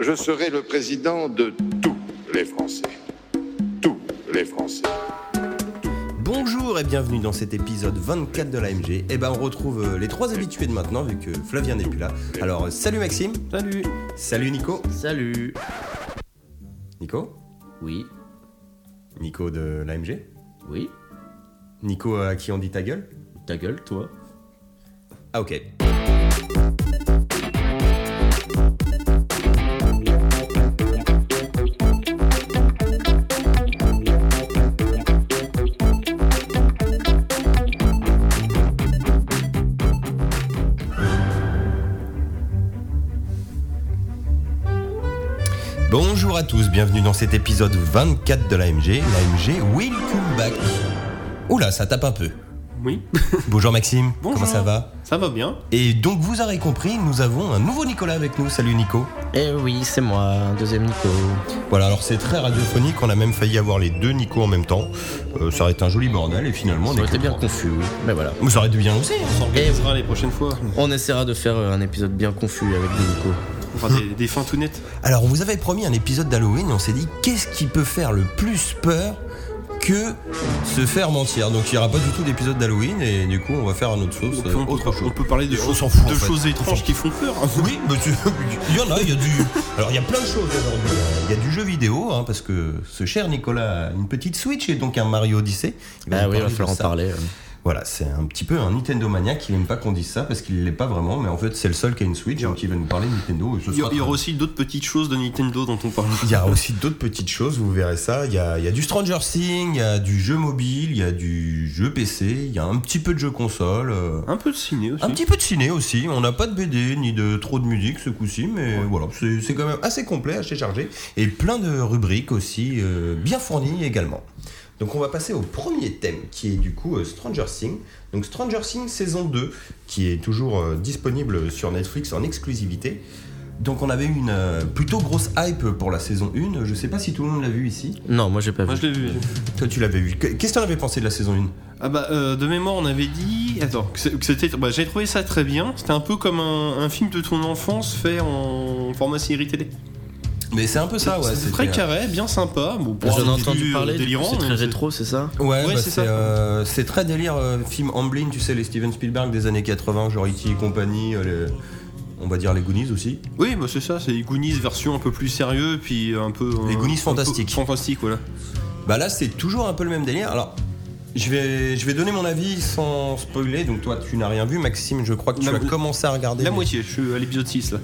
je serai le président de tous les Français. Tous les Français. Bonjour et bienvenue dans cet épisode 24 de l'AMG. Et ben on retrouve euh, les trois habitués de maintenant vu que Flavien n'est plus là. Alors euh, salut Maxime, Salut salut Nico. Salut Nico Oui, Nico de l'AMG oui, Nico euh, à qui on dit ta gueule ta gueule toi. Ah ok. Bonjour à tous, bienvenue dans cet épisode 24 de l'AMG, l'AMG Welcome Back. Oula, ça tape un peu. Oui, Bonjour Maxime, Bonjour. comment ça va ça va bien Et donc vous aurez compris, nous avons un nouveau Nicolas avec nous. Salut Nico. Eh oui, c'est moi, un deuxième Nico. Voilà, alors c'est très radiophonique, on a même failli avoir les deux Nico en même temps. Euh, ça aurait été un joli bordel et finalement on On est était bien content. confus, oui. Mais voilà. Mais Ça aurait été bien aussi. hein. On Eh s'organisera les prochaines fois. On essaiera de faire euh, un épisode bien confus avec des Nico. Enfin, des, des fins tout nettes. Alors on vous avait promis un épisode d'Halloween et on s'est dit qu'est-ce qui peut faire le plus peur que se faire mentir. Donc il n'y aura pas du tout d'épisode d'Halloween et du coup on va faire un autre sauce. On, euh, peut- on autre peut- chose. on peut parler de, On choses, s'en fout, de en fait. choses On étranges s'en qui font peur. Oui, mais tu- il y en a, il y a du. Alors il y a plein de choses aujourd'hui. Il y a du jeu vidéo, hein, parce que ce cher Nicolas a une petite Switch et donc un Mario Odyssey. Il Ah nous oui, il parler va de falloir en ça. parler. euh. Voilà, c'est un petit peu un Nintendo maniaque. Il aime pas qu'on dise ça parce qu'il l'est pas vraiment, mais en fait c'est le seul qui a une Switch, donc il va nous parler de Nintendo. et ce Il y, sera il y aura très- aussi d'autres petites choses de Nintendo dont on parle. il y a aussi d'autres petites choses, vous verrez ça. Il y, a, il y a du Stranger Things, il y a du jeu mobile, il y a du jeu PC, il y a un petit peu de jeu console. euh, Un peu de ciné aussi. Un petit peu de ciné aussi, on n'a pas de BD ni de trop de musique ce coup-ci, mais voilà, c'est c'est quand même assez complet, assez chargé, et plein de rubriques aussi euh, bien fournies également. Donc on va passer au premier thème qui est du coup euh, Stranger Things. Donc Stranger Things saison 2 qui est toujours euh, disponible sur Netflix en exclusivité. Donc on avait une euh, plutôt grosse hype pour la saison 1, je sais pas si tout le monde l'a vu ici. Non, moi j'ai pas Moi je vu. l'ai vu. Toi tu l'avais vu. Qu'est-ce que t'en avais pensé de la saison 1 Ah bah euh, de mémoire on avait dit attends que c'est- que c'était bah, j'ai trouvé ça très bien c'était un peu comme un, un film de ton enfance fait en format série télé Mais c'est un peu ça, ouais. c'est c'était, très euh, carré bien sympa bon pour J'en ai un entendu début, euh, parler, du coup, délirant c'est très mais rétro, c'est ça Ouais, Ouais, bah, c'est c'est ça. euh, c'est très délire euh, film Amblin, tu sais, les Steven Spielberg des années 80, genre E.T. et compagnie, euh, les- on va dire les Goonies aussi. Oui, bah c'est ça, c'est les Goonies version un peu plus sérieux, puis un peu. Les euh, Goonies un peu fantastiques. Fantastiques, voilà. Bah là, c'est toujours un peu le même délire. Alors, je vais, je vais donner mon avis sans spoiler, donc toi, tu n'as rien vu, Maxime, je crois que tu La- as commencé à regarder. La mais- moitié, je suis à l'épisode 6 là.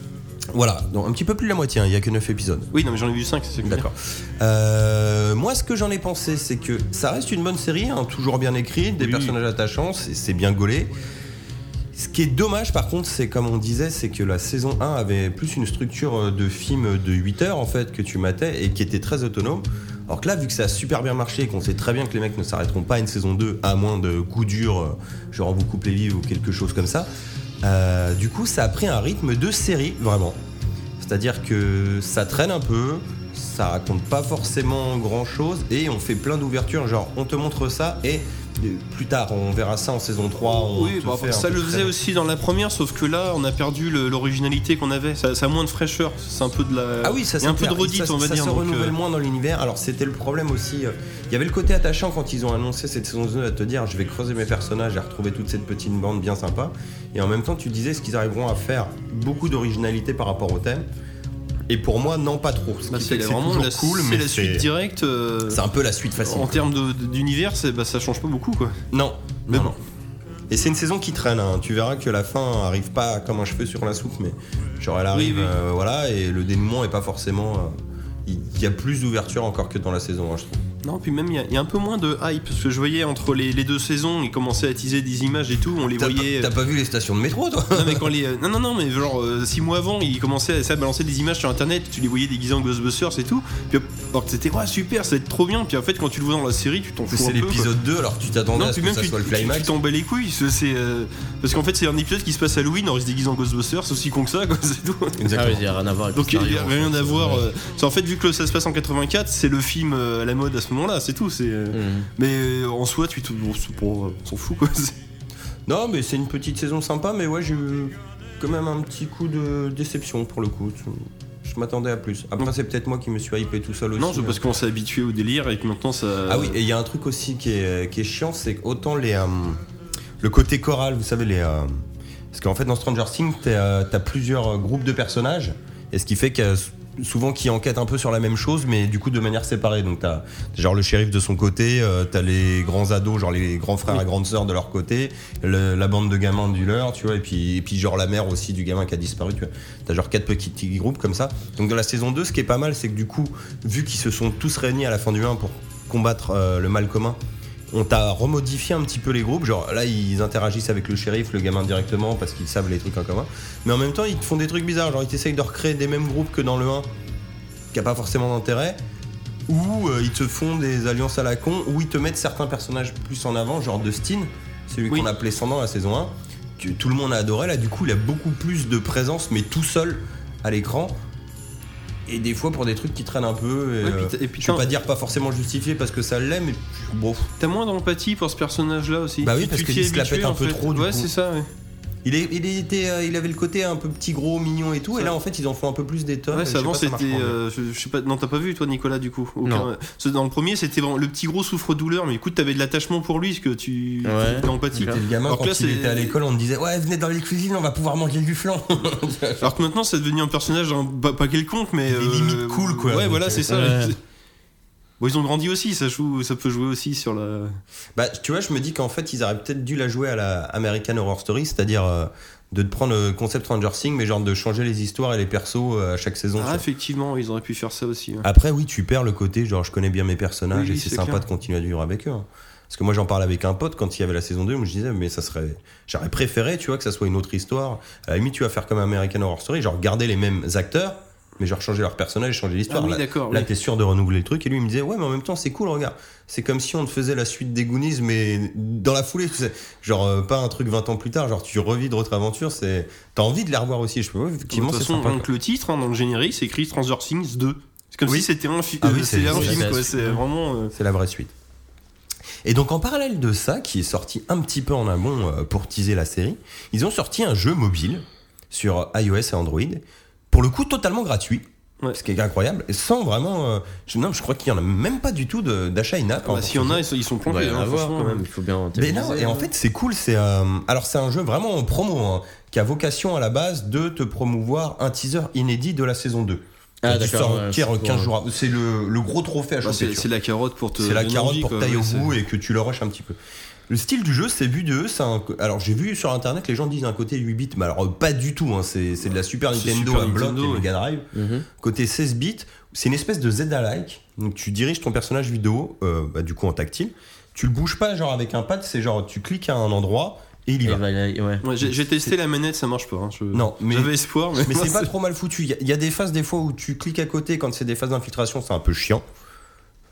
Voilà, donc un petit peu plus de la moitié, hein, il y a que 9 épisodes. Oui, non, mais j'en ai vu 5, c'est ça que je veux D'accord. Euh, moi, ce que j'en ai pensé, c'est que ça reste une bonne série, hein, toujours bien écrite, des Oui. personnages attachants, c'est c'est bien gaulé. Ce qui est dommage, par contre, c'est comme on disait, c'est que la saison 1 avait plus une structure euh, de film de 8 heures, en fait, que tu matais et qui était très autonome. Alors que là, vu que ça a super bien marché et qu'on sait très bien que les mecs ne s'arrêteront pas à une saison 2, à moins de coups durs, euh, genre on vous coupe les vies ou quelque chose comme ça, euh, du coup, ça a pris un rythme de série, vraiment. C'est-à-dire que ça traîne un peu, ça raconte pas forcément grand-chose, et on fait plein d'ouvertures, genre on te montre ça, et euh, plus tard on verra ça en saison 3. On oui, te bah, fait un ça peu le traîner. faisait aussi dans la première, sauf que là, on a perdu le- l'originalité qu'on avait. Ça, ça a moins de fraîcheur, c'est un peu de la. Ah oui, ça Il y c'est a un peu clair. de redite, Ça- on va ça dire. se donc, euh, renouvelle moins dans l'univers. Alors c'était le problème aussi. euh, Il y avait le côté attachant quand ils ont annoncé cette saison 2 à te dire je vais creuser mes personnages et retrouver toute cette petite bande bien sympa. Et en même temps, tu disais ce qu'ils arriveront à faire beaucoup d'originalité par rapport au thème. Et pour moi, non, pas trop. Ce bah, qui c'est fait que vraiment toujours la, cool, c'est mais la suite c'est- directe. euh, C'est un peu la suite facile. en termes de- d'univers, c'est- bah, ça change pas beaucoup quoi. Non, Mais non, bon. non. Et c'est une saison qui traîne. hein. Tu verras que la fin arrive pas comme un cheveu sur la soupe, mais genre elle arrive, Oui, oui. euh, voilà, et le dénouement est pas forcément. euh, Il il y a plus d'ouverture encore que dans la saison, hein, je trouve. Non, puis même il y a- il y, a un peu moins de hype parce que je voyais entre les, les deux saisons, ils commençaient à teaser des images et tout, on les T'as voyait. euh, pas- t'as pas vu les stations de métro, toi Non mais quand les euh, non non non mais genre 6 mois avant ils commençaient à, ça, à balancer des images sur internet tu les voyais déguisés en Ghostbusters et tout puis hop, alors que c'était ouais super ça va être trop bien puis en fait quand tu le vois dans la série tu t'en fous C'est un peu quoi. l'épisode 2, alors tu t'attendais non à ce puis que même ça tu soit le tu- tu climax. t'en bats les couilles c'est c'est, euh, parce qu'en fait c'est un épisode qui se passe à Halloween alors ils se déguisent en Ghostbusters aussi con que ça quoi c'est tout Ah oui, Exactement. il y a rien à voir avec donc il le n'y a scénario, en rien fait. à voir Ouais. euh, c'est en fait vu que ça se passe en 84 c'est le film euh, à la mode à ce moment là c'est tout c'est Mm. euh, Mhm. mais euh, en soi tu te- bon, c'est pour, euh, on s'en fout quoi c'est- Non, mais c'est une petite saison sympa, mais ouais, j'ai eu quand même un petit coup de déception pour le coup. je m'attendais à plus. Après, Non. c'est peut-être moi qui me suis hypé tout seul aussi. hein. Non, c'est parce mais- qu'on s'est habitué au délire et que maintenant ça. Ah oui, et il y a un truc aussi qui est, qui est chiant, c'est que autant les, euh, le côté choral, vous savez, les, euh, parce qu'en fait, dans Stranger Things, t'es, euh, t'as plusieurs euh, groupes de personnages, et ce qui fait que souvent qui enquêtent un peu sur la même chose, mais du coup de manière séparée. Donc t'as genre le shérif de son côté, euh, t'as les grands ados, genre les grands frères et grandes sœurs de leur côté, le- la bande de gamins du leur, tu vois, et puis, et puis genre la mère aussi du gamin qui a disparu, tu vois. T'as genre quatre petits, petits groupes comme ça. Donc dans la saison 2, ce qui est pas mal, c'est que du coup, vu qu'ils se sont tous réunis à la fin du 1 pour combattre euh, le mal commun, on t'a remodifié un petit peu les groupes. Genre là, ils interagissent avec le shérif, le gamin directement parce qu'ils savent les trucs en commun. Mais en même temps, ils te font des trucs bizarres. Genre, ils t'essayent de recréer des mêmes groupes que dans le 1, qui a pas forcément d'intérêt. Ou euh, ils te font des alliances à la con, ou ils te mettent certains personnages plus en avant, genre Dustin, celui Oui. qu'on appelait sans nom la saison 1, que tout le monde a adoré. Là, du coup, il a beaucoup plus de présence, mais tout seul à l'écran. Et des fois pour des trucs qui traînent un peu. Et, Ouais, euh, puis t'as- et puis je peux t'as- pas dire pas forcément justifié parce que ça l'est, mais bon, T'as moins d'empathie pour ce personnage-là aussi. Bah oui, Tu- parce tu que t'y il es se la pète habitué, un en peu fait. trop, du Ouais, coup. Ah, c'est ça, ouais. Il, est- il était, euh, il avait le côté un peu petit gros, mignon et tout, et Ça- là en fait ils en font un peu plus des tonnes. Ouais, et je ça, sais pas, avant ça marche c'était. moins bien. euh, je, je sais pas, non, t'as pas vu toi, Nicolas, du coup Aucun- Non. Ce- Dans le premier, c'était vraiment le petit gros souffre-douleur, mais écoute, t'avais de l'attachement pour lui, parce que tu. Ouais. t'as de l'empathie. Déjà. T'es le gamin Alors que quand là, il c'est- était à l'école, on te disait ouais venez dans les cuisines, on va pouvoir manger du flan. Alors que maintenant, c'est devenu un personnage un- pas, pas quelconque, mais. euh, Il est limite cool, quoi. Ouais, Donc, voilà, euh, c'est ça. ouais. Bon, ils ont grandi aussi, ça, joue, ça peut jouer aussi sur la. bah tu vois, je me dis qu'en fait ils auraient peut-être dû la jouer à la American Horror Story, c'est-à-dire euh, de te prendre le concept Stranger Things, mais genre de changer les histoires et les persos euh, à chaque saison. tu Ah, vois. effectivement, ils auraient pu faire ça aussi. ouais. Après, oui, tu perds le côté genre je connais bien mes personnages Oui, et oui, c'est c'est sympa clair. de continuer à vivre avec eux. hein. Parce que moi, j'en parlais avec un pote quand il y avait la saison 2, où je disais, mais ça serait. J'aurais préféré, tu vois, que ça soit une autre histoire. À la limite, tu vas faire comme American Horror Story, genre garder les mêmes acteurs, mais genre changer leur personnage, changer Ah, l'histoire. oui, Là- d'accord. Là, oui. t'es sûr de renouveler le truc. Et lui, il me disait, ouais, mais en même temps, c'est cool, regarde. C'est comme si on te faisait la suite des Goonies, mais dans la foulée, tu sais. Genre, euh, pas un truc 20 ans plus tard, genre, tu revis d'autres aventures, c'est. T'as envie de les revoir aussi. Je peux, ouais, De effectivement, toute c'est façon, sympa. rien que le titre, hein, dans le générique, c'est écrit Stranger Things 2. C'est comme Oui. si c'était un, fi- Ah oui, euh, c'est- c'est un c'est film, la quoi. suite, C'est hein. vraiment. euh, C'est la vraie suite. Et donc en parallèle de ça, qui est sorti un petit peu en amont euh, pour teaser la série, ils ont sorti un jeu mobile sur iOS et Android, pour le coup totalement gratuit, Ouais. ce qui est incroyable, et sans vraiment... euh, je, non, je crois qu'il n'y en a même pas du tout de- d'achat in-app. Ah hein, bah, pour S'il y ce en jeu. a, ils sont, ils sont Il doit planqués, y en hein, avoir franchement, quand même, ouais. il faut bien Mais rentabiliser, non, et en hein. fait c'est cool, c'est... euh, alors c'est un jeu vraiment en promo, hein, qui a vocation à la base de te promouvoir un teaser inédit de la saison 2. Ah, Qui d'accord, sort- ouais, qui est c'est pour- 15 jours avant. C'est le, le gros trophée à Bah, choper. c'est tu vois. c'est la carotte pour te. C'est la donner carotte envie, pour euh, quoi, tailler ouais, au c'est- goût et que tu le rushes un petit peu. Le style du jeu, c'est vu de eux, c'est un co- alors j'ai vu sur internet les gens disent un côté 8 bits, mais alors euh, pas du tout, hein, c'est c'est de la Super C'est Nintendo Super à bloc Nintendo, et Mega Drive. Mhm. Côté 16 bits, c'est une espèce de Zelda-like, donc tu diriges ton personnage vidéo, euh, bah, du coup en tactile, tu le bouges pas genre avec un pad, c'est genre tu cliques à un endroit et il y Et va. bah, il y a- ouais. Ouais, J'ai j'ai testé la manette, ça marche pas. hein, je- Non, mais- J'avais espoir, mais. Mais c'est pas c'est- trop mal foutu. Il y, a- il y a des phases des fois où tu cliques à côté quand c'est des phases d'infiltration, c'est un peu chiant.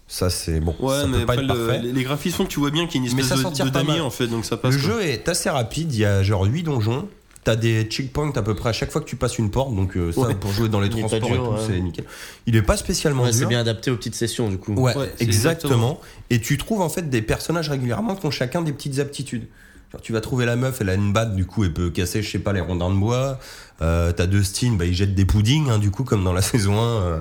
Ça c'est bon, Ouais, ça mais peut pas après, être le- parfait. les les graphismes font que tu vois bien qu'il y a une Mais espèce ça s'en de, tire de pas damier mal. en fait, donc ça passe. Le quoi. jeu est assez rapide, il y a genre 8 donjons. T'as des checkpoints à peu près à chaque fois que tu passes une porte, donc euh, ça Ouais. pour jouer dans les Il est pas transports et dur, tout, ouais. c'est nickel. Il est pas spécialement Ouais, c'est dur. bien adapté aux petites sessions du coup. Ouais, Ouais, c'est exactement. Et tu trouves en fait des personnages régulièrement qui ont chacun des petites aptitudes. Genre tu vas trouver la meuf, elle a une batte, du coup elle peut casser, je sais pas, les rondins de bois. Euh, T'as Dustin, bah, il jette des puddings, hein, du coup comme dans la saison 1, euh,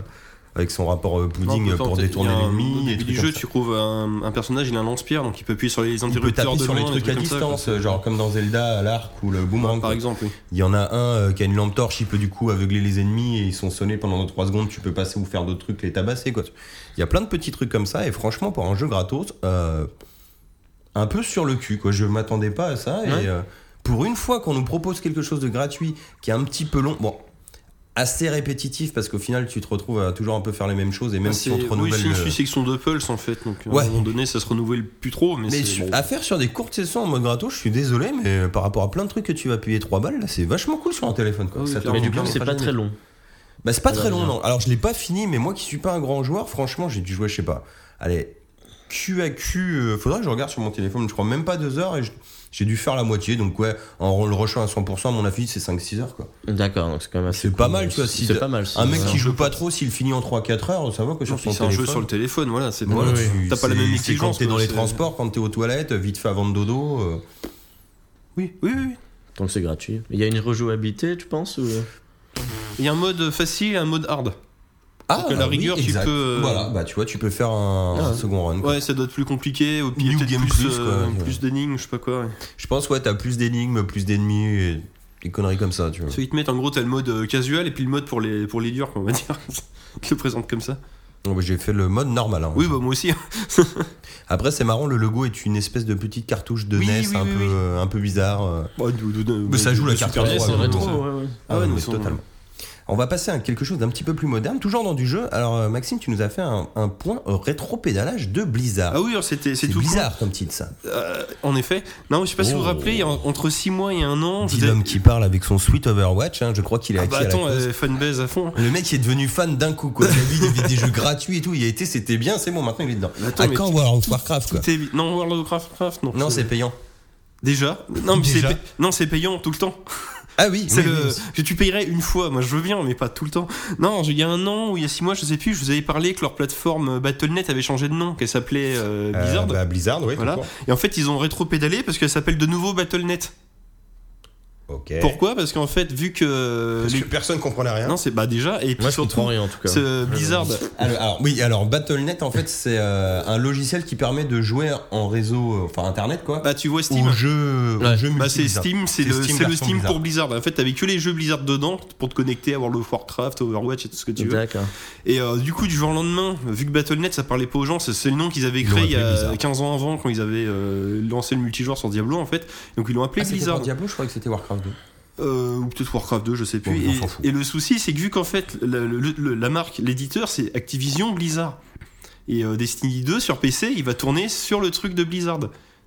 avec son rapport euh, Non, pudding euh, pourtant, pour t'es- détourner il y a un- l'ennemi. Au des trucs début du comme jeu, ça. tu trouves un, un personnage, il a un lance-pierre, donc il peut appuyer sur les Il peut interrupteurs taper de sur les loin, des trucs à comme ça, quoi. distance, genre comme dans Zelda, à l'arc ou le boomerang. Par quoi. exemple, oui. Il y en a un euh, qui a une lampe torche, il peut du coup aveugler les ennemis et ils sont sonnés pendant 3 secondes, tu peux passer ou faire d'autres trucs, les tabasser quoi. Il y a plein de petits trucs comme ça et franchement pour un jeu gratos, euh, un peu sur le cul quoi, je m'attendais pas à ça et Ouais. euh, pour une fois qu'on nous propose quelque chose de gratuit qui est un petit peu long, bon assez répétitif parce qu'au final tu te retrouves à toujours un peu faire les mêmes choses et même si on te C'est- oui, renouvelle c'est une le- succession de pulse en fait, donc Ouais. à un moment donné, ça se renouvelle plus trop, mais, Mais c'est. su- bon. à faire sur ah, des courtes sessions en mode gratos, je suis désolé, mais euh, par rapport à plein de trucs que tu vas payer 3 balles, là c'est vachement cool sur un téléphone. Quoi. Ah oui, Ça te Mais clairement. rend du bien coup, c'est les pas pages très long. Bah c'est pas Ça très long va bien. non. Alors je l'ai pas fini mais moi qui suis pas un grand joueur franchement j'ai dû jouer je sais pas. Allez Q à Q euh, faudrait que je regarde sur mon téléphone je crois même pas deux heures et je- j'ai dû faire la moitié donc ouais en le rushant à 100% à mon avis c'est 5-6 heures quoi. D'accord, donc c'est quand même assez. C'est pas cool. mal, tu vois, si C'est t'as- pas mal. Un si- mec ouais. qui joue pas trop s'il finit en 3-4 heures ça va que Non, sur puis son c'est un jeu téléphone. sur le téléphone, voilà. c'est Voilà, pas- tu- T'as pas la c'est- même c'est exigence. quand t'es dans quoi, les c'est- transports, quand t'es aux toilettes, vite fait avant le dodo. euh. Oui, oui, oui. Donc c'est gratuit. Il y a une rejouabilité, tu penses ou... Il y a un mode facile et un mode hard. Ah, Donc, à la oui, rigueur, tu exact. peux, euh, Voilà, bah tu vois, tu peux faire un Ah. second run. quoi. Ouais, ça doit être plus compliqué. Au New pire, peut-être Game plus, Plus, euh, quoi, plus d'énigmes, je sais pas quoi. ouais. Je pense, ouais, t'as plus d'énigmes, plus d'ennemis et des conneries comme ça, tu vois. Parce qu'ils te mettent en gros, t'as le mode euh, casual et puis le mode pour les, pour les durs, quoi, on va dire. Ils te le présentent comme ça. Ouais, J'ai fait le mode normal. hein. Oui, bah moi aussi. Après, c'est marrant, le logo est une espèce de petite cartouche de Oui, NES oui, un, oui, peu, oui. euh, un peu bizarre. euh. Bah, du- du- du- Mais ça du- joue du la Super carte NES, droite, hein, ouais, rétro, ouais. ouais, ouais. Ah ouais, nous mais sommes- totalement. On va passer à quelque chose d'un petit peu plus moderne, toujours dans du jeu. Alors, euh, Maxime, tu nous as fait un, un point au rétro-pédalage de Blizzard. Ah oui, alors c'était c'est c'est tout con. bizarre comme titre, ça. Euh, en effet. Non, je sais pas si vous vous Oh. rappelez, il y a en- entre 6 mois et 1 an, Petit vous avez- homme qui parle avec son Sweet Overwatch, hein, je crois qu'il est Ah acquis bah à la attends, cause. euh, fanbase à fond. Le mec il est devenu fan d'un coup, quoi. Il a vu des, des jeux gratuits et tout. Il y a été, c'était bien, c'est bon, maintenant il est dedans. attends, à mais quand World of Warcraft, quoi C'était- Non, World of Warcraft, non. Non, c'est payant. Déjà Non, mais c'est Déjà. pa- non, c'est payant tout le temps. Ah oui, C'est oui, le- oui. que tu payerais une fois, moi je veux bien, mais pas tout le temps. Non, il y a un an ou il y a six mois, je sais plus, je vous avais parlé que leur plateforme euh, BattleNet avait changé de nom, qu'elle s'appelait euh, Euh, Blizzard. bah, Blizzard, oui. Voilà. d'accord. Et en fait, ils ont rétro-pédalé parce qu'elle s'appelle de nouveau BattleNet. Ok. Pourquoi Parce qu'en fait, vu que. Parce les- que personne comprenait rien. Non, c'est bah déjà, et puis Moi, je comprends surtout, rien en tout cas. ce Blizzard. Alors, alors, oui, alors BattleNet, en fait, c'est euh, un logiciel qui permet de jouer en réseau, euh, enfin internet, quoi. Bah, tu vois Steam. Au jeu, Ouais. Bah c'est Steam, c'est C'est le Steam c'est le version Steam Blizzard. pour Blizzard. En fait, t'avais que les jeux Blizzard dedans pour te connecter à World of Warcraft, Overwatch et tout ce que tu veux. D'accord. Et euh, du coup, du jour au lendemain, vu que BattleNet ça parlait pas aux gens, c'est c'est le nom qu'ils avaient Ils créé l'ont il y a appelé Blizzard. 15 ans avant quand ils avaient euh, lancé le multijoueur sur Diablo en fait. Donc ils l'ont appelé Blizzard. Diablo, je croyais que Ah, c'était Warcraft 2. Euh, ou peut-être Warcraft 2, je sais plus. Bon, on Et- s'en fout. et, le souci, c'est que vu qu'en fait la, le- le- la marque, l'éditeur, c'est Activision Blizzard. Et euh, Destiny 2 sur PC, il va tourner sur le truc de Blizzard.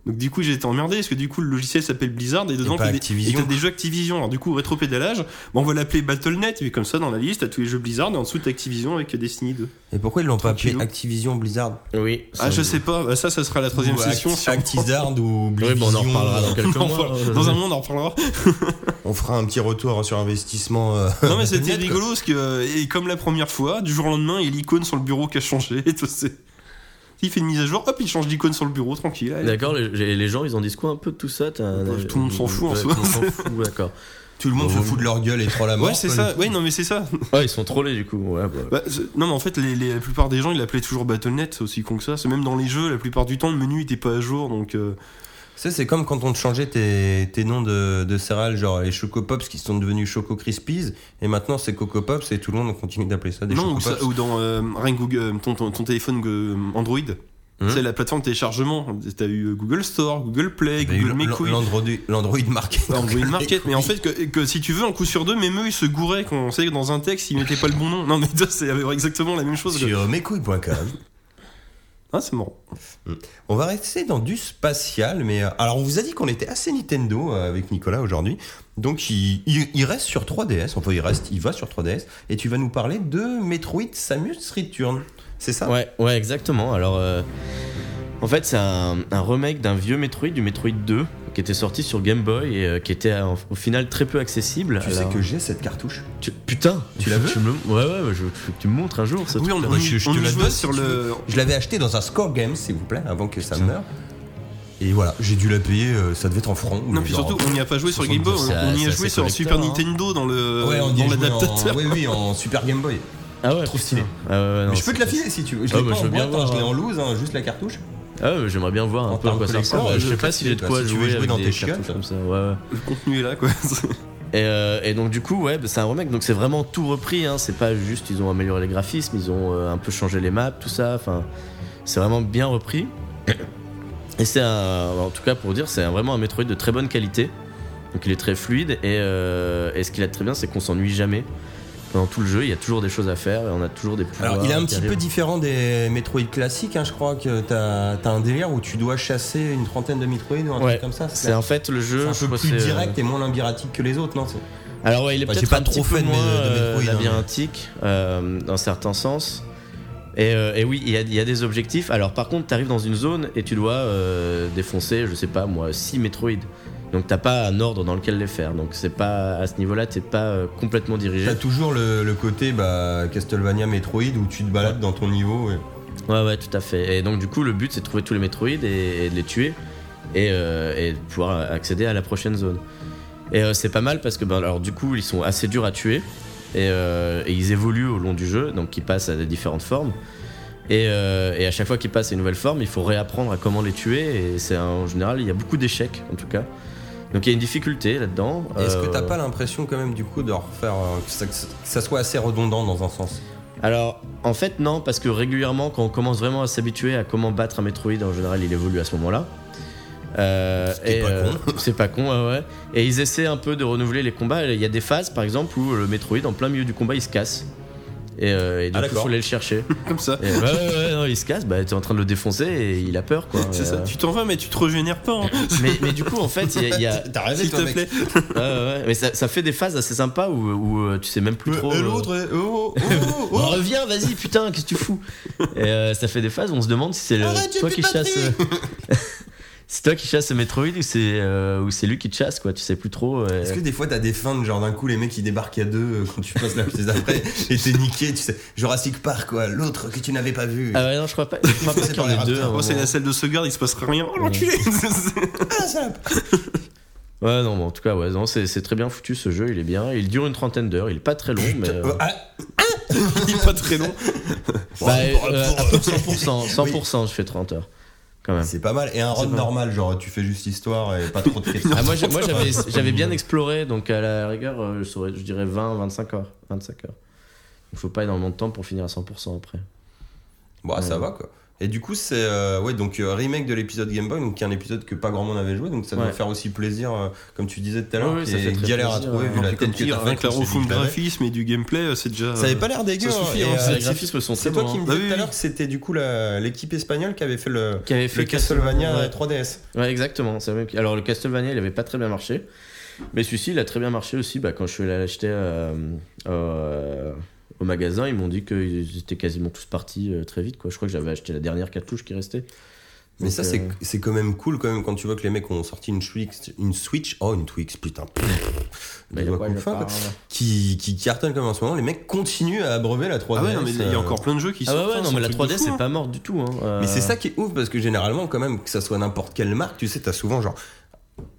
Donc du coup, j'ai été emmerdé parce que du coup, le logiciel s'appelle Blizzard et dedans, pas t'as des, et Activision. t'as des jeux Activision. Alors du coup, rétro-pédalage, bon, on va l'appeler BattleNet, mais comme ça, dans la liste, t'as tous les jeux Blizzard et en dessous, t'as Activision avec Destiny 2. Et pourquoi ils l'ont pas appelé Tranquillou. Activision Blizzard Oui. Ah, je ça- sais pas, Bah, ça, ça sera la troisième Ou session. bah, Act- sur- Actizard ou Oui, bon, on en Blivision, reparlera dans euh, quelques Non, mois. voilà. dans un moment, on en reparlera. On fera un petit retour sur investissement. euh, Non mais c'était BattleNet, quoi. rigolo parce que euh, et comme la première fois, du jour au lendemain, il y a l'icône sur le bureau qui a changé. Et tout, c'est- il fait une mise à jour, hop, il change l'icône sur le bureau, tranquille. allez. D'accord, les, j'ai- les gens ils en disent quoi un peu de tout ça t'as- Ouais, tout le monde s'en fout, en Ouais, soi. Tout le monde s'en fout, d'accord. Tout le monde se fout de leur gueule et troll la mort. Bah, ouais, c'est quoi, ça. le- Ouais, non mais c'est ça. Ouais, ils sont trollés du coup. Ouais, bah. Bah, c'est- non mais en fait, les, les- la plupart des gens, ils l'appelaient toujours BattleNet, c'est aussi con que ça. C'est même dans les jeux, la plupart du temps, le menu était pas à jour, donc. euh, Ça, c'est comme quand on te changeait tes, tes noms de, de céréales, genre les Choco Pops qui sont devenus Choco Crispies, et maintenant c'est Coco Pops et tout le monde continue d'appeler ça des non, Choco ou, ça- Pops. ou dans euh, rien que Google- euh, ton, ton- ton téléphone euh, Android. Hmm. C'est la plateforme de téléchargement. T'as eu euh, Google Store, Google Play, Il y a eu Google Mes l'Android- couilles. l'Android- L'Android Market. Alors, vous voyez une marquette, mais en fait, que, que si tu veux, un coup sur deux, même eux, ils se gouraient quand on sait que dans un texte, ils mettaient pas le bon nom. Non, mais ça, c'est exactement la même chose. sur mescouilles.com. Ah, c'est marrant. On va rester dans du spatial, mais euh, alors on vous a dit qu'on était assez Nintendo euh, avec Nicolas aujourd'hui, donc il, il- il reste sur 3DS, enfin il reste, il va sur 3DS, et tu vas nous parler de Metroid Samus Return, c'est ça Ouais, ouais, exactement. Alors, euh, en fait, c'est un, un remake d'un vieux Metroid, du Metroid 2, qui était sorti sur Game Boy et euh, qui était euh, au final très peu accessible. Tu Alors- sais que j'ai cette cartouche. Tu- Putain, Tu l'as vu me... Ouais, ouais, je, faut que tu me montres un jour ça. Oui, on, bah, on, y- je- je on te y la jouait donne, sur si tu le. Je l'avais acheté dans un Score Game, s'il vous plaît, avant que ça meure. Et voilà, j'ai dû la payer, euh, ça devait être en francs. ou Non, puis genre- surtout, on n'y a pas joué sur Game Boy, on, c'est- on y a c'est joué sur collector, Super hein. Nintendo dans le Ouais, on y euh, dans est joué l'adaptateur. en... Oui, oui, en Super Game Boy. Ah ouais, Trop putain. stylé. Ah ouais, ouais, non, Mais je peux te c'est- la filer si tu veux. Je Ah l'ai bah, pas je en veux bien boîte, hein, voir, je l'ai hein. en loose, hein, juste la cartouche. Ah ouais, mais j'aimerais bien voir En un peu à tant quoi que ça ressemble. collector, je je sais peux pas si j'ai de t'aider, quoi toi, si tu veux jouer, jouer avec dans des tes chiottes. cartouches comme ça. Ouais, ouais. Le contenu est là, quoi. Et, euh, et donc du coup, ouais, bah, c'est un remake, donc c'est vraiment tout repris. Hein. C'est pas juste ils ont amélioré les graphismes, ils ont euh, un peu changé les maps, tout ça. Enfin, c'est vraiment bien repris. Et c'est un, en tout cas pour dire, c'est un- vraiment un Metroid de très bonne qualité. Donc il est très fluide et, euh, et ce qu'il a de très bien, c'est qu'on s'ennuie jamais. Pendant tout le jeu, il y a toujours des choses à faire et on a toujours des pouvoirs. Alors, il est un qui petit arrivent. peu différent des Metroid classiques, hein, je crois que t'as as un délire où tu dois chasser une trentaine de Metroid ou un Ouais, truc comme ça. C'est en fait le jeu. c'est un je peu crois, plus c'est, euh, direct et moins labyrinthique que les autres, non c'est- Alors ouais, il est Bah, j'ai peut-être pas un trop trop fait fait de moins mes- de mes euh, Metroid, hein, labyrinthique euh, dans certains sens. Et, euh, et oui, il y, a- il y a des objectifs. Alors par contre, t'arrives dans une zone et tu dois euh, défoncer, je sais pas moi, 6 Metroid. Donc t'as pas un ordre dans lequel les faire. Donc c'est pas à ce niveau-là, t'es pas euh, complètement dirigé. T'as toujours le, le côté bah, Castlevania Metroid où tu te balades dans ton niveau. ouais. Ouais, ouais, tout à fait. Et donc, du coup, le but, c'est de trouver tous les Metroid et, et de les tuer et, euh, et de pouvoir accéder à la prochaine zone. Et euh, c'est pas mal parce que, ben, alors, du coup, ils sont assez durs à tuer. Et, euh, et ils évoluent au long du jeu, donc ils passent à des différentes formes. Et, euh, et à chaque fois qu'ils passent à une nouvelle forme, il faut réapprendre à comment les tuer. Et c'est un- en général, il y a beaucoup d'échecs en tout cas. Donc il y a une difficulté là-dedans. Est-ce que t'as Euh, pas l'impression quand même du coup de refaire euh, que, ça, que ça- que ça soit assez redondant dans un sens Alors, en fait, non, parce que régulièrement, quand on commence vraiment à s'habituer à comment battre un Metroid, en général, il évolue à ce moment-là. Euh, Ce qui est et, pas euh, con. c'est pas con, ouais, ouais. Et ils essaient un peu de renouveler les combats. Il y a des phases, par exemple, où le Metroid, en plein milieu du combat, il se casse. Et, euh, et du Ah, coup, d'accord. faut aller le chercher. Comme ça. Et, ouais, ouais, ouais, non, il se casse, bah, t'es en train de le défoncer et il a peur, quoi. C'est Et, ça. euh, Tu t'en vas, mais tu te régénères pas. hein. mais, mais du coup, en fait, il y a. il y a- T'as rêvé S'il toi te mec plaît. ouais, ouais, ouais. mais ça, ça fait des phases assez sympas où, où, euh, tu sais même plus trop. Et euh, l'autre, eh, oh, oh, oh, oh. Reviens, vas-y, putain, qu'est-ce que tu fous Et euh, ça fait des phases où on se demande si c'est le- Arrête, j'ai toi plus qui de chasse. euh, c'est toi qui chasse Metroid ou c'est euh, ou c'est lui qui te chasse, quoi. Tu sais plus trop. euh. Est-ce que des fois t'as des fins de genre d'un coup les mecs ils débarquent à deux euh, quand tu passes la pièce après et t'es niqué, tu sais, Jurassic Park quoi, l'autre que tu n'avais pas vu. Ah ouais, non, je crois pas. Je crois pas C'est qu'il y en pas ait grave, deux. hein, à un frère. Oh, c'est moment. la salle de sauvegarde, il se passera rien. Oh, l'enculé Ah, Ouais, non, mais en tout cas, ouais, non, c'est c'est très bien foutu ce jeu. Il est bien. Il dure une trentaine d'heures. Il est pas très long, mais. euh, Euh, ah, Il est pas très long. bah, pour- euh, pour- à peu- 100%, 100%, je fais 30 heures. Quand même. c'est pas mal. Et un run pas- normal, genre tu fais juste histoire et pas trop de questions. Ah, moi, j'ai- moi, j'avais, j'avais bien exploré, donc à la rigueur, euh, je, saurais- je dirais 20, 25 heures. 25 heures. Il faut pas énormément de temps pour finir à 100% après. Bon, ah, ça va quoi. Et du coup, c'est euh, ouais, donc euh, remake de l'épisode Game Boy, donc qui est un épisode que pas grand monde avait joué, donc ça doit Ouais. faire aussi plaisir, euh, comme tu disais tout à l'heure, Ouais, ouais, qui ça fait est très galère à plaisir, trouver ouais. vu la Avec tête que t'as faite, la on s'est dit, refonte je l'avais. graphique, mais du gameplay, euh, c'est déjà. Ça avait pas l'air dégueu. ça hein, suffit, et, hein, euh, c'est- les graphismes sont C'est très toi bons, qui me hein. disais Bah oui, tout à oui. l'heure que c'était du coup la- l'équipe espagnole qui avait fait le, Qui avait le fait Castlevania ouais. 3DS. Ouais, exactement. c'est le même qui- Alors, le Castlevania, il avait pas très bien marché. Mais celui-ci, il a très bien marché aussi. Bah, quand je suis allé l'acheter euh, euh, au magasin, ils m'ont dit qu'ils étaient quasiment tous partis euh, très vite. Quoi. Je crois que j'avais acheté la dernière cartouche qui restait. Mais Donc, ça, euh, c'est- c'est quand même cool quand même quand tu vois que les mecs ont sorti une Switch, une Switch oh une Twix, putain, pff, des bah, il y a doigts quoi, qu'on il y a fait, pas, quoi. hein. qui, qui cartonne comme en ce moment. Les mecs continuent à abreuver la 3DS. Ah ouais, non, mais il y a euh, encore plein de jeux qui Ah sont. ouais, ouais, non, mais la 3D, c'est pas morte du tout. hein. Euh, Mais c'est ça qui est ouf parce que généralement, quand même, que ça soit n'importe quelle marque, tu sais, t'as souvent genre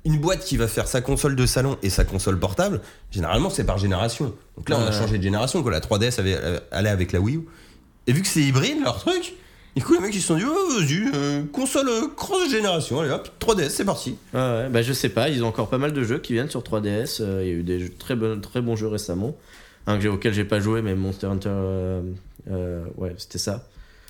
une boîte qui va faire sa console de salon et sa console portable. Généralement, c'est par génération. Donc là, on a Ouais. changé de génération. Quoi. La 3DS avait, euh, allait avec la Wii U. Et vu que c'est hybride leur truc, du coup, les mecs ils se sont dit, oh, vas-y, euh, console euh, cross-génération, allez hop, 3DS, c'est parti. Ouais, ouais, bah je sais pas, ils ont encore pas mal de jeux qui viennent sur 3DS. euh, Il y a eu des jeux- très, bon- très bons jeux récemment. Un que j'ai- auquel j'ai pas joué, mais Monster Hunter. euh, euh, ouais, c'était ça.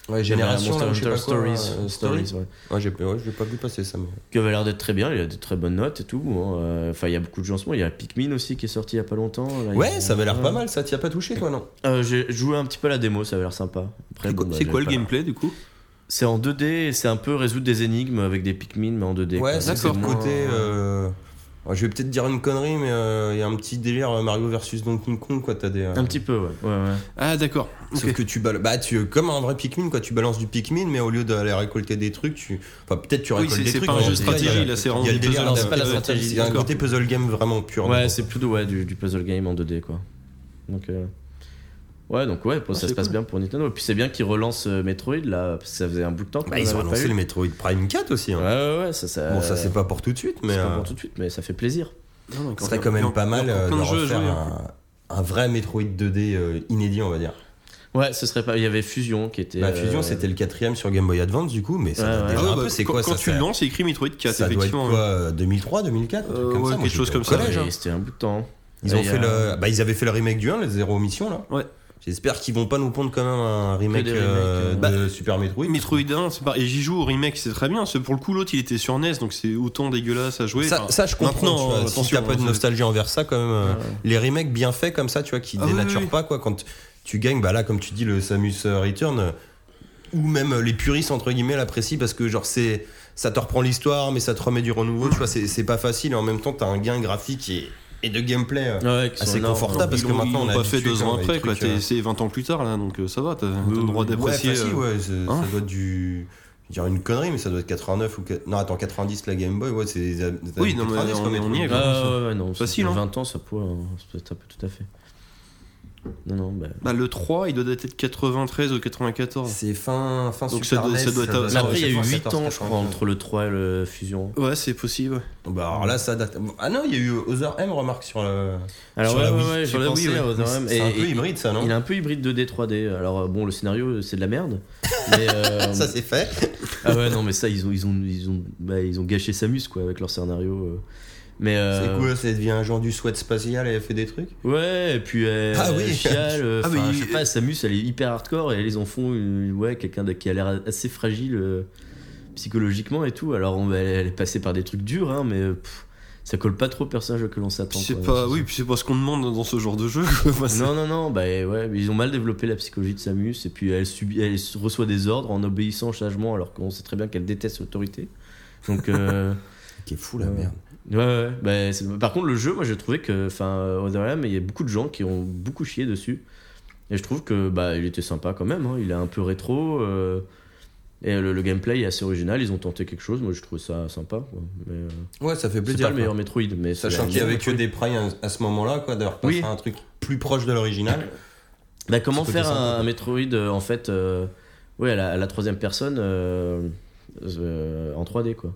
Ouais, Il génération, y avait un là, je Monster sais Hunter pas quoi, Stories. euh, Stories, Stories. ouais. Ouais, j'ai ouais, j'ai pas vu passer ça, mais. Qui avait l'air d'être très bien, il y a des très bonnes notes et tout. hein, euh, Enfin, il y a beaucoup de gens en ce moment. Il y a Pikmin aussi qui est sorti il y a pas longtemps. là, il y Ouais, a- ça avait l'air pas mal, ça t'y a pas touché, toi, non Euh, j'ai joué un petit peu à la démo, ça avait l'air sympa. Après, C'est bon, quoi, bah, c'est j'avais quoi le pas- gameplay du coup C'est en 2D, et c'est un peu résoudre des énigmes avec des Pikmin, mais en 2D. Ouais, quoi. ça, c'est d'accord. le moins- côté. euh, ouais, je vais peut-être dire une connerie, mais euh, il y a un petit délire euh, Mario versus Donkey Kong, quoi. T'as des. euh, Un petit peu, ouais. ouais, ouais. Ah, d'accord. Sauf ok. que tu balances. Bah, tu, comme un vrai Pikmin, quoi. Tu balances du Pikmin, mais au lieu d'aller récolter des trucs, tu. Enfin, peut-être tu Oui, récoltes c'est- des c'est trucs. pas un mais jeu en de tout cas, stratégie, il y a- là, c'est Il y a vraiment le du délire. puzzle. non, d'un- c'est pas la ouais, stratégie, Il y a un d'accord. côté puzzle game vraiment pur. Ouais, donc, c'est euh, plutôt ouais, du, du puzzle game en 2D quoi. Donc euh, ouais, donc ouais, ça se c'est passe cool. bien pour Nintendo. Et puis c'est bien qu'ils relancent euh, Metroid là, parce que ça faisait un bout de temps. qu'on Bah, ils ont l'avait pas lancé eu. le Metroid Prime 4 aussi. hein. Ouais, ouais, ouais, ça, ça. Bon, ça, c'est pas pour tout de suite, mais. c'est pas euh, pour tout de suite, mais ça fait plaisir. Non, non, Ce serait quand même pas mal Il y a euh, encore de plein de jeux à refaire jouer. un, un vrai Metroid 2D euh, inédit, on va dire. Ouais, ce serait pas. Il y avait Fusion qui était. La Bah, fusion, euh, c'était le quatrième sur Game Boy Advance, du coup, mais ça Ouais, date ouais. déjà Ah ouais, un bah, peu. C'est quand- quoi Quand ça tu ça- le lances, c'est écrit Metroid 4, Ça doit être effectivement. quoi euh, 2003, 2004 un truc Euh, comme ouais, ça. Moi, quelque chose j'étais au comme ça, collège, ouais, hein. C'était un bout de temps. Ils ont Et, fait euh, le, bah, ils avaient fait le remake du 1, les zéro mission là. Ouais. J'espère qu'ils vont pas nous pondre quand même un remake Que des remakes, euh, euh, de Super Metroid. Metroid 1, c'est pareil. Et j'y joue au remake, c'est très bien. C'est- Pour le coup, l'autre, il était sur NES, donc c'est autant dégueulasse à jouer. Ça, Enfin, ça, je comprends. maintenant, tu vois, attention, si t'as pas hein, de c'est- nostalgie envers ça, quand même, euh, les remakes bien faits comme ça, tu vois, qui Ah oui, dénaturent oui, oui. pas quoi. Quand tu gagnes, bah là, comme tu dis, le Samus euh, Return, euh, ou même euh, les puristes entre guillemets l'apprécient parce que genre c'est, ça te reprend l'histoire, mais ça te remet du renouveau. Tu vois, c'est c'est pas facile. Et en même temps, t'as un gain graphique et, et de gameplay. euh, Ah Ouais, qui sont assez énormes. confortable. parce ils que l'ont- maintenant, ils on est l'ont pas fait habitué deux quand ans même après, avec quoi. les trucs, T'es- C'est 20 ans plus tard, là, donc euh, ça va, t'as t'as Ouais, le droit ouais, d'apprécier. facile, euh, ouais, c'est- hein. ça doit être du. Je dirais une connerie, mais ça doit être 89 ou. que- Non, attends, 90 la Game Boy, ouais, c'est des a- des Oui, années non, mais 90, on quoi, est- mais on y est, tout. quoi. Ah, ouais, ouais, non, Facile, ça fait hein. 20 ans, ça peut, ça peut taper tout à fait. Non, non, bah. Bah, le 3, il doit dater de 93 ou 94. C'est fin, fin Donc Super ça doit- ça NES, doit être- euh, Mais Mais après, il y a eu 94, 8 ans, je crois, 95. entre le 3 et le Fusion. Ouais, c'est possible. ouais. Bah alors là, ça date. Ah non, il y a eu Other M, remarque, sur le. Alors, sur ouais, la ouais, Wii. hein. ouais, j'ai Sur la pensé Wii, à ouais. Other M. C'est Et- un peu et- hybride, ça, non Il est un peu hybride 2D, 3D. Alors, euh, bon, le scénario, c'est de la merde. Mais, euh, Ça, c'est fait. ah ouais, non, mais ça, ils ont, ils ont, ils ont, bah, ils ont gâché Samus, quoi, avec leur scénario. euh. Mais, euh, C'est cool, ça devient un genre du sweat spatial et elle fait des trucs. Ouais, et puis elle, Ah oui. elle chiale, euh, Ah, enfin, mais je il- sais pas, Samus, elle est hyper hardcore et elle, ils en font une- ouais, quelqu'un de- qui a l'air assez fragile euh, psychologiquement et tout. Alors, on, elle, elle est passée par des trucs durs, hein, mais euh, pff, ça colle pas trop au personnage que l'on s'attend. Puis c'est quoi. pas, oui, puis c'est pas ce qu'on demande dans ce genre de jeu. quoi. Enfin, c'est- Non, non, non, bah ouais, mais ils ont mal développé la psychologie de Samus et puis elle, subit, elle reçoit des ordres en obéissant sagement alors qu'on sait très bien qu'elle déteste l'autorité. Donc, euh, Qui est fou, la merde. ouais, ouais. Bah, c'est- par contre, le jeu, moi j'ai trouvé que, enfin, euh, Other M, il y a beaucoup de gens qui ont beaucoup chié dessus. Et je trouve que, bah, il était sympa quand même, hein. il est un peu rétro. euh, et le, le gameplay est assez original, ils ont tenté quelque chose, moi je trouve ça sympa. quoi. Mais, euh, Ouais, ça fait c'est plaisir. pas le meilleur Metroid, mais c'est Sachant un qu'il y bon avait que Metroid. des primes à ce moment-là, quoi, d'ailleurs, passer Oui. à un truc plus proche de l'original. Bah, comment Ce côté faire un, sympa. un Metroid euh, en fait euh, ouais, à, la, à la troisième personne euh, euh, en 3D quoi.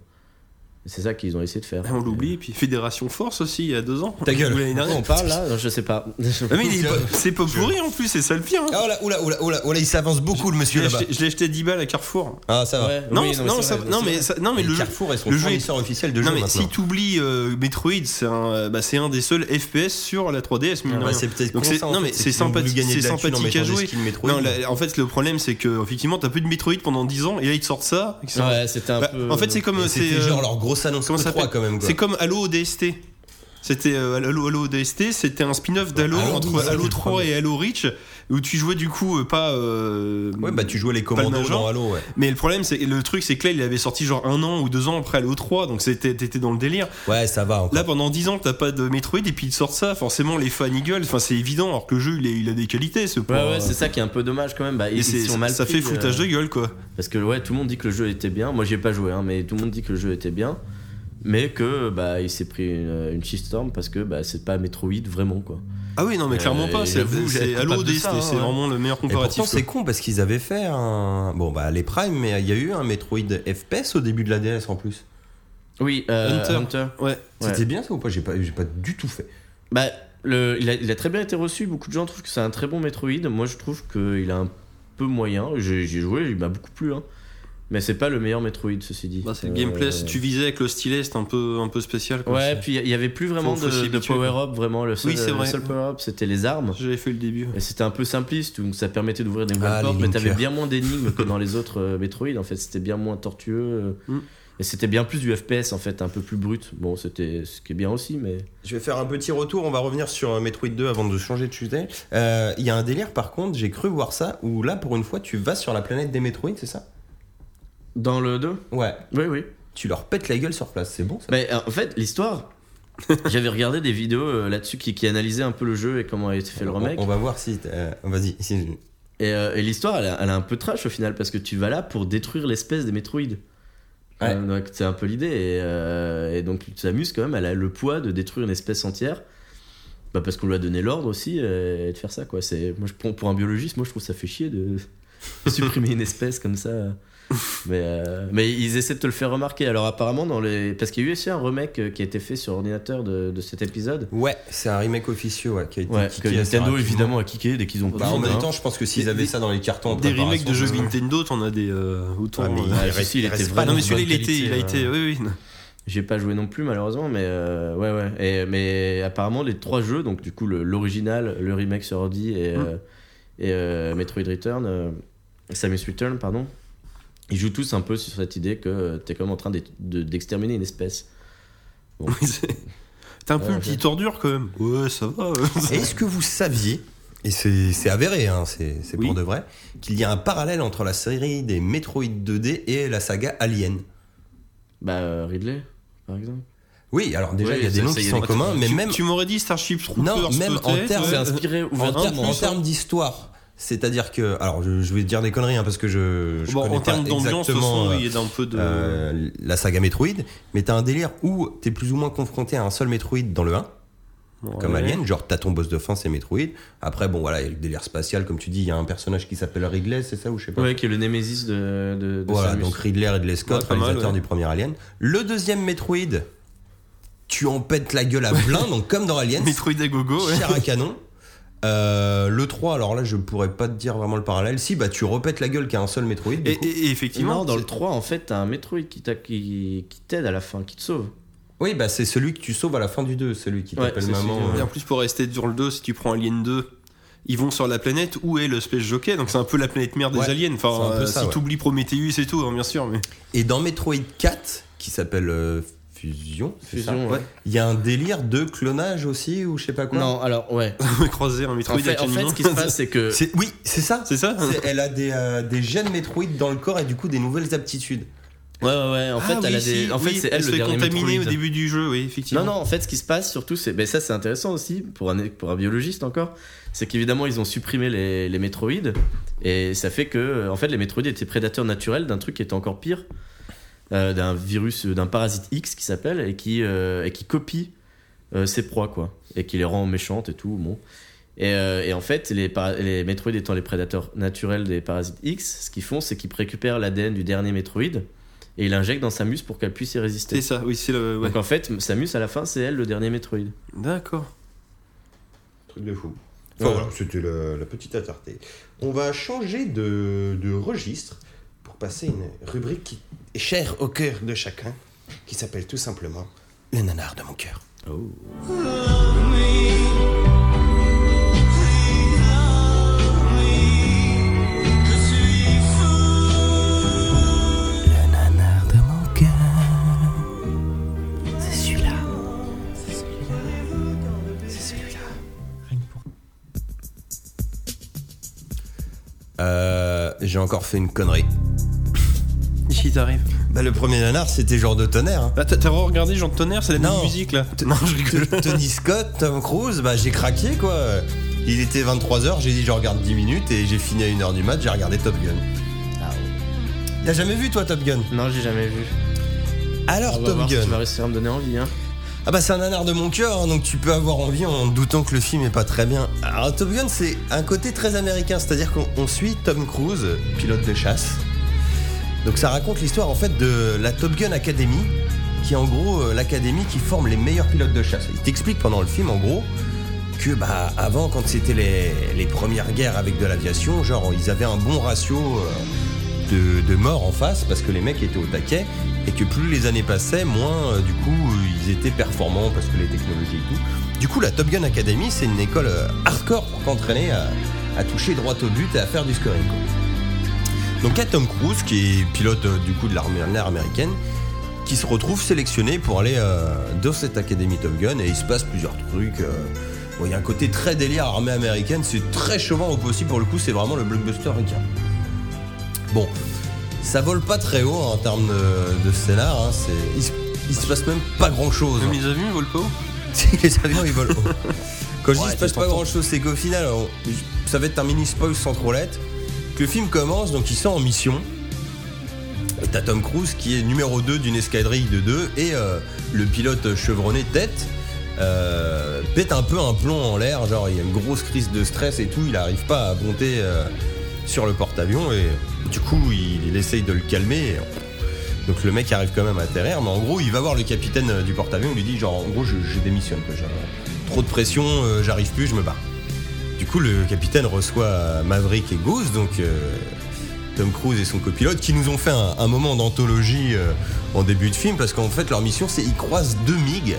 C'est ça qu'ils ont essayé de faire. Ah, On l'oublie, puis Fédération Force aussi, il y a deux ans. Ta gueule. Ou l'année Euh, dernière. On parle là Non, Je sais pas. Ah, mais il est pas- c'est pas pourri en plus, c'est ça le pire. hein. Ah, oh là, oh là, oh là, oh là, oh là, il s'avance beaucoup le Je monsieur l'ai là-bas. acheté- je l'ai acheté 10 balles à Carrefour. Ah, ça va. Ouais, Non, oui, ça- non, c'est ça- vrai, non, c'est mais vrai. ça- non, mais Et le jeu. Carrefour est son le jeu est- fournisseur officiel de Non, jeux mais si maintenant. t'oublies euh, Metroid, c'est un, euh, bah, c'est un des seuls FPS sur la 3DS. mine de Ouais, rien. c'est peut-être Donc con, c'est- ça, en non, fait, mais c'est qu'ils ont voulu sympathique- gagner de c'est la thune en sympathique mettant à des jouer. skins Metroid. Non, la- en fait, le problème, c'est que effectivement, t'as plus de Metroid pendant 10 ans, et là, ils te sortent ça. et que ça- Ouais, c'était un Bah, peu. En fait, c'est Et comme. C'était c'est, euh, genre leur grosse annonce comment ça E3 s'appelle quand même. quoi. C'est comme Halo ODST. C'était euh, Halo, Halo ODST, c'était un spin-off d'Halo Halo, oui, entre c'était Halo le 3 premier. et Halo Reach, où tu jouais du coup euh, pas. euh, Ouais, bah tu jouais les le commandos Major. dans Halo, ouais. Mais le problème, c'est le truc, c'est que là, il avait sorti genre un an ou deux ans après Halo 3, donc c'était t'étais dans le délire. Ouais, ça va encore. Là, pendant 10 ans, t'as pas de Metroid et puis ils te sortent ça. Forcément, les fans ils gueulent. Enfin, c'est évident. Alors que le jeu, il, est- il a des qualités. Ce Ouais, ouais, c'est ça qui est un peu dommage quand même. Bah, Et ils- euh, c'est- ils sont ça, mal ça pris, fait foutage euh, de gueule, quoi. Parce que ouais, tout le monde dit que le jeu était bien. Moi, j'ai pas joué, hein, mais tout le monde dit que le jeu était bien. Mais que bah il s'est pris une, une shitstorm parce que bah c'est pas Metroid vraiment quoi. Ah oui, non, mais Euh, clairement pas. C'est j'avoue, j'ai c'est été Halo capable de ODST. ça, hein, c'est ouais. vraiment le meilleur Et pourtant, comparatif. c'est con parce qu'ils avaient fait un. Bon, bah, les Prime, mais il y a eu un Metroid FPS au début de la DS en plus. Oui, euh, Hunter. Hunter. quoi. Ouais. Ouais. C'était bien ça ou pas J'ai pas, j'ai pas du tout fait. Bah, le, il, a, il a très bien été reçu. Beaucoup de gens trouvent que c'est un très bon Metroid. Moi, je trouve qu'il a un peu moyen. J'ai j'ai joué, il m'a beaucoup plu. Hein. Mais c'est pas le meilleur Metroid, ceci dit. Bah, c'est le Euh, gameplay. Si tu visais avec le stylet, c'était un peu, un peu spécial. Quoi. Ouais, puis il y avait plus vraiment Faut- faut de, s'y de habituer, power-up, vraiment. Le seul, Oui, c'est le vrai. seul power-up, c'était les armes. J'avais fait le début. Et c'était un peu simpliste, donc ça permettait d'ouvrir des nouvelles Ah, les portes, mais linkers. t'avais bien moins d'énigmes que dans les autres euh, Metroid, en fait, c'était bien moins tortueux. euh, Mm. Et c'était bien plus du FPS, en fait, un peu plus brut. Bon, c'était ce qui est bien aussi, mais... Je vais faire un petit retour, on va revenir sur euh, Metroid 2 avant de changer de sujet. Euh, Il y a un délire par contre, j'ai cru voir ça, où là pour une fois tu vas sur la planète des Metroid, c'est ça Dans le 2 Ouais. Oui, oui. Tu leur pètes la gueule sur place, c'est bon ça Mais euh, en fait, l'histoire, j'avais regardé des vidéos euh, là-dessus qui, qui analysaient un peu le jeu et comment a été fait le On- remake. On, va voir si. euh, Vas-y. si- Et, euh, et l'histoire, elle, a- elle a un peu trash au final parce que tu vas là pour détruire l'espèce des métroïdes. Ouais. donc c'est un peu l'idée. Et, euh, et donc tu t'amuses quand même, elle a le poids de détruire une espèce entière. Bah parce qu'on lui a donné l'ordre aussi euh, et de faire ça quoi. C'est moi je pour, pour un biologiste, moi je trouve ça fait chier de supprimer une espèce comme ça. Mais, euh, mais ils essaient de te le faire remarquer. Alors apparemment dans les parce qu'il y a eu aussi un remake euh, qui a été fait sur ordinateur de, de cet épisode. Ouais, c'est un remake officieux, ouais, qui a été. Ouais, qui- que qui a- Nintendo rapidement. évidemment a kické dès qu'ils ont Bah, en hein. même temps, je pense que s'ils Des- avaient ça dans les cartons. en Des remakes préparation, de jeux euh, Nintendo, t'en as des euh, autant. Ah, mais euh, il Ah, reste- si, si, il était reste vraiment pas Ah non, de mais celui-là, bonne il qualité, était, il a euh. été. hein. Oui, oui. J'ai pas joué non plus malheureusement, mais euh, ouais ouais. Et, mais apparemment les trois jeux, donc du coup le- l'original, le, remake sur ordi et, euh, et, euh, Metroid Return, euh, Samus Return pardon, ils jouent tous un peu sur cette idée que euh, t'es comme en train d'é- de- d'exterminer une espèce. Oui, c'est- T'as un peu Ouais, une petite tordure quand même. Ouais, ça va. euh. Est-ce que vous saviez, et c'est c'est avéré, hein, c'est c'est Oui. pour de vrai, qu'il y a un parallèle entre la série des Metroid 2D et la saga Alien Bah euh, Ridley par exemple. Oui, alors déjà, Oui, il y a des ça, noms ça, il qui y a sont des- communs, mais tu, même tu m'aurais dit Starship Troopers. Non, même en peut-être, termes- ouais. C'est inspiré en termes ouvertement. en termes d'histoire. C'est-à-dire que, alors je, je vais dire des conneries hein, parce que je, je Bon, connais en pas termes d'ambiance, ce exactement, son, euh, il est un peu de. euh, la saga Metroid, mais t'as un délire où t'es plus ou moins confronté à un seul Metroid dans le 1, comme Ouais. Alien. Genre, t'as ton boss de fin, c'est Metroid. Après, bon, voilà, il y a le délire spatial, comme tu dis, il y a un personnage qui s'appelle Ridley, c'est ça ou je sais pas Ouais, qui est le Némésis de, de, de Voilà, Samus. donc Ridley, Ridley Scott, Ouais, pas mal, réalisateur ouais. du premier Alien. Le deuxième Metroid, tu en pètes la gueule à plein, donc comme dans Alien, Metroid à gogo, ouais. cher à canon. Euh, le 3, alors là, je pourrais pas te dire vraiment le parallèle. Si, bah, tu repètes la gueule qu'à un seul Metroid. du Et, coup. et- et effectivement, Non, dans le c'est- 3, en fait, t'as un Metroid qui t'a- qui, qui t'aide à la fin, qui te sauve. Oui, bah, c'est celui que tu sauves à la fin du 2, celui qui Ouais, t'appelle c'est maman. celui- euh. Et en plus, pour rester sur le 2, si tu prends Alien 2, ils vont sur la planète où est le Space Jockey, donc c'est un peu la planète mère des Ouais, aliens. Enfin, c'est un peu euh, ça, si ouais. t'oublies Prometheus et tout, hein, bien sûr, mais. Et dans Metroid 4, qui s'appelle euh, Fusion, c'est ça Fusion, ouais. il y a un délire de clonage aussi, ou je sais pas quoi. Non, alors, ouais. croiser un Metroid En fait, avec en un fait, humain. ce qui se passe, c'est que. C'est- Oui, c'est ça. c'est ça C'est- Elle a des, euh, des gènes Metroid dans le corps et du coup des nouvelles aptitudes. Ouais, ouais, ouais. En fait, Ah elle a oui, des. si, en fait, oui, c'est elle se le fait dernier contaminer au Metroid. début du jeu, oui, effectivement. Non, non, en fait, ce qui se passe surtout, c'est. Ben, ça, c'est intéressant aussi, pour un, pour un biologiste encore, c'est qu'évidemment, ils ont supprimé les, les métroïdes, et ça fait que, en fait, les métroïdes étaient prédateurs naturels d'un truc qui était encore pire, euh, d'un virus, euh, d'un parasite X qui s'appelle, et, qui euh, et qui copie euh, ses proies, quoi, et qui les rend méchantes et tout, bon. Et, euh, et en fait, les, para- les métroïdes étant les prédateurs naturels des parasites X, ce qu'ils font, c'est qu'ils récupèrent l'ADN du dernier métroïde, et ils l'injectent dans Samus pour qu'elle puisse y résister. C'est ça, oui, c'est le. ouais. Donc en fait, Samus à la fin, c'est elle le dernier Metroid. D'accord. Truc de fou. Enfin, Ouais. voilà, c'était le- la petite aparté. On va changer de, de registre pour passer une rubrique qui est chère au cœur de chacun, qui s'appelle tout simplement le nanar de mon cœur. Le nanar de mon cœur. C'est celui-là. C'est celui-là. C'est celui-là. Euh, j'ai encore fait une connerie. Qu'est-ce qui t'arrive Bah, le premier nanar, c'était genre de tonnerre. hein. Ah, t'as t'as re-regardé Jean de Tonnerre, c'est la Non. même musique là. Non, je rigole. Tony Scott, Tom Cruise, bah, j'ai craqué quoi. Il était 23h, j'ai dit je regarde 10 minutes et j'ai fini à 1h du mat, j'ai regardé Top Gun. Ah T'as jamais vu toi Top Gun Non, j'ai jamais vu. Alors On Ah, va Top voir si Gun. tu vas réussir à me donner envie. Hein. Ah bah c'est un nanar de mon cœur, hein, donc tu peux avoir envie en doutant que le film est pas très bien. Alors Top Gun c'est un côté très américain, c'est-à-dire qu'on on suit Tom Cruise, pilote de chasse. Donc ça raconte l'histoire en fait de la Top Gun Academy, qui est en gros euh, l'académie qui forme les meilleurs pilotes de chasse. Il t'explique pendant le film en gros que bah avant quand c'était les, les premières guerres avec de l'aviation, genre ils avaient un bon ratio euh, de, de morts en face parce que les mecs étaient au taquet et que plus les années passaient, moins euh, du coup euh, ils étaient performants parce que les technologies et tout. Du coup la Top Gun Academy c'est une école euh, hardcore pour t'entraîner à, à toucher droit au but et à faire du scoring. quoi. Donc à Tom Cruise qui est pilote euh, du coup de l'armée l'air américaine qui se retrouve sélectionné pour aller euh, dans cette académie Top Gun et il se passe plusieurs trucs. euh. Bon, il y a un côté très délire armée américaine, c'est très chauvin au possible pour le coup, c'est vraiment le blockbuster américain. Bon, ça vole pas très haut en termes de, de scénar, hein, c'est, il, se- il se passe même pas grand chose. Même les avions, ils volent pas haut. les avions ils volent haut. Quand je dis Ouais, il se passe tu pas t'entends. grand chose, c'est qu'au final, on- ça va être un mini spoil sans trop l'être, que le film commence, donc ils sont en mission. Et t'as Tom Cruise qui est numéro 2 d'une escadrille de 2 et euh, le pilote chevronné tête euh, pète un peu un plomb en l'air, genre il y a une grosse crise de stress et tout, il n'arrive pas à monter euh, sur le porte-avions et du coup il, il essaye de le calmer. et- donc le mec arrive quand même à atterrir, mais en gros il va voir le capitaine euh, du porte-avions, il lui dit genre en gros je, je démissionne, quoi, j'ai trop de pression, euh, j'arrive plus, je me barre. Du coup le capitaine reçoit Maverick et Goose, donc euh, Tom Cruise et son copilote, qui nous ont fait un, un moment d'anthologie euh, en début de film, parce qu'en fait leur mission c'est ils croisent deux MiG.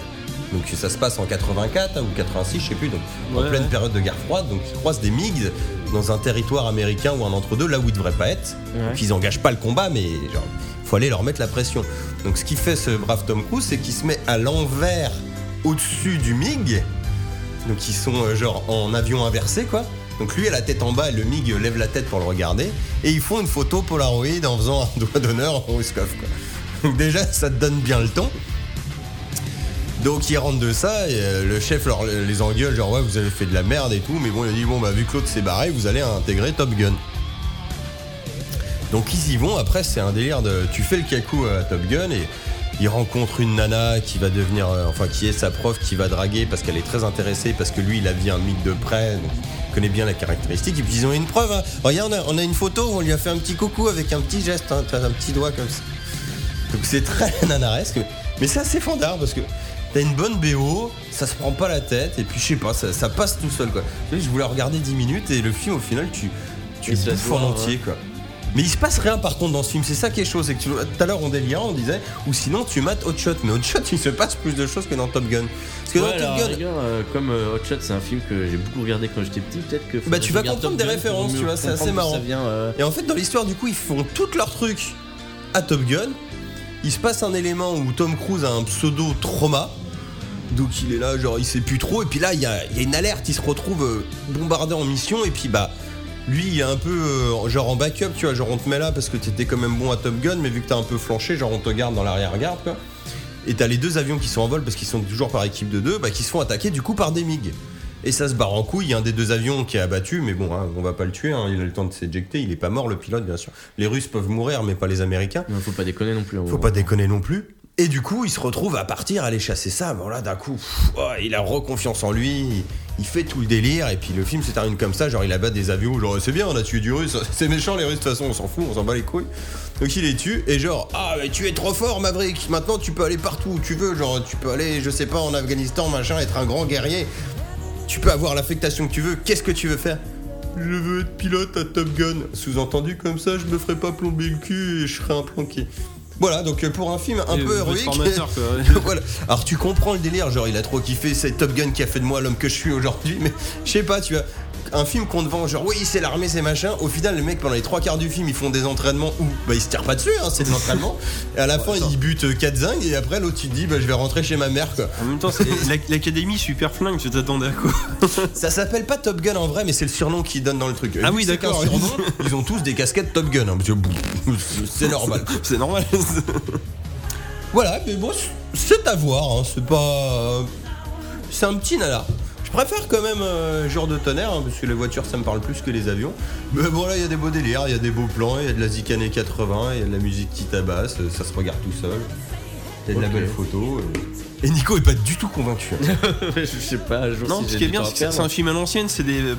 Donc ça se passe en 84 hein, ou 86, je sais plus, donc en Ouais, pleine ouais. période de guerre froide, donc ils croisent des MiG dans un territoire américain ou un entre-deux, là où ils devraient pas être. Donc ils engagent pas le combat, mais genre, faut aller leur mettre la pression. Donc ce qui fait ce brave Tom Cruise, c'est qu'il se met à l'envers au-dessus du MiG. Donc ils sont euh, genre en avion inversé quoi. Donc lui a la tête en bas et le MiG lève la tête pour le regarder. Et ils font une photo Polaroid en faisant un doigt d'honneur au scoff quoi. Donc déjà ça te donne bien le ton. Donc ils rentrent de ça et euh, le chef leur, les engueule genre ouais vous avez fait de la merde et tout mais bon il a dit bon bah vu que l'autre s'est barré vous allez intégrer Top Gun. Donc ils y vont, après c'est un délire de tu fais le cacou à Top Gun et il rencontre une nana qui va devenir, euh, enfin qui est sa prof, qui va draguer parce qu'elle est très intéressée, parce que lui il a vu un mythe de près, donc il connaît bien la caractéristique. Et puis ils ont une preuve. hein. Regarde, on a- on a une photo où on lui a fait un petit coucou avec un petit geste, hein, t'as un petit doigt comme ça. Donc c'est très nanaresque, mais c'est assez fandard parce que t'as une bonne BO, ça se prend pas la tête, et puis je sais pas, ça, ça passe tout seul quoi. Tu sais, Je voulais regarder 10 minutes et le film au final tu, tu Et ça se bouffes voit, en entier quoi. Mais il se passe rien par contre dans ce film, c'est ça qui est chaud, c'est que tu- tout à l'heure on délire, on disait, ou sinon tu mates Hot Shot, mais Hot Shot il se passe plus de choses que dans Top Gun. Parce que Ouais, dans alors, Top Gun, les gars, euh, comme euh, Hot Shot, c'est un film que j'ai beaucoup regardé quand j'étais petit, peut-être que. faudrait Bah, tu que je vas regarde comprendre Top des Gun pour références, mieux tu vois, c'est comprendre assez d'où ça marrant. vient, euh, Et en fait, dans l'histoire, du coup, ils font tous leurs trucs à Top Gun. Il se passe un élément où Tom Cruise a un pseudo trauma. Donc il est là, genre il sait plus trop. Et puis là, il y a, il y a une alerte. Il se retrouve euh, bombardé en mission. Et puis bah, lui, il est un peu euh, genre en backup, tu vois. Genre on te met là parce que t'étais quand même bon à Top Gun, mais vu que t'as un peu flanché, genre on te garde dans l'arrière-garde, quoi. Et t'as les deux avions qui sont en vol parce qu'ils sont toujours par équipe de deux, bah, qui se font attaquer du coup par des MiG. Et ça se barre en couille, il y a un des deux avions qui est abattu, mais bon, hein, on va pas le tuer, hein, il a le temps de s'éjecter, il est pas mort le pilote, bien sûr. Les Russes peuvent mourir, mais pas les Américains. mais Faut pas déconner non plus. hein. Faut pas déconner non plus. Et du coup, il se retrouve à partir, à aller chasser ça. Bon là, d'un coup, pff, oh, il a reconfiance en lui, il- il fait tout le délire, et puis le film se termine comme ça, genre il abat des avions, genre c'est bien, on a tué du russe, c'est méchant les Russes, de toute façon, on s'en fout, on s'en bat les couilles. Donc il les tue, et genre, ah mais tu es trop fort Maverick, maintenant tu peux aller partout où tu veux, genre tu peux aller, je sais pas, en Afghanistan, machin, être un grand guerrier, tu peux avoir l'affectation que tu veux, qu'est-ce que tu veux faire Je veux être pilote à Top Gun. Sous-entendu, comme ça, je me ferai pas plomber le cul et je serai un planqué. Voilà, donc euh, pour un film un Et peu votre héroïque. formateur, quoi. voilà. Alors tu comprends le délire, genre il a trop kiffé, c'est Top Gun qui a fait de moi l'homme que je suis aujourd'hui, mais je sais pas, tu vois. Un film qu'on te vend, genre oui, c'est l'armée, c'est machin. Au final, les mecs, pendant les trois quarts du film, ils font des entraînements où bah, ils se tirent pas dessus, hein, c'est de l'entraînement. Et à la fin, ils butent 4 zingues, et après, l'autre, il dit bah, je vais rentrer chez ma mère, quoi. En même temps, c'est l'ac- l'académie super flingue, tu t'attendais à quoi Ça s'appelle pas Top Gun en vrai, mais c'est le surnom qu'ils donnent dans le truc. Ah Vu oui, que c'est d'accord. qu'un surnom, Ils ont tous des casquettes Top Gun, hein, parce que c'est normal. C'est normal. Voilà, mais bon, c'est à voir, hein, c'est pas. euh, C'est un petit nana. Je préfère quand même euh, Jour de tonnerre, hein, parce que les voitures ça me parle plus que les avions. Mais bon, là il y a des beaux délires, il y a des beaux plans, il y a de la zik années 80, il y a de la musique qui tabasse, euh, ça se regarde tout seul. Il y a de Ok. la belle photo. euh. Et Nico est pas du tout convaincu. hein. je sais pas, un jour Non, si ce j'ai qui est du bien, temps à c'est que c'est perdre. un film à l'ancienne, c'est des. euh,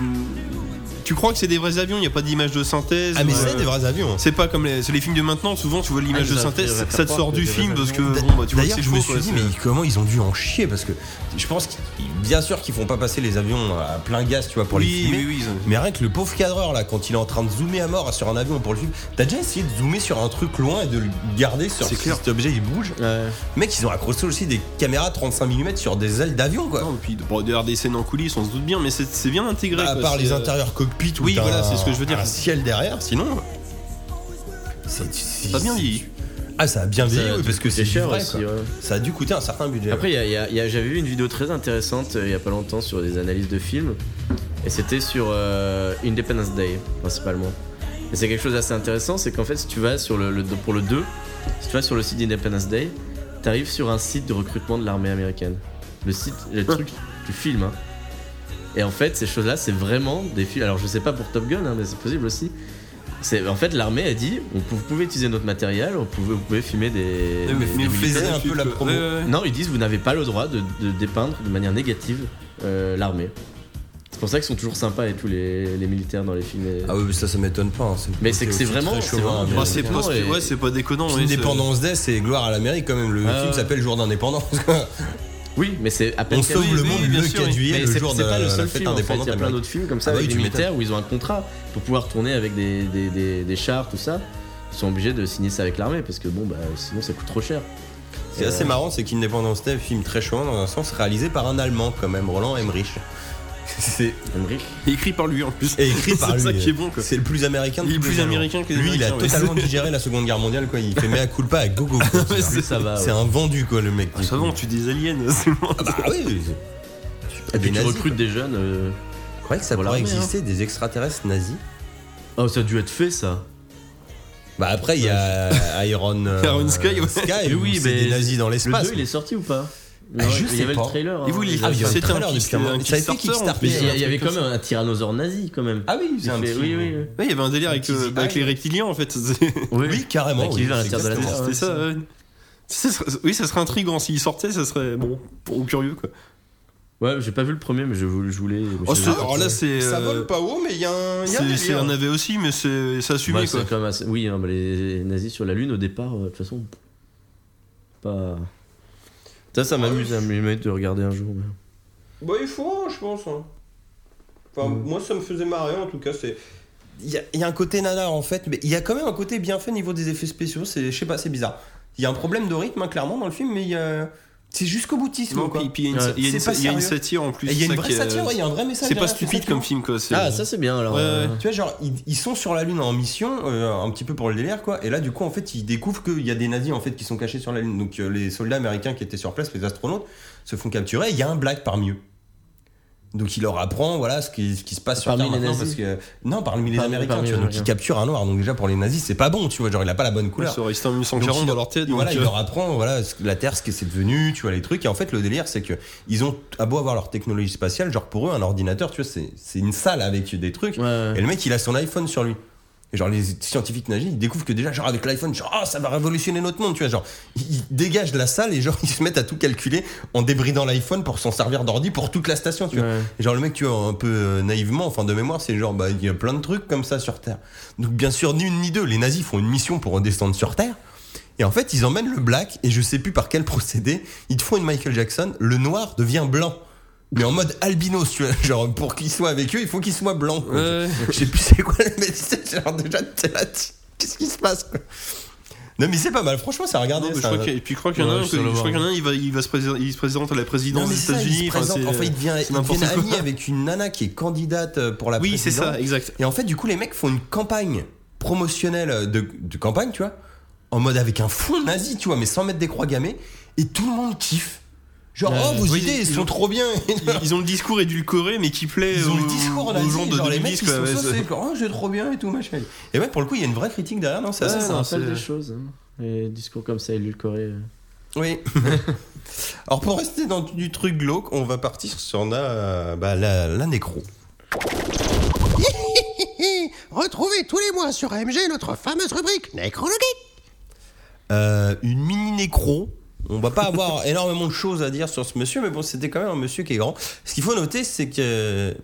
Tu crois que c'est des vrais avions, il n'y a pas d'image de synthèse. ah, mais euh, c'est des vrais avions. hein. C'est pas comme les, c'est les films de maintenant, souvent tu vois l'image Ah, de ils ont synthèse, appris à ça, faire te croire sort que du des film vrais parce que avions. bon bah tu vois que D'ailleurs, c'est je me faux, suis quoi, dit, c'est- mais comment ils ont dû en chier Parce que je pense qu'ils, bien sûr qu'ils font pas passer les avions à plein gaz, tu vois, pour les oui, filmer. oui, oui, ils ont- Mais rien que le pauvre cadreur là, quand il est en train de zoomer à mort sur un avion pour le film, t'as déjà essayé de zoomer sur un truc loin et de le garder sur C'est si clair. cet objet il bouge Ouais. Mec, ils ont accroché aussi des caméras 35 mm sur des ailes d'avion quoi. Non, et puis bon, d'ailleurs, des scènes en coulisses, on se doute bien, mais c'est c'est bien intégré. Bah, à quoi, part c'est, les euh, intérieurs cockpit où oui, t'as voilà, un- c'est ce que je veux dire. un ciel derrière, sinon. Ah C'est c'est- Pas bien vieilli. Ah, ça a bien Ça vieilli, a oui, dû parce que coûter c'est cher cher vrai, aussi, quoi. ouais. Ça a dû coûter un certain budget. Après, il y a- il y a- il y a- j'avais vu une vidéo très intéressante euh, il y a pas longtemps sur des analyses de films, et c'était sur euh, Independence Day principalement. Et c'est quelque chose d'assez intéressant, c'est qu'en fait, si tu vas sur le, le- pour le 2, si tu vas sur le site d'Independence Day, t'arrives sur un site de recrutement de l'armée américaine. Le site, le truc du film. Hein. Et en fait, ces choses-là, c'est vraiment des films. Alors, je sais pas pour Top Gun, hein, mais c'est possible aussi. C'est en fait l'armée a dit, on peut- vous pouvez utiliser notre matériel, on pouvait- vous pouvez filmer des. des- des Mais, mais vous militaires, faisiez un peu la promo. Ouais, ouais, ouais. non, ils disent vous n'avez pas le droit de, de dépeindre de manière négative euh, l'armée. C'est pour ça qu'ils sont toujours sympas et tous les, les militaires dans les films. et- Ah oui, mais ça, ça m'étonne pas. hein, Mais c'est que c'est vraiment- c'est vraiment Indépendance bien. Bah, c'est Non, pas, et- ouais, c'est pas déconnant. ouais, c'est- Day, c'est gloire à l'Amérique quand même. Le Ah film ouais. s'appelle Jour d'indépendance. Oui, mais c'est à peine On quelques- sauve le oui, monde bien le sûr, 4 oui. juillet, Mais le c'est jour de c'est pas le la seul la fête film en fait. Il indépendante. y a plein d'autres films comme ça Ah bah avec oui, des tu m'étonnes. militaires où ils ont un contrat pour pouvoir tourner avec des, des, des, des chars tout ça. Ils sont obligés de signer ça avec l'armée parce que bon bah sinon ça coûte trop cher. C'est assez marrant, c'est qu'Independence Day, film très chaud dans un sens, réalisé par un Allemand quand même, Roland Emmerich. C'est Emmerich. Écrit par lui en plus. et écrit par lui. C'est ça qui est bon quoi. C'est le plus américain. de Il est tous plus les Allemands. américain que les Lui, il a Américains, ouais. totalement digéré la Seconde Guerre mondiale, quoi. Il fait mea culpa à gogo. quoi. Lui, ça va. C'est ouais. un vendu, quoi, le mec. Ah, du ça coup. va, on tue des aliens. c'est bon. Ah bah oui. Et Des puis tu nazis, recrutes des jeunes. quoi. euh, Vous croyez que ça pour pourrait l'armée, hein. exister des extraterrestres nazis Oh ça a dû être fait ça. Bah après, il y a Iron, euh, Iron Sky, ouais. Sky, Mais où oui, c'est mais des nazis dans Le l'espace. 2 il est sorti ou pas Ah, Non, je Il sais y avait pas. le trailer. Et vous, hein, il- Ah, avait il y a fait un C'était un- trailer, Kickstarter. c'était un Ça a été Kickstarter. Kickstarter. Mais il y, a- il y avait truc quand comme même un tyrannosaure nazi quand même. Ah oui, Il c'est un fait- petit. oui, oui, oui. Ouais, il y avait un délire avec, Un petit euh, bah, avec eye. les reptiliens en fait. Oui, carrément. Avec oui, l'hiver à c'est l'intérieur de la exactement Terre. ça. ouais, C'était ça. ça. ouais. Ça serait- oui, ça serait intriguant. S'il sortait, ça serait bon, pour, curieux quoi. Ouais, j'ai pas vu le premier, mais je, voulais- je voulais. Oh, je- c'est- alors là, c'est. Ça euh, vole pas haut, mais il y a un. il y a un c'est- c'est- Il y délire. en avait aussi, mais c'est c'est assumé Bah, quoi. c'est quand même assez- Oui, hein, bah, les nazis sur la Lune, au départ, euh, de toute façon. Pas. Ça, ça m'amuse à me de regarder un jour. mais- Bah, il faut, je pense. hein. Enfin, Mm. moi, ça me faisait marrer, en tout cas, c'est... Il y, a- il y a un côté nanar, en fait, mais il y a quand même un côté bien fait au niveau des effets spéciaux, c'est, je sais pas, c'est bizarre. Il y a un problème de rythme, hein, clairement, dans le film, mais il y a... C'est jusqu'au boutisme, Non, quoi. puis- puis il y a une- Ouais. il y a une- C'est pas il y a une sérieux. satire en plus. Et il y a une ça vraie qui est- satire, ouais, il y a un vrai message. C'est pas derrière, ça stupide qui est comme film quoi. c'est- Ah, ça, c'est bien alors. Ouais, ouais, euh, Tu vois, genre, ils, ils sont sur la Lune en mission, euh, un petit peu pour le délire, quoi. Et là, du coup, en fait, ils découvrent qu'il y a des nazis, en fait, qui sont cachés sur la Lune. Donc, euh, les soldats américains qui étaient sur place, les astronautes, se font capturer. et Il y a un black parmi eux. Donc, il leur apprend, voilà, ce qui, ce qui se passe sur Parmi Terre les maintenant. nazis. Parce que, non, parmi les Parmi- Américains, parmi tu les vois. Donc, ils Américains. capturent un noir. Donc, déjà, pour les nazis, c'est pas bon, tu vois. Genre, il a pas la bonne couleur. Ça restait en Donc, 1940 il- dans leur tête. Et voilà, donc, il euh, leur apprend voilà, ce- la Terre, ce que c'est devenu, tu vois, les trucs. Et en fait, le délire, c'est que ils ont, à beau avoir leur technologie spatiale, genre pour eux, un ordinateur, tu vois, c'est c'est une salle avec des trucs. Ouais, ouais. Et le mec, il a son iPhone sur lui. Et genre, les scientifiques nazis, ils découvrent que déjà, genre, avec l'iPhone, genre, ah, ça va révolutionner notre monde, tu vois. Genre, ils ils dégagent de la salle et genre, ils se mettent à tout calculer en débridant l'iPhone pour s'en servir d'ordi pour toute la station, tu vois. Ouais. Et genre, le mec, tu vois, un peu euh, naïvement, enfin, de mémoire, c'est genre, bah, il y a plein de trucs comme ça sur Terre. Donc, bien sûr, ni une ni deux, les nazis font une mission pour redescendre sur Terre. Et en fait, ils emmènent le black, et je sais plus par quel procédé, ils te font une Michael Jackson, le noir devient blanc. Mais en mode albinos, tu vois. Genre, pour qu'il soit avec eux, il faut qu'il soit blanc. quoi. ouais. Je sais plus c'est quoi le message, genre déjà t'es là, tu- qu'est-ce qui se passe quoi Non mais c'est pas mal, franchement ça a regardé Non, mais je ça. crois qu'il y a- et puis je crois qu'il y en a Ouais, un, je que- vais le je crois voir. qu'il y en a un, il va, il va se présenter, il se présente à la Non, présidence mais des c'est ça, États-Unis. il se enfin, présente, c'est- enfin, il devient, c'est il n'importe devient quoi. ami avec une nana qui est candidate euh, pour la Oui, c'est présidence. ça, exact. Et en fait, du coup, les mecs font une campagne promotionnelle euh, de, de campagne, tu vois, en mode avec un fond nazi, tu vois, mais sans mettre des croix gammées, et tout le monde kiffe. Genre, Ouais. oh, vos Oui, idées, ils elles ont- sont trop bien. Ils- Ils ont le discours édulcoré, mais qui plaît Ils ont aux, le discours aux nazi, gens de genre les mecs 2010, ils quoi, sont ouais, saucés, c'est- genre, oh, c'est trop bien et tout, machin. Et ouais, pour le coup, il y a une vraie critique derrière, non, c'est Ça, assez ça, ça non, rappelle c'est- des choses. hein. Les discours comme ça, édulcorés. euh. Oui. Alors pour rester dans du truc glauque, on va partir sur la, bah, la, la nécro. Retrouvez tous les mois sur AMG notre fameuse rubrique Nécrologie. Euh, une mini nécro. On va pas avoir énormément de choses à dire sur ce monsieur, mais bon, c'était quand même un monsieur qui est grand. Ce qu'il faut noter, c'est que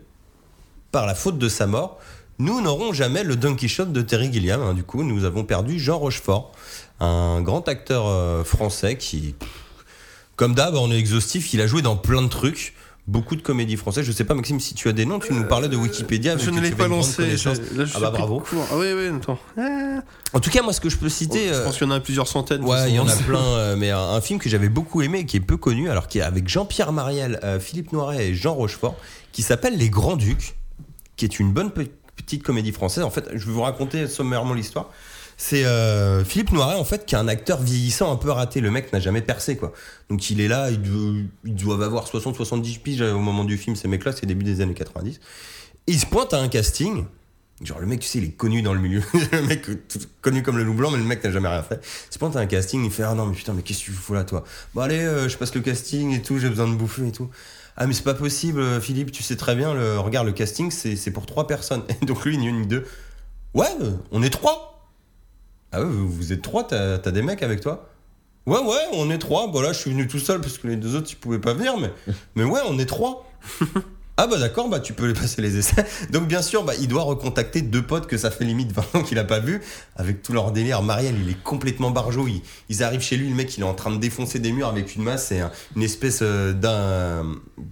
par la faute de sa mort, nous n'aurons jamais le Don Quichotte de Terry Gilliam. hein. Du coup, nous avons perdu Jean Rochefort, un grand acteur euh, français qui, comme d'hab, on est exhaustif. Il a joué dans plein de trucs, beaucoup de comédies françaises. Je sais pas, Maxime, si tu as des noms, tu nous parlais de Wikipédia. mais Euh, Je que ne tu l'ai avais pas une grande lancé. je- connaissance. là, je Ah bah, suis pris de bravo. court. Ah oui, oui, attends. Ah. En tout cas, moi, ce que je peux citer. Oh, Je euh, pense qu'il y en a plusieurs centaines. de toute Ouais, il y en a façon. plein, euh, mais un, un film que j'avais beaucoup aimé et qui est peu connu, alors qui est avec Jean-Pierre Mariel, euh, Philippe Noiret et Jean Rochefort, qui s'appelle Les Grands Ducs, qui est une bonne pe- petite comédie française. En fait, je vais vous raconter sommairement l'histoire. C'est euh, Philippe Noiret, en fait, qui est un acteur vieillissant un peu raté. Le mec n'a jamais percé, quoi. Donc il est là, il doit- ils doivent avoir 60-70 piges euh, au moment du film, ces mecs-là, c'est début des années 90. Et il se pointe à un casting. Genre, le mec, tu sais, il est connu dans le milieu. le mec, tout- connu comme le loup blanc, mais le mec n'a jamais rien fait. Il se pointe à un casting, il fait Ah non, mais putain, mais qu'est-ce que tu fous là, toi Bon, allez, euh, je passe le casting et tout, j'ai besoin de bouffer et tout. Ah, mais c'est pas possible, euh, Philippe, tu sais très bien, le, regarde, le casting, c'est c'est pour trois personnes. Et donc, lui, ni une ni deux. Ouais, euh, on est trois. Ah ouais, vous vous êtes trois, t'as t'as des mecs avec toi Ouais, ouais, on est trois. Bon, là, je suis venu tout seul parce que les deux autres, ils pouvaient pas venir, mais, mais ouais, on est trois. Ah bah d'accord, bah tu peux les passer les essais. Donc bien sûr, bah, il doit recontacter deux potes que ça fait limite 20 ans qu'il a pas vu, avec tout leur délire. Marielle, il est complètement barjot. Ils, ils arrivent chez lui, le mec, il est en train de défoncer des murs avec une masse et un- une espèce euh, d'un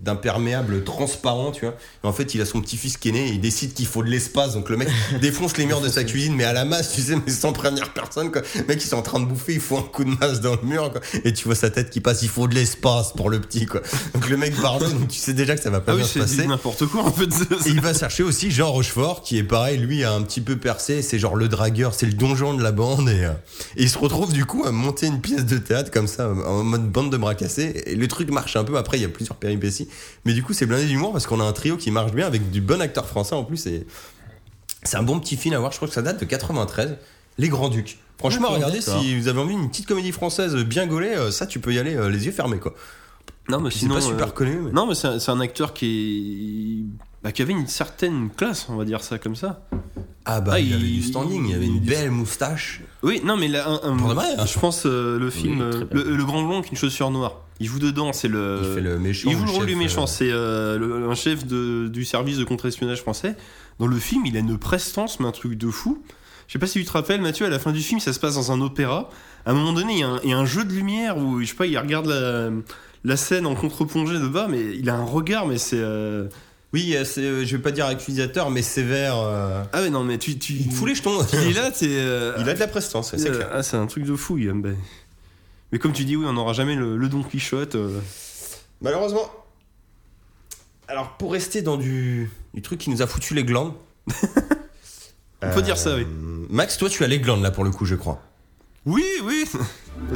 d'imperméable transparent, tu vois. Et en fait, il a son petit-fils qui est né et il décide qu'il faut de l'espace. Donc le mec défonce les murs de sa cuisine, mais à la masse, tu sais, mais sans prévenir personne, quoi. Le mec, ils sont en train de bouffer, il faut un coup de masse dans le mur, quoi. Et tu vois sa tête qui passe, il faut de l'espace pour le petit, quoi. Donc le mec barjot, donc tu sais déjà que ça va pas Ah oui, bien se passer. c'est n'importe quoi en fait. Et il va chercher aussi Jean Rochefort, qui est pareil, lui a un petit peu percé, c'est genre le dragueur, c'est le donjon de la bande, et, euh, et il se retrouve du coup à monter une pièce de théâtre comme ça, en mode bande de bras cassés, et le truc marche un peu, après il y a plusieurs péripéties, mais du coup c'est blindé d'humour parce qu'on a un trio qui marche bien avec du bon acteur français en plus, et c'est un bon petit film à voir, je crois que ça date de 93, Les Grands Ducs. Franchement, D'accord, regardez, d'accord. si vous avez envie d'une petite comédie française bien gaulée, euh, ça tu peux y aller euh, les yeux fermés quoi. Non, mais C'est sinon. pas super euh, connu, mais... Non, mais c'est un, c'est un acteur qui est. bah, qui avait une certaine classe, on va dire ça comme ça. Ah bah, Ah, il y il- avait du standing, il y avait une belle moustache. Oui, non, mais là, un- un- Pour de vrai, hein. je pense euh, le film, très euh, bien. le, le Grand Blond avec une chaussure noire. Il joue dedans, c'est le. Euh, il fait le méchant. Il joue le rôle chef, du méchant, euh, c'est euh, le- un chef de- du service de contre-espionnage français. Dans le film, il a une prestance, mais un truc de fou. Je sais pas si tu te rappelles, Mathieu, à la fin du film, ça se passe dans un opéra. À un moment donné, il y a un, il y a un jeu de lumière où, je sais pas, il regarde la, la scène en contre-plongée de bas, mais il a un regard, mais c'est. euh, Oui, euh, c'est, euh, je vais pas dire accusateur, mais sévère. euh, Ah, mais non, mais tu. tu... Il te fout les jetons. Il est là, t'es. euh, Il a de la prestance, c'est euh, clair. ah, c'est un truc de fou, Guillaume Bay. Mais comme tu dis, oui, on n'aura jamais le, le Don Quichotte. euh. Malheureusement. Alors, pour rester dans du, du truc qui nous a foutu les glandes. On Euh, peut dire ça, oui. Max, toi, tu as les glandes là pour le coup, je crois. Oui, oui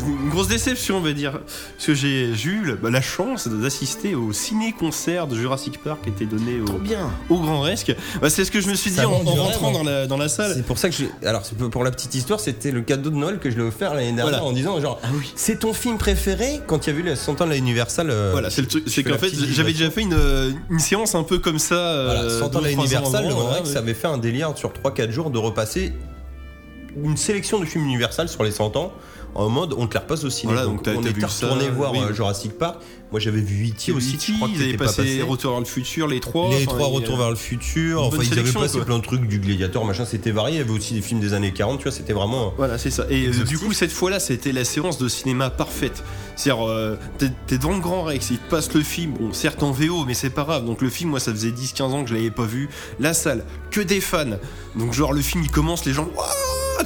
Une grosse déception, on va dire. Parce que j'ai j'ai eu la, bah, la chance d'assister au ciné-concert de Jurassic Park qui était donné Trop au, bien. au Grand Resque. Bah, c'est ce que je me suis Ça dit en, vend du en rêve, rentrant hein. dans la, dans la salle. C'est pour ça que j'ai. Alors, c'est pour pour la petite histoire, c'était le cadeau de Noël que je lui ai offert l'année dernière Voilà. en disant genre, c'est ton film préféré quand il y avait eu les 100 ans de la Universal. euh, Voilà, c'est le truc. je C'est fais qu'en la fait, petite j'avais digression. déjà fait une, euh, une séance un peu comme ça. Voilà, euh, 100 deux ans ou de la trois ans Universal, avant, le voilà, Rex ouais. avait fait un délire sur 3-4 jours de repasser une sélection de films Universal sur les 100 ans en mode on te la repasse au cinéma. Voilà, donc t'as- on t'as était vu ça, retourné voir oui. E euh, Jurassic Park. Moi j'avais vu E.T. aussi, je crois que ils avaient t'étais pas passé passé. Retour vers le futur, les trois. les enfin, trois il y a- retours vers le futur, une enfin bonne ils avaient sélection, passé quoi. plein de trucs du Gladiator, machin, c'était varié, il y avait aussi des films des années 40, tu vois, c'était vraiment Voilà, c'est ça. Et euh, du Exhaustif. coup, cette fois-là, c'était la séance de cinéma parfaite. C'est-à-dire, euh, t'es- t'es devant le Grand Rex, il te passe le film, bon, certes en VO, mais c'est pas grave. Donc le film, moi, ça faisait 10-15 ans que je l'avais pas vu. La salle, que des fans. Donc genre, le film, il commence, les gens, Wouah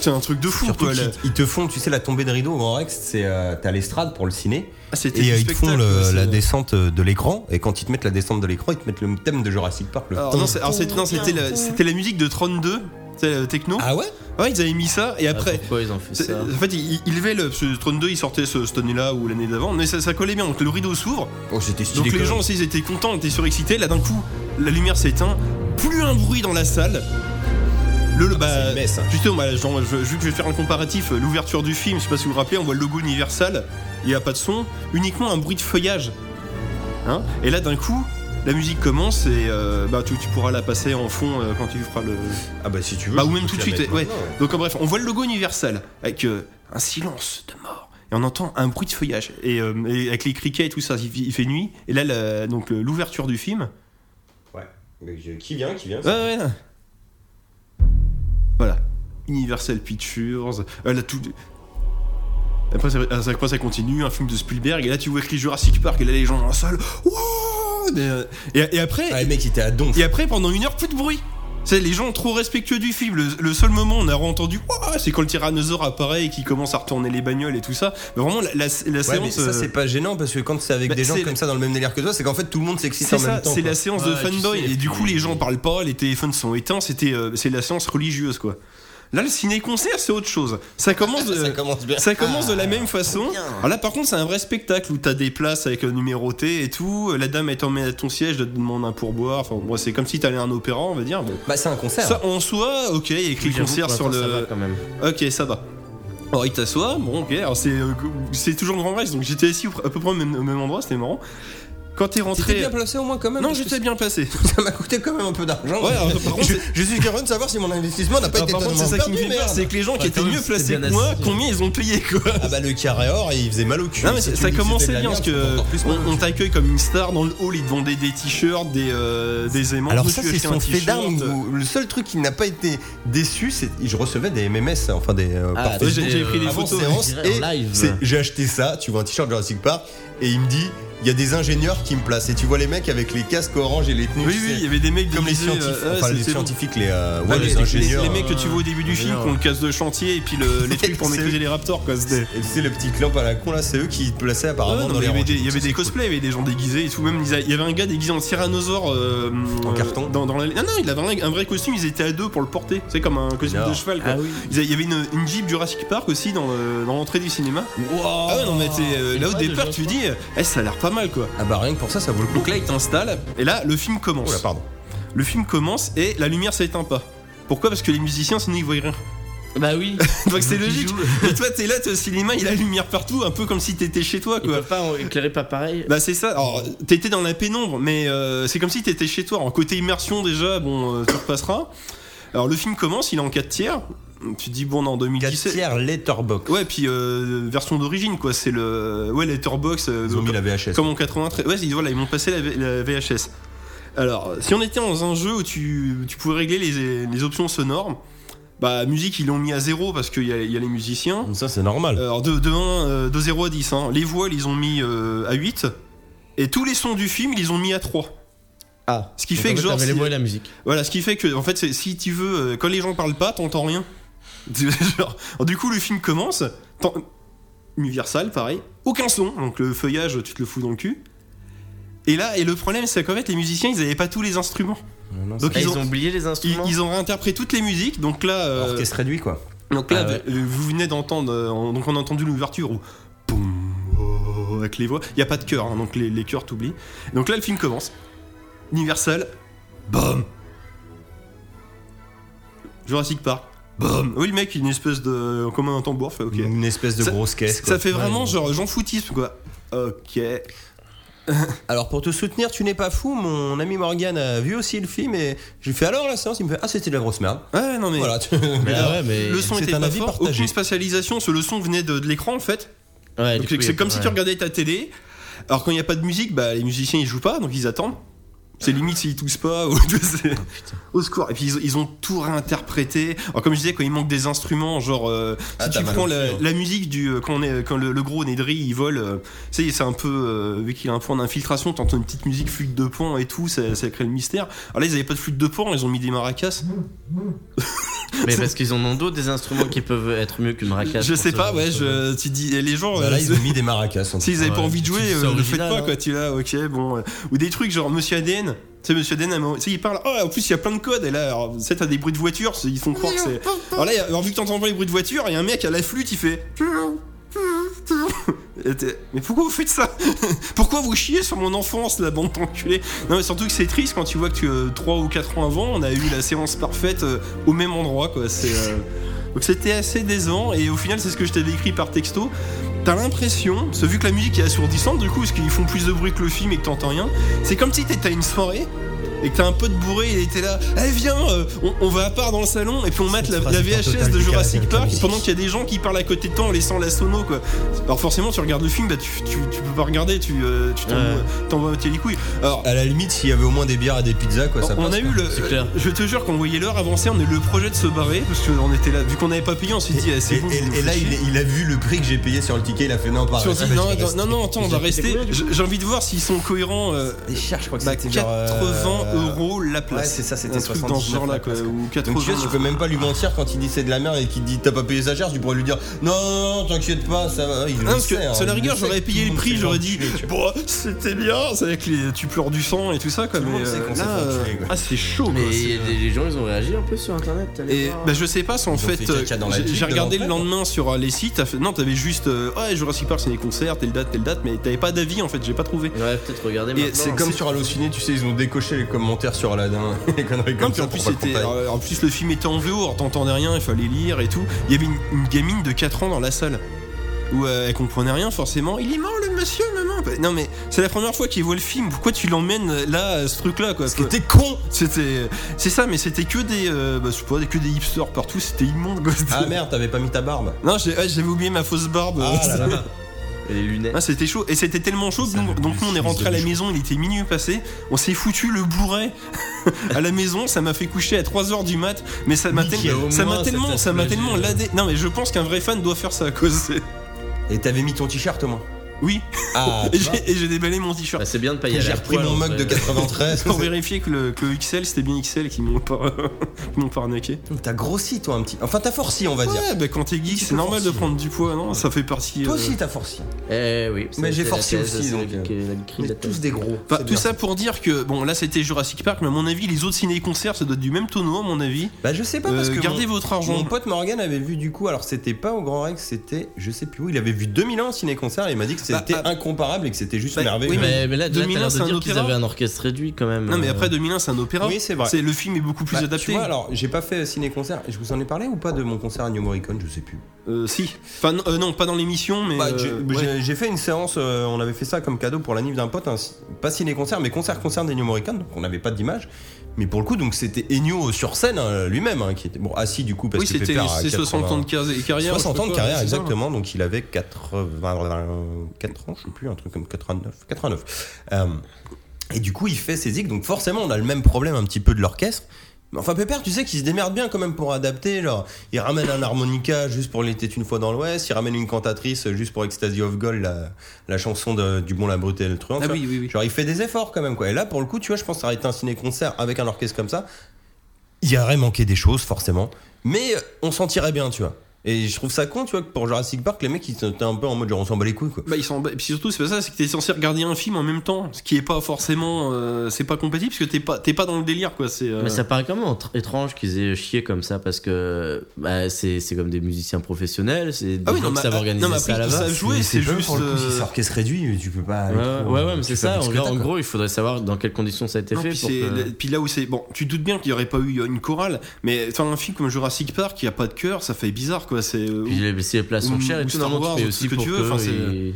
c'est un truc de fou, Surtout quoi. qu'ils là. ils te font, tu sais, la tombée de rideau au Grand Rex, c'est euh, t'as l'estrade pour le ciné, Ah, c'était et du euh, ils te font spectacle, le- quoi, c'est- la descente euh, de l'écran, et quand ils te mettent la descente de l'écran, ils te mettent le thème de Jurassic Park. Le Alors, ton- non, c'est- alors, c'est- non, c'était la, c'était la musique de 32, tu sais, la techno. Ah ouais Ouais, ils avaient mis ça, et après, Ah, Pourquoi ils ont fait C'est- ça En fait, il, il levait le. Parce que Tron 2, il sortait ce, cette année-là ou l'année d'avant, mais ça, ça collait bien. Donc le rideau s'ouvre. Oh, c'était stylé. Donc les quand gens même. aussi, ils étaient contents, ils étaient surexcités. Là, d'un coup, la lumière s'éteint. Plus un bruit dans la salle. Le, le- bah, une messe, hein. justement, bah, genre, je, vu que je vais faire un comparatif, euh, l'ouverture du film, je sais pas si vous vous rappelez, on voit le logo Universal, il n'y a pas de son, uniquement un bruit de feuillage. Hein et là, d'un coup, la musique commence et euh, bah, tu, tu pourras la passer en fond euh, quand tu feras le, Ah bah si tu veux. bah, je ou peux même te tout de la suite. mettre Ouais. maintenant, ouais. Donc en bref, on voit le logo Universal avec euh, un silence de mort. Et on entend un bruit de feuillage. Et, euh, et avec les criquets et tout ça, il, il fait nuit. Et là, la- donc euh, l'ouverture du film. Ouais. Mais je- Qui vient, qui vient Ouais, ouais, là. Voilà. Universal Pictures. Euh, là, tout. Après ça, après, ça- après, ça continue, un film de Spielberg, et là tu vois écrit Jurassic Park, et là les gens dans la salle. Wouah Mais, euh, et, et après, Ah, le mec, il était à donf. et après, pendant une heure, plus de bruit. C'est les gens trop respectueux du film. Le, le seul moment où on a entendu, Ouah c'est quand le tyrannosaure apparaît et qu'il commence à retourner les bagnoles et tout ça. Mais vraiment, la, la, la Ouais, mais séance. ça, euh, c'est pas gênant parce que quand c'est avec bah, des gens c'est- comme ça dans le même délire que toi, c'est qu'en fait tout le monde s'excite c'est en même ça, temps. c'est quoi. la séance de Ouais, tu fanboy. sais, et du coup, puis- les gens parlent pas, les téléphones sont éteints. C'était, euh, c'est la séance religieuse, quoi. Là, le ciné-concert, c'est autre chose. Ça commence. de- Ça commence bien. euh, Ah, Ça commence de la même façon. Alors là, par contre, c'est un vrai spectacle où t'as des places avec euh, numéroté et tout. La dame est emmenée à ton siège, elle te demande un pourboire. Enfin, bon, c'est comme si t'allais à un opéra, on va dire. Bon. Bah, c'est un concert. Ça, en soi, ok, il y a écrit Oui, j'avoue, concert pour sur l'instant, ça va le. quand même. ok, ça va. Alors, il t'assoit, bon, ok, alors c'est, euh, c'est toujours le grand race, donc j'étais assis au- à peu près au même, au même endroit, c'était marrant. Quand t'es T'étais rentré. bien placé au moins quand même non, parce que j'étais bien placé. Ça m'a coûté quand même un peu d'argent. Ouais, alors, par contre, je, c'est- je suis curieux de savoir si mon investissement n'a pas Alors, été par contre, totalement c'est ça qui me fait perdu, peur, merde. c'est que les gens Ouais, qui étaient quand même, mieux c'était placés que bien moi, assis. combien ils ont payé, quoi. Ah bah le carré or, il faisait mal au cul. Non mais Si ça, tu ça me dis commençait c'était de la bien parce merde, que encore plus mal. on, on t'accueille comme une star dans le hall, ils te vendaient des t-shirts, des, euh, des aimants. Alors Je me ça suis c'est acheté son un fait t-shirt. d'armes où le seul truc qui n'a pas été déçu c'est je recevais des MMS enfin des euh, Ah, par ouais, Facebook. j'ai- j'ai pris des euh, avant photos, séance, je dirais, et en live. c'est- j'ai acheté ça tu vois un t-shirt Jurassic Park et il me dit il y a des ingénieurs qui me placent et tu vois les mecs avec les casques orange et les tenues Oui, tu oui, sais, il y avait des mecs comme les déguisés, scientifiques euh, ouais, enfin les c'était bon. scientifiques les euh, ouais, Ouais, les, les, les- ingénieurs les mecs que tu vois au début du film, ingénieurs. qu'on le casse de chantier, et puis le- les trucs pour C'est- maîtriser les raptors, quoi. c'était- euh, et tu sais le petit clamp à la con là c'est eux qui te plaçaient Ah apparemment ouais, non, dans mais les il y avait rangs. des, il y avait Ça, des c'est cosplays, il y avait des gens déguisés et tout. Même ils a- il y avait un gars déguisé en tyrannosaure euh, En euh, carton. Dans, dans la- non, non, il avait un, un vrai costume. Ils étaient à deux pour le porter. C'est comme un costume Énorme. de cheval. Quoi. Ah oui. Ils a- il y avait une, une Jeep Jurassic Park aussi dans le- dans l'entrée du cinéma. Wow. Ah ouais, non, mais t'es, euh, C'est là au vrai, départ, déjà, tu je dis, euh, eh, ça a l'air pas mal quoi. ah bah rien que pour ça ça vaut le coup Donc là, il t'installe, et là, le film commence. oh là pardon le film commence et la lumière s'éteint pas. Pourquoi Parce que les musiciens, sinon ils voient rien. Bah oui. Donc c'est Ils logique. jouent. Et toi, t'es là, t'es au cinéma, il y a la lumière partout, un peu comme si t'étais chez toi Ils quoi. peuvent pas éclairer pas pareil. Bah c'est ça, alors t'étais dans la pénombre, mais euh, c'est comme si t'étais chez toi. En côté immersion déjà, bon, euh, tu repasseras. Alors le film commence, il est en 4 tiers. Tu te dis bon, 4 en 2017. tiers Letterboxd. Ouais, puis euh, version d'origine quoi, c'est le ouais Letterbox euh, Ils ont mis la VHS. comme en 93. Ouais, ils- voilà, ils m'ont passé la, V- la VHS. Alors, si on était dans un jeu où tu, tu pouvais régler les, les options sonores, bah musique ils l'ont mis à zéro parce qu'il y, a- il y a les musiciens. Ça, c'est normal. Alors de, de 1, euh, de 0 à 10, hein. les voiles ils ont mis euh, à 8 et tous les sons du film ils les ont mis à 3. Ah, Ce qui Donc, fait en que genre, t'avais les si- voix et la musique. Voilà, ce qui fait que, en fait, c'est- si tu veux, euh, quand les gens parlent pas, t'entends rien. Genre, alors, du coup, le film commence. t'en- Universal, pareil. Aucun son, donc le feuillage, tu te le fous dans le cul. Et là, et le problème, c'est qu'en fait, les musiciens, ils avaient pas tous les instruments. Non, non, Donc Ah, c'est- ils, ils ont- ont oublié les Ils, instruments. ils ont réinterprété toutes les musiques, donc là. euh, Orchestre réduit, quoi. donc là, Ah ouais. euh, vous venez d'entendre, euh, on- donc on a entendu l'ouverture où boum, oh, avec les voix. Il y a pas de chœur, hein, donc les, les chœurs t'oublies. Donc là, le film commence. Universal, bam. Jurassic Park, bam. Oui, le mec, il a une espèce de, comme un tambour, fait ok. Une espèce de Ça- grosse caisse. Ça quoi. fait vraiment Ouais. genre Jean Foutisme quoi. Ok. Alors pour te soutenir, tu n'es pas fou. Mon ami Morgan a vu aussi le film et j'ai fait alors la séance. Il me fait ah c'était de la grosse merde. Ouais, non mais. Voilà. tu- Mais ah ouais, mais. Le son C'est était un pas avis fort, partagé. aucune spatialisation, ce le son venait de- de l'écran en fait. Ouais, du Donc, coup, c'est- il y c'est a- comme si tu ouais. regardais ta télé. Alors quand il n'y a pas de musique, bah, les musiciens ils jouent pas, donc ils attendent. Ah. C'est limite s'ils toussent pas. Ou... c'est- Oh, Au secours. Et puis ils, ils ont tout réinterprété. Alors comme je disais, quand il manque des instruments, genre euh, si Ah, tu t'as mal prends au la, cul, hein. la musique du euh, quand, on est, quand le, le gros Nedry il vole, euh, tu sais c'est un peu euh, vu qu'il a un point d'infiltration, t'entends une petite musique flûte de pont et tout, ça, ça crée le mystère. Alors là ils avaient pas de flûte de pont, ils ont mis des maracas. Mais parce qu'ils en ont d'autres des instruments qui peuvent être mieux qu'une raquette. je sais pas, ouais. Je, tu dis et les gens Bah euh, là ils ont mis des maracas. en tout Si ils avaient pas Ouais, envie de jouer, c'est euh, ne le faites original, pas, hein. quoi. Tu là, ok, bon. euh, Ou des trucs genre Monsieur Aden. Tu sais, Monsieur Aden, à un moment- tu sais, il parle. Oh, en plus, il y a plein de codes. Et là, alors, tu sais, t'as des bruits de voiture, c'est- ils font croire que c'est. Alors là, il y a- alors, vu que t'entends pas les bruits de voiture, il y a un mec à la flûte, il fait. Et t'es- Mais pourquoi vous faites ça Pourquoi vous chiez sur mon enfance, la bande d'enculés Non, mais surtout que c'est triste quand tu vois que euh, trois 3 ou 4 ans avant, on a eu la séance parfaite euh, au même endroit, quoi. C'est. euh, Donc c'était assez décevant et au final c'est ce que je t'avais écrit par texto. T'as l'impression, ce vu que la musique est assourdissante du coup, parce qu'ils font plus de bruit que le film et que t'entends rien, c'est comme si t'étais à une soirée et que t'as un pote bourré, il était là, eh viens, euh, on, on va à part dans le salon et puis on mate la, phrase la est en VHS totale de décalage Jurassic avec la Park musique. pendant qu'il y a des gens qui parlent à côté de toi en laissant la sono quoi. Alors forcément tu regardes le film, bah tu, tu, tu peux pas regarder, tu euh, tu t'en- Ouais. t'envoies tu les couilles. Alors cas. À la limite, s'il y avait au moins des bières et des pizzas, quoi, ça on passe, a eu quoi. le. C'est clair. Je te jure qu'on voyait l'heure avancer, on a eu le projet de se barrer parce qu'on était là. Vu qu'on n'avait pas payé, on s'est dit, ah, Et, c'est bon. et- vous et là, faites il, Ah, chier. il a vu le prix que j'ai payé sur le ticket, il a fait non, pas Puis on s'est dit, non, attends, non, non, attends, on va J'ai- j'ai rester. combien, du J'ai j'ai envie de voir s'ils sont cohérents. euh, chars, je crois bah, euh, 80 euros la place. ouais, c'est ça, c'était Un truc dans ce 79 genre-là, la quoi. place, quoi. Ou Donc tu vois, tu 80. peux même pas lui mentir quand il dit c'est de la merde et qu'il dit t'as pas payé sa charge, tu pourrais lui dire non, non, non, t'inquiète pas, ça va. Il le Non, parce que, sait, hein, sur la il rigueur, le sait j'aurais que payé tout le monde prix, s'est j'aurais fait dit, enculer, tu vois. bon, c'était bien, c'est avec les, tu pleures du sang et tout ça, quoi. Tout le mais, monde sait qu'on euh, s'est là, fait enculer, euh, quoi. ah, c'est chaud, Mais quoi, c'est- les, les gens, ils ont réagi un peu sur internet. t'allais Et voir. bah, je sais pas, c'est en Ils ont fait, fait caca euh, dans la j'ai- pipe j'ai devant regardé toi, le quoi. lendemain sur euh, les sites. t'as fait- Non, t'avais juste euh, ouais, Jurassic Park, c'est des concerts, telle date, telle date, mais t'avais pas d'avis en fait, j'ai pas trouvé. Ouais, peut-être regarder Et maintenant. hein, C'est comme sur Allociné, tu sais, ils ont décoché les commentaires sur Aladdin et les conneries Non, comme puis ça. en plus, pour pas qu'on c'était- paye. alors, en plus, le film était en VO, alors t'entendais rien, il fallait lire et tout. Il y avait une, une gamine de 4 ans dans la salle où euh, elle comprenait rien forcément. Il est mort le monsieur, maman. Bah, non, mais c'est la première fois qu'il voit le film. Pourquoi tu l'emmènes euh, là, à ce truc-là quoi Parce que t'es con C'était, c'est ça, mais c'était que des, euh, bah, je sais pas, que des hipsters partout. C'était immonde. quoi. Ah merde, t'avais pas mis ta barbe. Non, j'ai- ouais, j'avais oublié ma fausse barbe. Ah là là. Et les lunettes. Ah, c'était chaud et c'était tellement chaud que Ça nous- me donc nous on est fils rentré de à la bichon. maison il était minuit passé on s'est foutu le bourret à la maison ça m'a fait coucher à 3h du mat mais ça m'a Nickel, tellement au ça m'a moins, ça tellement t'a ça m'a soulagé. tellement ladé non mais je pense qu'un vrai fan doit faire ça à cause c'est- Et t'avais mis ton t-shirt au moins. oui Ah, et tu vois. j'ai- et j'ai déballé mon t-shirt Bah, c'est bien de pas y aller. j'ai à repris poil, mon en mug vrai. de 93. pour vérifier que le, que le XL c'était bien XL qui m'ont pas qui m'ont pas arnaqué T'as grossi toi un petit. Enfin t'as forci on va dire. ouais bah quand t'es geek peu c'est normal de forcé. prendre du poids non ça fait partie Toi euh, aussi t'as forci. Eh oui. Mais ça, j'ai c'est forcé la thèse, aussi, c'est la- donc, la- la- la- On la- est tous des gros. C'est Enfin, tout bien. ça pour dire que bon là c'était Jurassic Park mais à mon avis les autres ciné-concerts ça doit être du même tonneau à mon avis Bah je sais pas parce Euh, que gardez mon, votre argent mon pote Morgan avait vu du coup alors c'était pas au Grand Rex c'était je sais plus où il avait vu 2000 ans en ciné-concert et il m'a dit que Bah, c'était ah. incomparable et que c'était juste Bah, merveilleux. oui, Mais, mais là, là, t'as 2001, l'air c'est un de dire qu'ils opéra. avaient un orchestre réduit quand même. Non mais euh, après 2001 c'est un opéra. Oui, c'est vrai. le film est beaucoup plus Bah, adapté. Tu vois alors j'ai pas fait ciné-concert. Je vous en ai parlé ou pas de mon concert à New Morricone je sais plus. Euh, si. Enfin non, euh, non, pas dans l'émission mais. Bah, euh, j'ai- ouais. j'ai- J'ai fait une séance, euh, on avait fait ça comme cadeau pour la nif d'un pote, un- pas ciné-concert, mais concert-concert des New Morricone, donc on n'avait pas d'image. Mais pour le coup, donc c'était Ennio sur scène hein, lui-même hein, qui était bon assis du coup parce oui, que c'était Pépère a c'est 60 ans de 80 carrière. 60 je sais ans de pas, carrière, c'est ça. exactement. Donc il avait 84 ans, je sais plus, un truc comme 89. 89. Euh, et du coup, il fait ses zigs. Donc forcément, on a le même problème un petit peu de l'orchestre. Mais enfin, Pépère, tu sais qu'il se démerde bien quand même pour adapter. Genre, il ramène un harmonica juste pour l'été une fois dans l'Ouest. Il ramène une cantatrice juste pour Ecstasy of Gold, la, la chanson de- du bon, la beauté et le truand. Ah tu vois. oui, oui, oui. Genre, il fait des efforts quand même, quoi. Et là, pour le coup, tu vois, je pense que ça aurait été un ciné-concert avec un orchestre comme ça. Il y aurait manqué des choses, forcément. Mais euh, on s'en tirait bien, tu vois. Et je trouve ça con, tu vois, que pour Jurassic Park, les mecs, ils étaient un peu en mode genre, on s'en bat les couilles, quoi. Bah, ils sont... Et puis surtout, c'est pas ça, c'est que t'es censé regarder un film en même temps, ce qui est pas forcément. euh, c'est pas compatible parce que t'es pas, t'es pas dans le délire, quoi. C'est, euh, Mais ça paraît quand même tr- étrange qu'ils aient chié comme ça parce que bah, c'est c'est comme des musiciens professionnels, c'est des Ah oui, gens non, qui mais- savent ah, organiser non, mais ça après, à la ils base. savent jouer, c'est peu, juste. Pour le coup, si euh, c'est orchestre réduit, tu peux pas. aller Ouais, trop, ouais, euh, ouais, mais tu c'est fais ça. plus en que gros- t'as, en quoi. gros, il faudrait savoir dans quelles conditions ça a été Non, fait. puis, pour c'est- que- le- puis là où c'est. Bon, tu doutes bien qu'il n'y aurait pas eu euh, une chorale, mais faire un film comme Jurassic Park qui a pas de cœur, ça fait bizarre quoi. C'est, euh, Puis les, si les places ou- sont chères et ou tout, Star normalement, Wars, tu ou payes aussi tout ce que pour tu veux, enfin, que- c'est- et-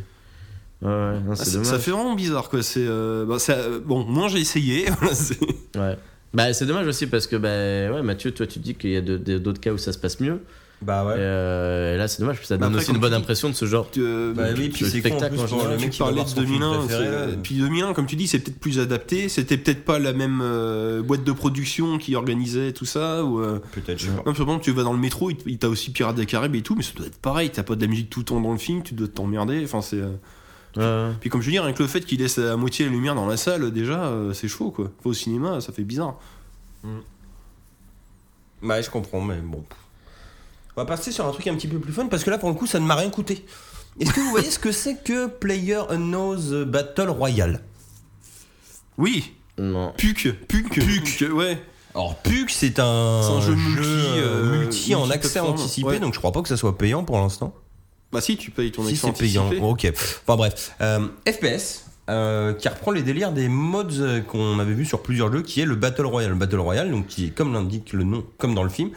Ouais, ouais, non, ah, c'est c'est- dommage. ça fait vraiment bizarre quoi. C'est, euh, bah, ça- euh, bon, moi j'ai essayé. voilà, c'est- Ouais. Bah, c'est dommage aussi parce que bah, ouais, Mathieu, toi tu dis qu'il y a de- de- d'autres cas où ça se passe mieux. Bah Et, ouais. euh, et là, c'est dommage parce que ça Bah, donne après, aussi une comme bonne tu dis- impression de ce genre. Euh, Bah oui, puis le c'est con en spectacle, plus en pour général, le tu mec qui va parlais voir de son film 2001, préféré, euh, c'est- là. puis 2001, comme tu dis, c'est peut-être plus adapté, c'était peut-être pas la même euh, boîte de production qui organisait tout ça, ou... euh, Peut-être, je sais pas. non, simplement, tu vas dans le métro, il t- il t'a aussi Pirates des Caraïbes et tout, mais ça doit être pareil, t'as pas de la musique tout le temps dans le film, tu dois t'emmerder, enfin c'est... euh, Ouais. Puis comme je dis, rien que le fait qu'il laisse à moitié la lumière dans la salle, déjà, euh, c'est chaud, quoi. Faut au cinéma, ça fait bizarre. Ouais, je comprends, mais bon. On va passer sur un truc un petit peu plus fun parce que là, pour le coup, ça ne m'a rien coûté. Est-ce que vous voyez ce que c'est que Player Unknown's Battle Royale Oui Non. Puc Puc Puc Ouais Alors, PUC, c'est un, C'est un jeu multi, euh, euh, multi en accès multiplateforme. anticipé, Ouais. donc je crois pas que ça soit payant pour l'instant. Bah si, tu payes ton Si accès c'est payant, anticipé. ok. Enfin bref, Euh, FPS euh, qui reprend les délires des mods euh, qu'on avait vu sur plusieurs jeux, qui est le Battle Royale. Le Battle Royale, donc qui est comme l'indique le nom, comme dans le film,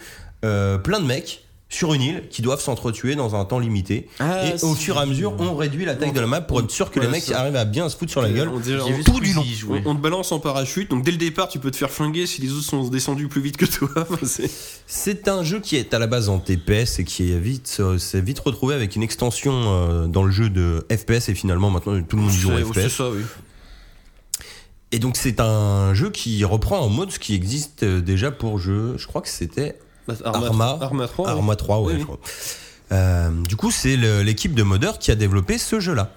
euh, plein de mecs sur une île qui doivent s'entretuer dans un temps limité. Ah, et au si. fur et à mesure, on réduit la taille de la map pour être sûr que Euh, Ouais, les mecs ça. arrivent à bien se foutre sur la gueule. On dirait- J'ai vu tout du Squeezie long. y jouer. On, on te balance en parachute, donc dès le départ, tu peux te faire flinguer si les autres sont descendus plus vite que toi. Enfin, c'est- C'est un jeu qui est à la base en TPS et qui est vite, se- s'est vite retrouvé avec une extension euh, dans le jeu de FPS et finalement maintenant tout le monde joue au C'est- c'est FPS. ça, oui. Et donc c'est un jeu qui reprend en mode ce qui existe euh, déjà pour jeu, je crois que c'était Arma, Arma 3. ouais. Arma 3, ouais, Oui, je oui. crois. Euh, du coup, c'est le- l'équipe de modeurs qui a développé ce jeu-là.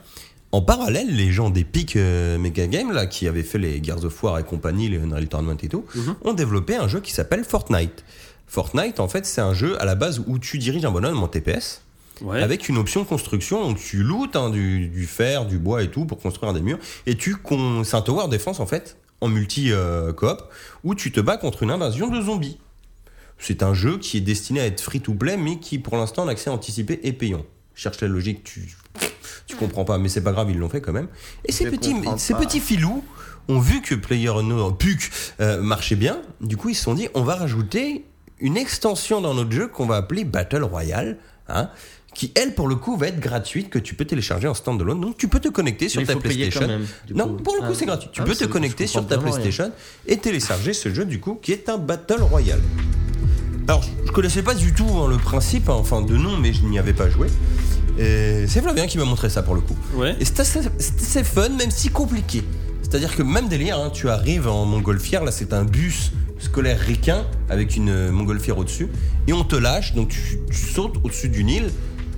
En parallèle, les gens des Peak euh, Mega Games, là, qui avaient fait les Gears of War et compagnie, les Unreal Tournament et tout, Mhm. ont développé un jeu qui s'appelle Fortnite. Fortnite, en fait, c'est un jeu à la base où tu diriges un bonhomme en TPS Ouais. avec une option construction. Donc tu lootes hein, du, du fer, du bois et tout pour construire des murs. Et tu con- c'est un tower défense en fait en multi euh, coop où tu te bats contre une invasion de zombies. C'est un jeu qui est destiné à être free to play mais qui pour l'instant en accès anticipé est payant. Cherche la logique, tu tu comprends pas, mais c'est pas grave, ils l'ont fait quand même. Et ces Je petits comprends ces pas. petits filous ont vu que PlayerUnknown PUC euh, marchait bien. Du coup, ils se sont dit on va rajouter une extension dans notre jeu qu'on va appeler Battle Royale. Hein, qui elle pour le coup va être gratuite que tu peux télécharger en standalone donc tu peux te connecter sur Mais il ta faut payer PlayStation quand même, du non coup. pour le coup Ah, c'est gratuit tu ah, peux c'est- te je connecter sur ta comprends vraiment rien. PlayStation et télécharger ce jeu du coup qui est un battle royale alors je- je connaissais pas du tout hein, le principe hein, enfin de nom mais je n'y avais pas joué Et c'est Flavien qui m'a montré ça pour le coup Ouais. et c'est assez, c'est assez fun, même si compliqué. C'est-à-dire que même délire, hein, tu arrives en montgolfière, là c'est un bus scolaire ricain avec une euh, montgolfière au-dessus, et on te lâche, donc tu, tu sautes au-dessus d'une île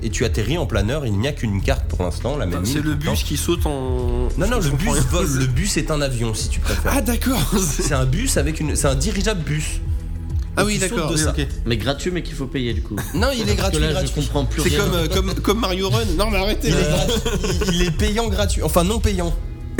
et tu atterris en planeur, il n'y a qu'une carte pour l'instant, la même Enfin, Ah, Bah, C'est île le tout temps. bus qui saute en. Non, non, Je le comprends bus rien. vole, le bus est un avion si tu préfères. Ah, d'accord c'est un bus avec une. C'est un dirigeable bus. Ah Et oui, tu sautes d'accord. de oui, ça. ok. Mais gratuit, mais qu'il faut payer du coup. Non, il est Parce que gratuit. là, gratuit. je comprends plus C'est rien. comme, euh, comme, comme Mario Run. Non, mais arrêtez Il est gratuit. Il- il est payant gratuit. Enfin, non payant.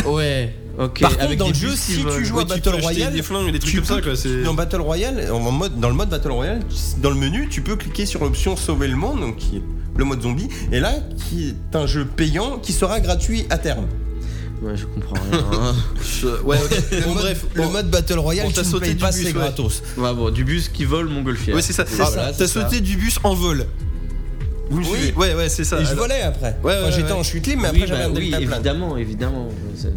Ouais, euh, ok. Par contre, dans des le jeu, bus qui si tu volent. joues à Ouais, tu Battle peux acheter Royale, des flingues et des trucs tu comme ça, peux- quoi. c'est- Dans Battle Royale, en mode, dans le mode Battle Royale, dans le menu, tu peux cliquer sur l'option Sauver le monde, donc qui est le mode zombie, et là, qui est un jeu payant qui sera gratuit à terme. Ouais, je comprends rien. Je- Ouais, ok. Le Bon, mode- bref. le bon. mode Battle Royale, on tu t'a ne sauté payes du pas, bus, c'est ouais. gratos. Ouais, bon, du bus qui vole montgolfière. Ouais, c'est ça. c'est Ah, ça. voilà, T'as c'est ça. sauté du bus en vol. Vous me Oui. suivez Ouais, ouais, c'est ça. Et je Alors- volais après. Ouais, Enfin, ouais, J'étais ouais. en chute libre, mais Oui, après j'avais bah un oui, delta plane. évidemment, évidemment. C'est-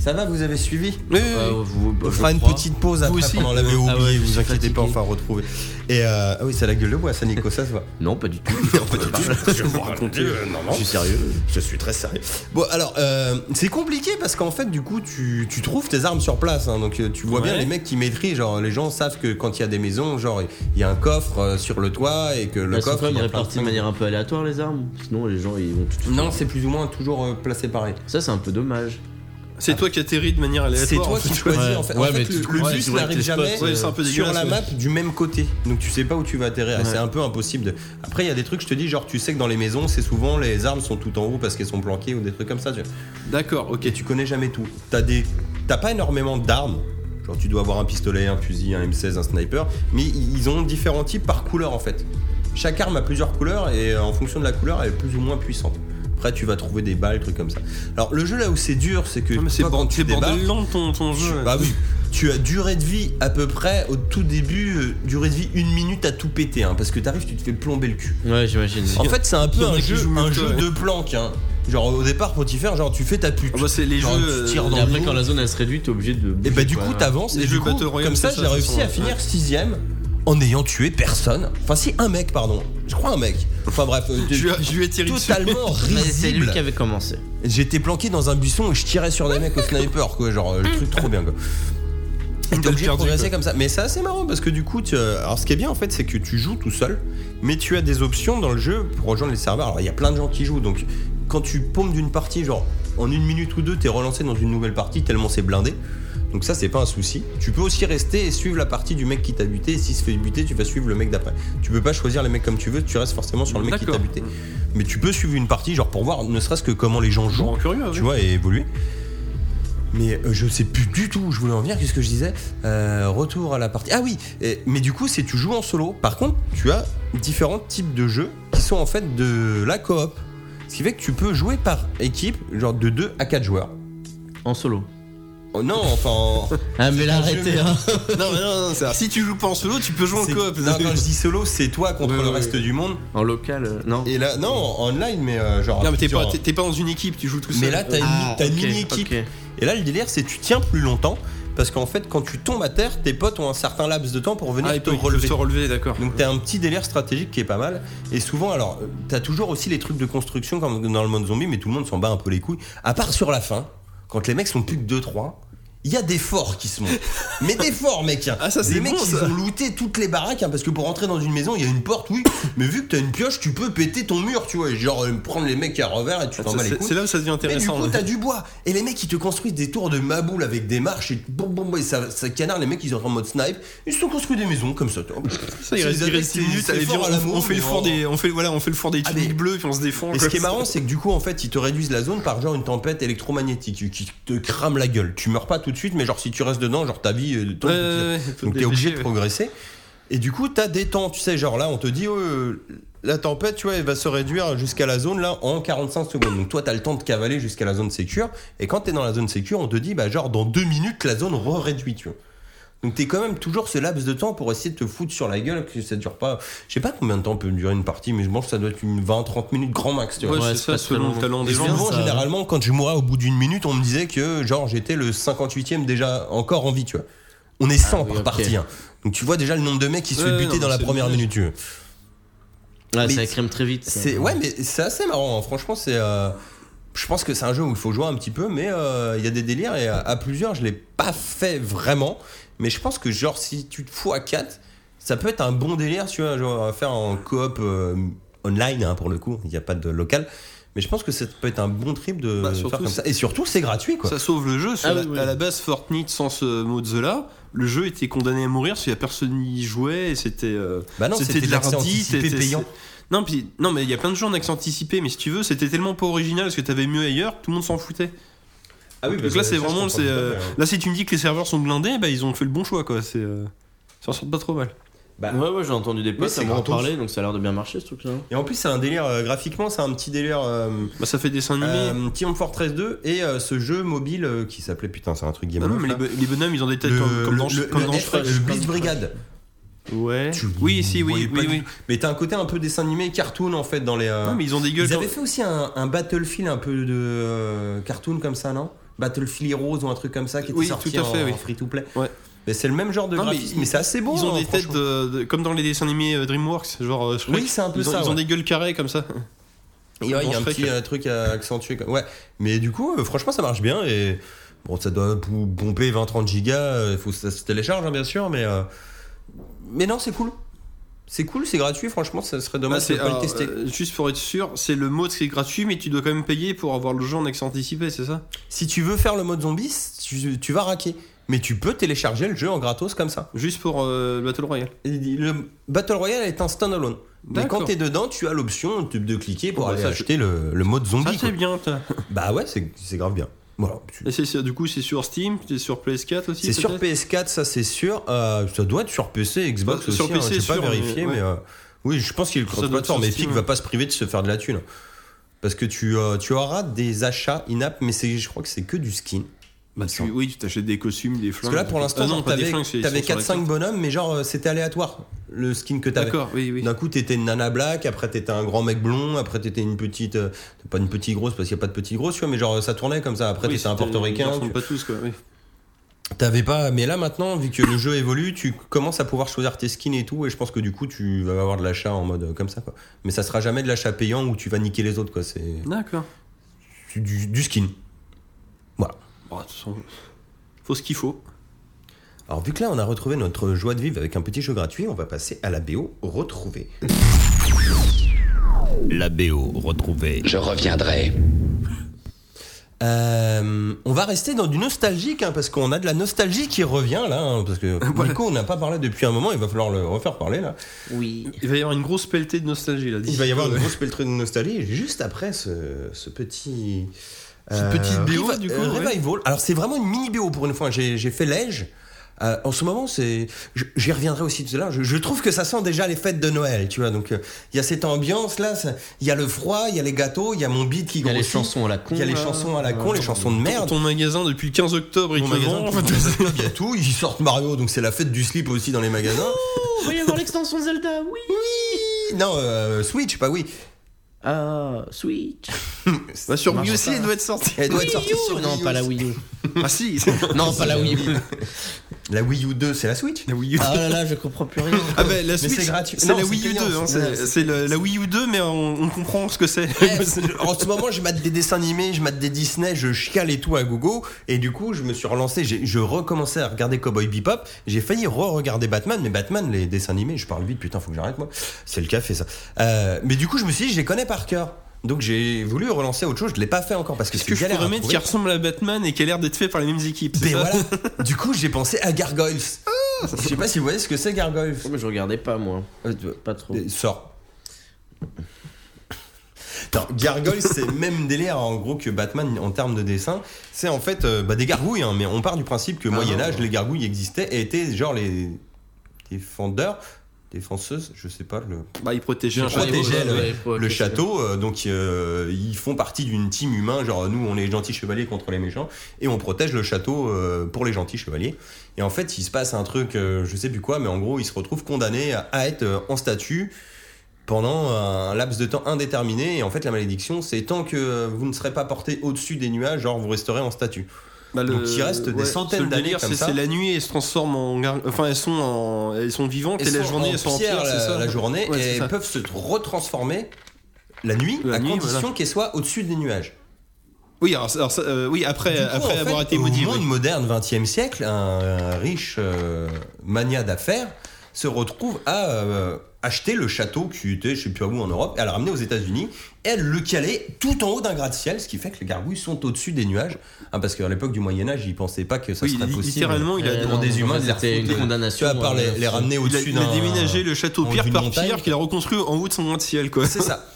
Ça va, vous avez suivi Euh, vous- On je fera une crois. petite pause après aussi pendant la VO, Ah ouais, je vous suis inquiétez pas, on fatigué. va retrouver. Et euh, ah oui, c'est la gueule de bois, ça Nico, ça se voit. Non, pas du tout. Non, pas du tout, je vais vous raconter. euh, non, non. Je suis sérieux. Je suis très sérieux. Bon, alors, euh, c'est compliqué parce qu'en fait, du coup, tu, tu trouves tes armes sur place. hein. donc, euh, tu vois bien Ouais. les mecs qui maîtrisent. Genre, les gens savent que quand il y a des maisons, genre, il y a un coffre euh, sur le toit et que le Elles sont coffre. quand il même y a plein réparties de trucs. manière un peu aléatoire les armes. Sinon les gens ils vont tout. Non, c'est plus ou moins toujours euh, placé pareil. Ça c'est un peu dommage. C'est toi qui atterris de manière aléatoire. C'est toi en fait, qui tu vois. choisis Ouais. en fait. En Ouais, fait, mais le, tu- le ouais, bus tu vois n'arrive tes spots, jamais ouais, euh, c'est un peu sur dégueulasse, la ouais. map du même côté. Donc tu sais pas où tu vas atterrir. Ouais. C'est un peu impossible. de- Après, il y a des trucs, je te dis, genre tu sais que dans les maisons, c'est souvent les armes sont tout en haut parce qu'elles sont planquées ou des trucs comme ça. Tu vois. D'accord, ok. Et tu connais jamais tout. T'as des, t'as pas énormément d'armes. Genre tu dois avoir un pistolet, un fusil, un M16, un sniper. Mais i- ils ont différents types par couleur en fait. Chaque arme a plusieurs couleurs et euh, en fonction de la couleur, elle est plus ou moins puissante. Après, tu vas trouver des balles, trucs comme ça. Alors le jeu là où c'est dur, c'est que Non, mais c'est toi, quand bord- tu c'est débarques, bordel lent ton, ton jeu. bah oui. Tu as durée de vie à peu près au tout début, euh, durée de vie une minute à tout péter, hein, parce que t'arrives, tu te fais plomber le cul. Ouais j'imagine. En fait, c'est un peu Il y en a un qui jeu, jouent mieux un que jeu toi, ouais. de planque. hein. Genre au départ, pour t'y faire, genre tu fais ta pute. Ah bah, c'est les Genre, jeux, tu tires euh, dans Et le après mur. quand la zone elle se réduit t'es obligé de. Et bah du Ouais, coup ouais. t'avances Les et du jeux coup, Battle Royale, comme ça c'est j'ai ça, de toute réussi façon, à ouais. finir sixième en ayant tué personne. Enfin si un mec pardon, je crois un mec. Enfin bref, euh, Je, lui- je lui ai tiré dessus. totalement Mais C'est lui risible. qui avait commencé. J'étais planqué dans un buisson et je tirais sur des mecs au sniper quoi, genre euh, le truc trop bien quoi. Et Une t'es balle obligé de perdue, progresser quoi. comme ça. Mais c'est assez marrant parce que du coup, tu- euh, alors ce qui est bien en fait, c'est que tu joues tout seul, mais tu as des options dans le jeu pour rejoindre les serveurs. Alors il y a plein de gens qui jouent, donc quand tu paumes d'une partie, genre en une minute ou deux, t'es relancé dans une nouvelle partie tellement c'est blindé. Donc ça c'est pas un souci. Tu peux aussi rester et suivre la partie du mec qui t'a buté. Et s'il se fait buter, tu vas suivre le mec d'après. Tu peux pas choisir les mecs comme tu veux. Tu restes forcément sur le mec qui t'a D'accord. buté. Mais tu peux suivre une partie, genre pour voir ne serait-ce que comment les gens Je jouent rends curieux, tu ouais. vois, et évoluer. Mais euh, je sais plus du tout où je voulais en venir, qu'est-ce que je disais Euh, Retour à la partie. Ah oui, et- mais du coup, si tu joues en solo, par contre, tu as différents types de jeux qui sont en fait de la coop. Ce qui fait que tu peux jouer par équipe, genre de 2 à 4 joueurs. En solo. Oh non, enfin. en- Ah mais là arrêtez hein. Non, mais non, non, c'est vrai. Si tu joues pas en solo, tu peux jouer en c'est- coop. non, quand je dis solo, c'est toi contre Ouais, le ouais, reste ouais. du monde. En local euh, non. Et là, non, en online, mais euh, genre. Non, mais t'es genre- pas, t'es- t'es pas dans une équipe, tu joues tout seul. Mais là, t'as une, Ah, t'as une ok, mini-équipe. ok. Et là, le délire, c'est tu tiens plus longtemps parce qu'en fait, quand tu tombes à terre, tes potes ont un certain laps de temps pour venir Ah, il te peut il peut relever. se relever, d'accord. Donc t'as un petit délire stratégique qui est pas mal. Et souvent, alors, euh, t'as toujours aussi les trucs de construction comme dans le monde zombie, mais tout le monde s'en bat un peu les couilles. À part sur la fin, quand les mecs sont plus que 2-3. Il y a des forts qui se montent. Mais des forts, mec. hein. Ah, ça, c'est des mecs bon, qui ça. ont looté toutes les baraques, hein, parce que pour rentrer dans une maison, il y a une porte, oui. Mais vu que t'as une pioche, tu peux péter ton mur, tu vois. Et genre, euh, prendre les mecs à revers et tu t'en Ah, Ça, bats les C'est couilles. c'est là où ça devient Mais du intéressant. hein. coup, t'as du bois. Et les mecs, ils te construisent des tours de maboule avec des marches et bon, bon, bon, et ça, ça canard. Les mecs, ils entrent en mode snipe. Ils se sont construits des maisons comme ça. toi. Ça, il C'est reste, des il reste attaques, 10 minutes, c'est allez, fort viens, à on, l'amour, on fait le mais fort en- des, on fait, voilà, on fait le fort des Ah, tuniques mais- bleues, puis on se défend. Et ce quoi. qui est marrant, c'est que du coup, en fait, ils te réduisent la zone par genre une tempête électromagnétique qui te crame la gueule. Tu meurs pas tout de suite, mais genre si tu restes dedans, genre ta vie euh, Ouais, tombe. ouais, ouais, il faut Donc te t'es obligé dépêcher, de ouais. progresser. Et du coup, t'as des temps, tu sais, genre là, on te dit, euh, la tempête, tu vois, elle va se réduire jusqu'à la zone là en 45 secondes. Donc toi, t'as le temps de cavaler jusqu'à la zone sécure. Et quand t'es dans la zone sécure, on te dit, bah genre dans deux minutes, la zone re-réduit, tu vois. Donc t'es quand même toujours ce laps de temps pour essayer de te foutre sur la gueule, que ça dure pas. Je sais pas combien de temps peut durer une partie, mais je pense que ça doit être une 20-30 minutes grand max, tu vois. Ouais, Ouais, c'est c'est pas ça, selon très le talent Et des long. gens. souvent, ça. généralement, quand je mourais au bout d'une minute, on me disait que genre j'étais le 58e déjà encore en vie, tu vois. On est 100 oui, par ok. partie. hein. Donc tu vois déjà le nombre de mecs qui se Ah Ouais, fait ouais, buter non, dans la c'est première dommage. minute, tu veux. Ah Mais ça crème très vite. ça. C'est ouais, mais c'est assez marrant. hein. Franchement, c'est. euh, je pense que c'est un jeu où il faut jouer un petit peu, mais euh, il y a des délires et à, à plusieurs, je l'ai pas fait vraiment. Mais je pense que genre si tu te fous à 4 ça peut être un bon délire, tu vois, genre à faire en coop euh, online hein, pour le coup. Il n'y a pas de local. Mais je pense que ça peut être un bon trip de Bah, faire surtout, comme ça. Et surtout, c'est gratuit, quoi. Ça sauve le jeu. parce que Ah la- oui, oui. À la base, Fortnite, sans ce mot de là, le jeu était condamné à mourir parce qu'il y a personne y jouait et c'était. euh, Bah non, c'était de l'accès anticipé c'était- payant. c'est- Non, puis, non, mais il y a plein de gens en accès anticipé, mais si tu veux, c'était tellement pas original parce que t'avais mieux ailleurs, tout le monde s'en foutait. Ah oui, Donc parce là, que ça, c'est je vraiment. comprends c'est, tout à euh, fait, hein. ouais. Là, si tu me dis que les serveurs sont blindés, bah, ils ont fait le bon choix, quoi. C'est. euh, Ça en sort pas trop mal. Bah, Ouais ouais j'ai entendu des potes c'est à m'en gratos. parler donc ça a l'air de bien marcher ce truc là. Et en plus, c'est un délire euh, graphiquement, c'est un petit délire. euh, Bah, ça fait dessin animé. Euh, Team Fortress 2 et euh, ce jeu mobile euh, qui s'appelait putain c'est un truc game Ah non, of, mais là. les, bo- les bonhommes, ils ont des têtes le, comme, comme dans, le- comme le- dans le- Shrek. le Blitz Brigade. Ouais. Tu Oui, si, oui, voyais pas oui, du oui. tout. Mais t'as un côté un peu dessin animé, cartoon en fait dans les. euh, Non, mais ils ont des gueules. Ils genre- avaient fait aussi un, un Battlefield un peu de euh, cartoon comme ça, non Battlefield Heroes ou un truc comme ça qui était Oui, sorti tout à fait, en oui. free to play. Ouais. Mais c'est le même genre de Non, mais graphisme, mais, ils- c'est assez beau. Ils ont hein, des têtes franchement. de, de- comme dans les dessins animés euh, DreamWorks, genre euh, Shrek. Oui, c'est un peu ils ont, ça, Ils ont ouais. des gueules carrées comme ça. Et ouais, Il y a un Dans Shrek. petit euh, truc à accentuer. quoi. Ouais. Mais du coup, euh, franchement, ça marche bien. Et bon, ça doit pou- pomper 20-30 gigas. euh, faut que ça se télécharge, hein, bien sûr. Mais, euh, mais non, c'est cool. C'est cool, c'est gratuit. Franchement, ça serait Bah, dommage c'est- de pas le alors, tester. euh, juste pour être sûr, c'est le mode qui est gratuit, mais tu dois quand même payer pour avoir le jeu en accès anticipé, c'est ça Si tu veux faire le mode zombie, tu, tu vas raquer. Mais tu peux télécharger le jeu en gratos comme ça. Juste pour euh, le Battle Royale. Et Le Battle Royale est un standalone. Mais D'accord. quand t'es dedans, tu as l'option de, de cliquer pour Oh, bah, aller ça, acheter le, le mode zombie. Ça quoi. c'est bien. ça. Bah ouais, c'est c'est grave bien. Voilà. Tu- Et c'est sur- du coup c'est sur Steam, c'est sur PS4 aussi. C'est sur peut-être PS4, ça c'est sûr. Euh, ça doit être sur PC, Xbox Sur aussi. PC, hein, j'ai pas sûr, vérifié, mais- mais euh, oui, je pense qu'il est Ça doit être cross-platform. sur Mais Steam, Epic ouais. va pas se priver de se faire de la thune. Parce que tu, euh, tu auras des achats in-app, mais c'est- je crois que c'est que du skin. Bah, tu- Il me oui, tu t'achètes des costumes, des Parce flingues. que là, pour Ah l'instant, non, genre, pas des t'avais flingues, c'est- t'avais ils sont sur la 4-5 bonhommes, mais genre, euh, c'était aléatoire, le skin que t'avais. D'accord, oui, oui. D'un coup, t'étais une nana black, après t'étais un grand mec blond, après t'étais une petite. euh, pas une petite grosse, parce qu'il n'y a pas de petite grosse, tu vois, mais genre, ça tournait comme ça. Après, Oui, t'étais un c'était- ils portoricain. en sont tu- pas tous, quoi. oui. T'avais pas, mais là maintenant, vu que le jeu évolue, tu commences à pouvoir choisir tes skins et tout, et je pense que du coup, tu vas avoir de l'achat en mode euh, comme ça, quoi. Mais ça sera jamais de l'achat payant où tu vas niquer les autres, quoi. C'est D'accord. du, du skin. Voilà. Bon, de toute façon, faut ce qu'il faut. Alors, vu que là, on a retrouvé notre joie de vivre avec un petit jeu gratuit, on va passer à la BO retrouvée. La BO retrouvée. Je reviendrai. Euh, on va rester dans du nostalgique, hein, parce qu'on a de la nostalgie qui revient là, hein, parce que Nico, on n'a pas parlé depuis un moment, il va falloir le refaire parler là. Oui. Il va y avoir une grosse pelletée de nostalgie là. Il va y avoir une grosse pelletée de nostalgie juste après ce, ce petit. Cette petite BO, riva- du coup, euh, ouais. Revival. Alors, c'est vraiment une mini BO pour une fois. J'ai j'ai fait Lège. Euh, en ce moment, c'est, je- j'y reviendrai aussi tout à l'heure. Je, je trouve que ça sent déjà les fêtes de Noël, tu vois. Donc, euh, il y a cette ambiance là. ça- Il y a le froid, il y a les gâteaux, il y a mon beat qui Il y a les grossit. chansons à la con. Il y a les là. chansons à la con, les chansons de Ton, merde. ton magasin depuis le 15 octobre, il Mon te magasin, vend. tout le monde les achète, il y a tout. Ils sortent Mario, donc c'est la fête du slip aussi dans les magasins. Oh, il va y avoir l'extension Zelda, oui. Non, euh, Switch, pas oui. Ah, Switch. Bah, sur Wii Marche aussi, pas. elle doit être sortie. Elle doit être sortie Wii U. sur Non, Wii U. pas la Wii U. Ah si. Non, pas la Wii U. La Wii U 2, c'est la Switch. La Wii U. Ah là là, je comprends plus rien. Ah bah, la Switch, c'est gratuit. c'est Non, la c'est Wii U 2, payant, hein, c'est- c'est- ouais, c'est- c'est le- la Wii U 2, mais on, on comprend ce que c'est. Bref, en ce moment, je mate des dessins animés, je mate des Disney, je chiale et tout à gogo. Et du coup, je me suis relancé. j'ai- Je recommençais à regarder Cowboy Bebop. J'ai failli re-regarder Batman, mais Batman, les dessins animés, je parle vite, putain, faut que j'arrête moi. C'est le café, ça. Euh, mais du coup, je me suis dit, je les connais par cœur. Donc j'ai voulu relancer autre chose. Je l'ai pas fait encore parce que Est-ce c'est que je galère à pourrais mettre qui trouver. ressemble à Batman et qui a l'air d'être fait par les mêmes équipes c'est Mais ça voilà. du coup, j'ai pensé à Gargoyles. Je sais pas si vous voyez ce que c'est Gargoyles. Oh, mais je regardais pas, moi. Euh, tu- Pas trop. Euh, Sors. Non, Gargoyle, c'est même délire en gros que Batman en termes de dessin. C'est en fait euh, bah, des gargouilles, hein, mais on part du principe que Moyen-Âge, les gargouilles existaient et étaient genre les défendeurs, défenseuses, je sais pas, le, Bah, il protégeait un Ouais, château. protégeaient ouais, le, ouais, ouais, le ouais, château. euh, donc euh, ils font partie d'une team humain, genre nous on est gentils chevaliers contre les méchants et on protège le château euh, pour les gentils chevaliers. Et en fait il se passe un truc, euh, je sais plus quoi, mais en gros ils se retrouvent condamnés à, à être euh, en statue pendant un laps de temps indéterminé. Et en fait la malédiction c'est tant que euh, vous ne serez pas porté au-dessus des nuages, genre vous resterez en statue. Bah, le- Donc, il reste des ouais, centaines seul d'années délire, comme c'est- ça. C'est la nuit et elles se transforment en. gar- Enfin, elles sont, en... elles sont vivantes et, Elles la sont journée elles sont en pierre, la, c'est ça la journée Ouais, c'est et ça. peuvent se retransformer la nuit La à nuit, condition voilà. qu'elles soient au-dessus des nuages. Oui, alors, alors ça, euh, oui, après, Du coup, après en avoir fait, été Au modifié. monde moderne, 20e siècle, un, un riche euh, mania d'affaires se retrouve à euh, acheter le château qui était, je sais plus à où, en Europe, et à le ramener aux États-Unis, et à le caler tout en haut d'un gratte-ciel, ce qui fait que les gargouilles sont au-dessus des nuages. Hein, parce qu'à l'époque du Moyen-Âge, ils pensaient pas que ça Oui, serait li- possible. Eh, littéralement, il a, Euh, Pour des non, humains, en fait, de les c'était refouler. une condamnation, Tu vois, à part hein, les, les ramener euh, il a- au-dessus il a d'un. déménagé le château en- pierre d'une par montagne. pierre qu'il a reconstruit en haut de son gratte ciel, quoi. C'est ça.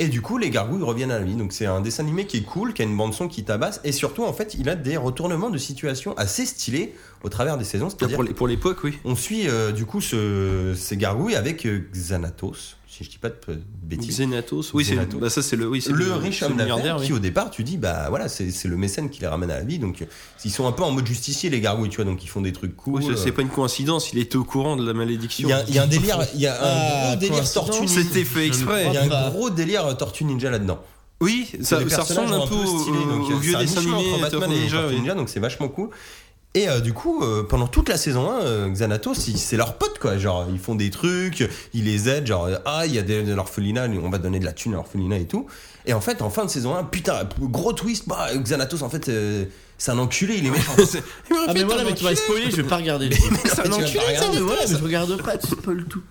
Et du coup, les gargouilles reviennent à la vie. Donc, c'est un dessin animé qui est cool, qui a une bande-son qui tabasse. Et surtout, en fait, il a des retournements de situation assez stylés au travers des saisons. C'est-à-dire Pour les- pour l'époque, oui. on suit euh, du coup ce- ces gargouilles avec euh, Xanatos, si je dis pas de p- bêtises. Xenatos, oui, c'est Xenatos. bah, ça, c'est le, oui, c'est le riche c'est homme le milliardaire, d'affaires oui. qui au départ tu dis bah voilà c'est c'est le mécène qui les ramène à la vie donc euh, ils sont un peu en mode justicier les gargouilles tu vois donc ils font des trucs cool Oui, ça, c'est euh. pas une coïncidence, il était au courant de la malédiction. il y, a, il y a un délire il y a un Ah, gros délire coïncidence. tortue ninja C'était Je fait ne exprès. crois il y a un pas. gros délire tortue ninja là dedans Oui, ça, Les ça personnages ressemble un sont peu au, stylés, donc, au- euh, au vieux c'est un dessin mi-chemin animé entre Tortue Batman et Ninja. Tortue oui. Ninja, donc c'est vachement cool. Et euh, du coup, euh, pendant toute la saison 1, euh, Xanatos, il- c'est leur pote quoi. Genre, ils font des trucs, ils les aident. Genre, euh, ah, il y a des- de l'orphelinat, on va donner de la thune à l'orphelinat et tout. Et en fait, en fin de saison 1, putain, gros twist, bah, Xanatos, en fait, euh, c'est un enculé, il est méchant. Ah, mais voilà, mais tu vas spoiler, je vais pas regarder le film. ça, Non, tu sais, mais voilà, mais je regarde pas, tu spoil tout.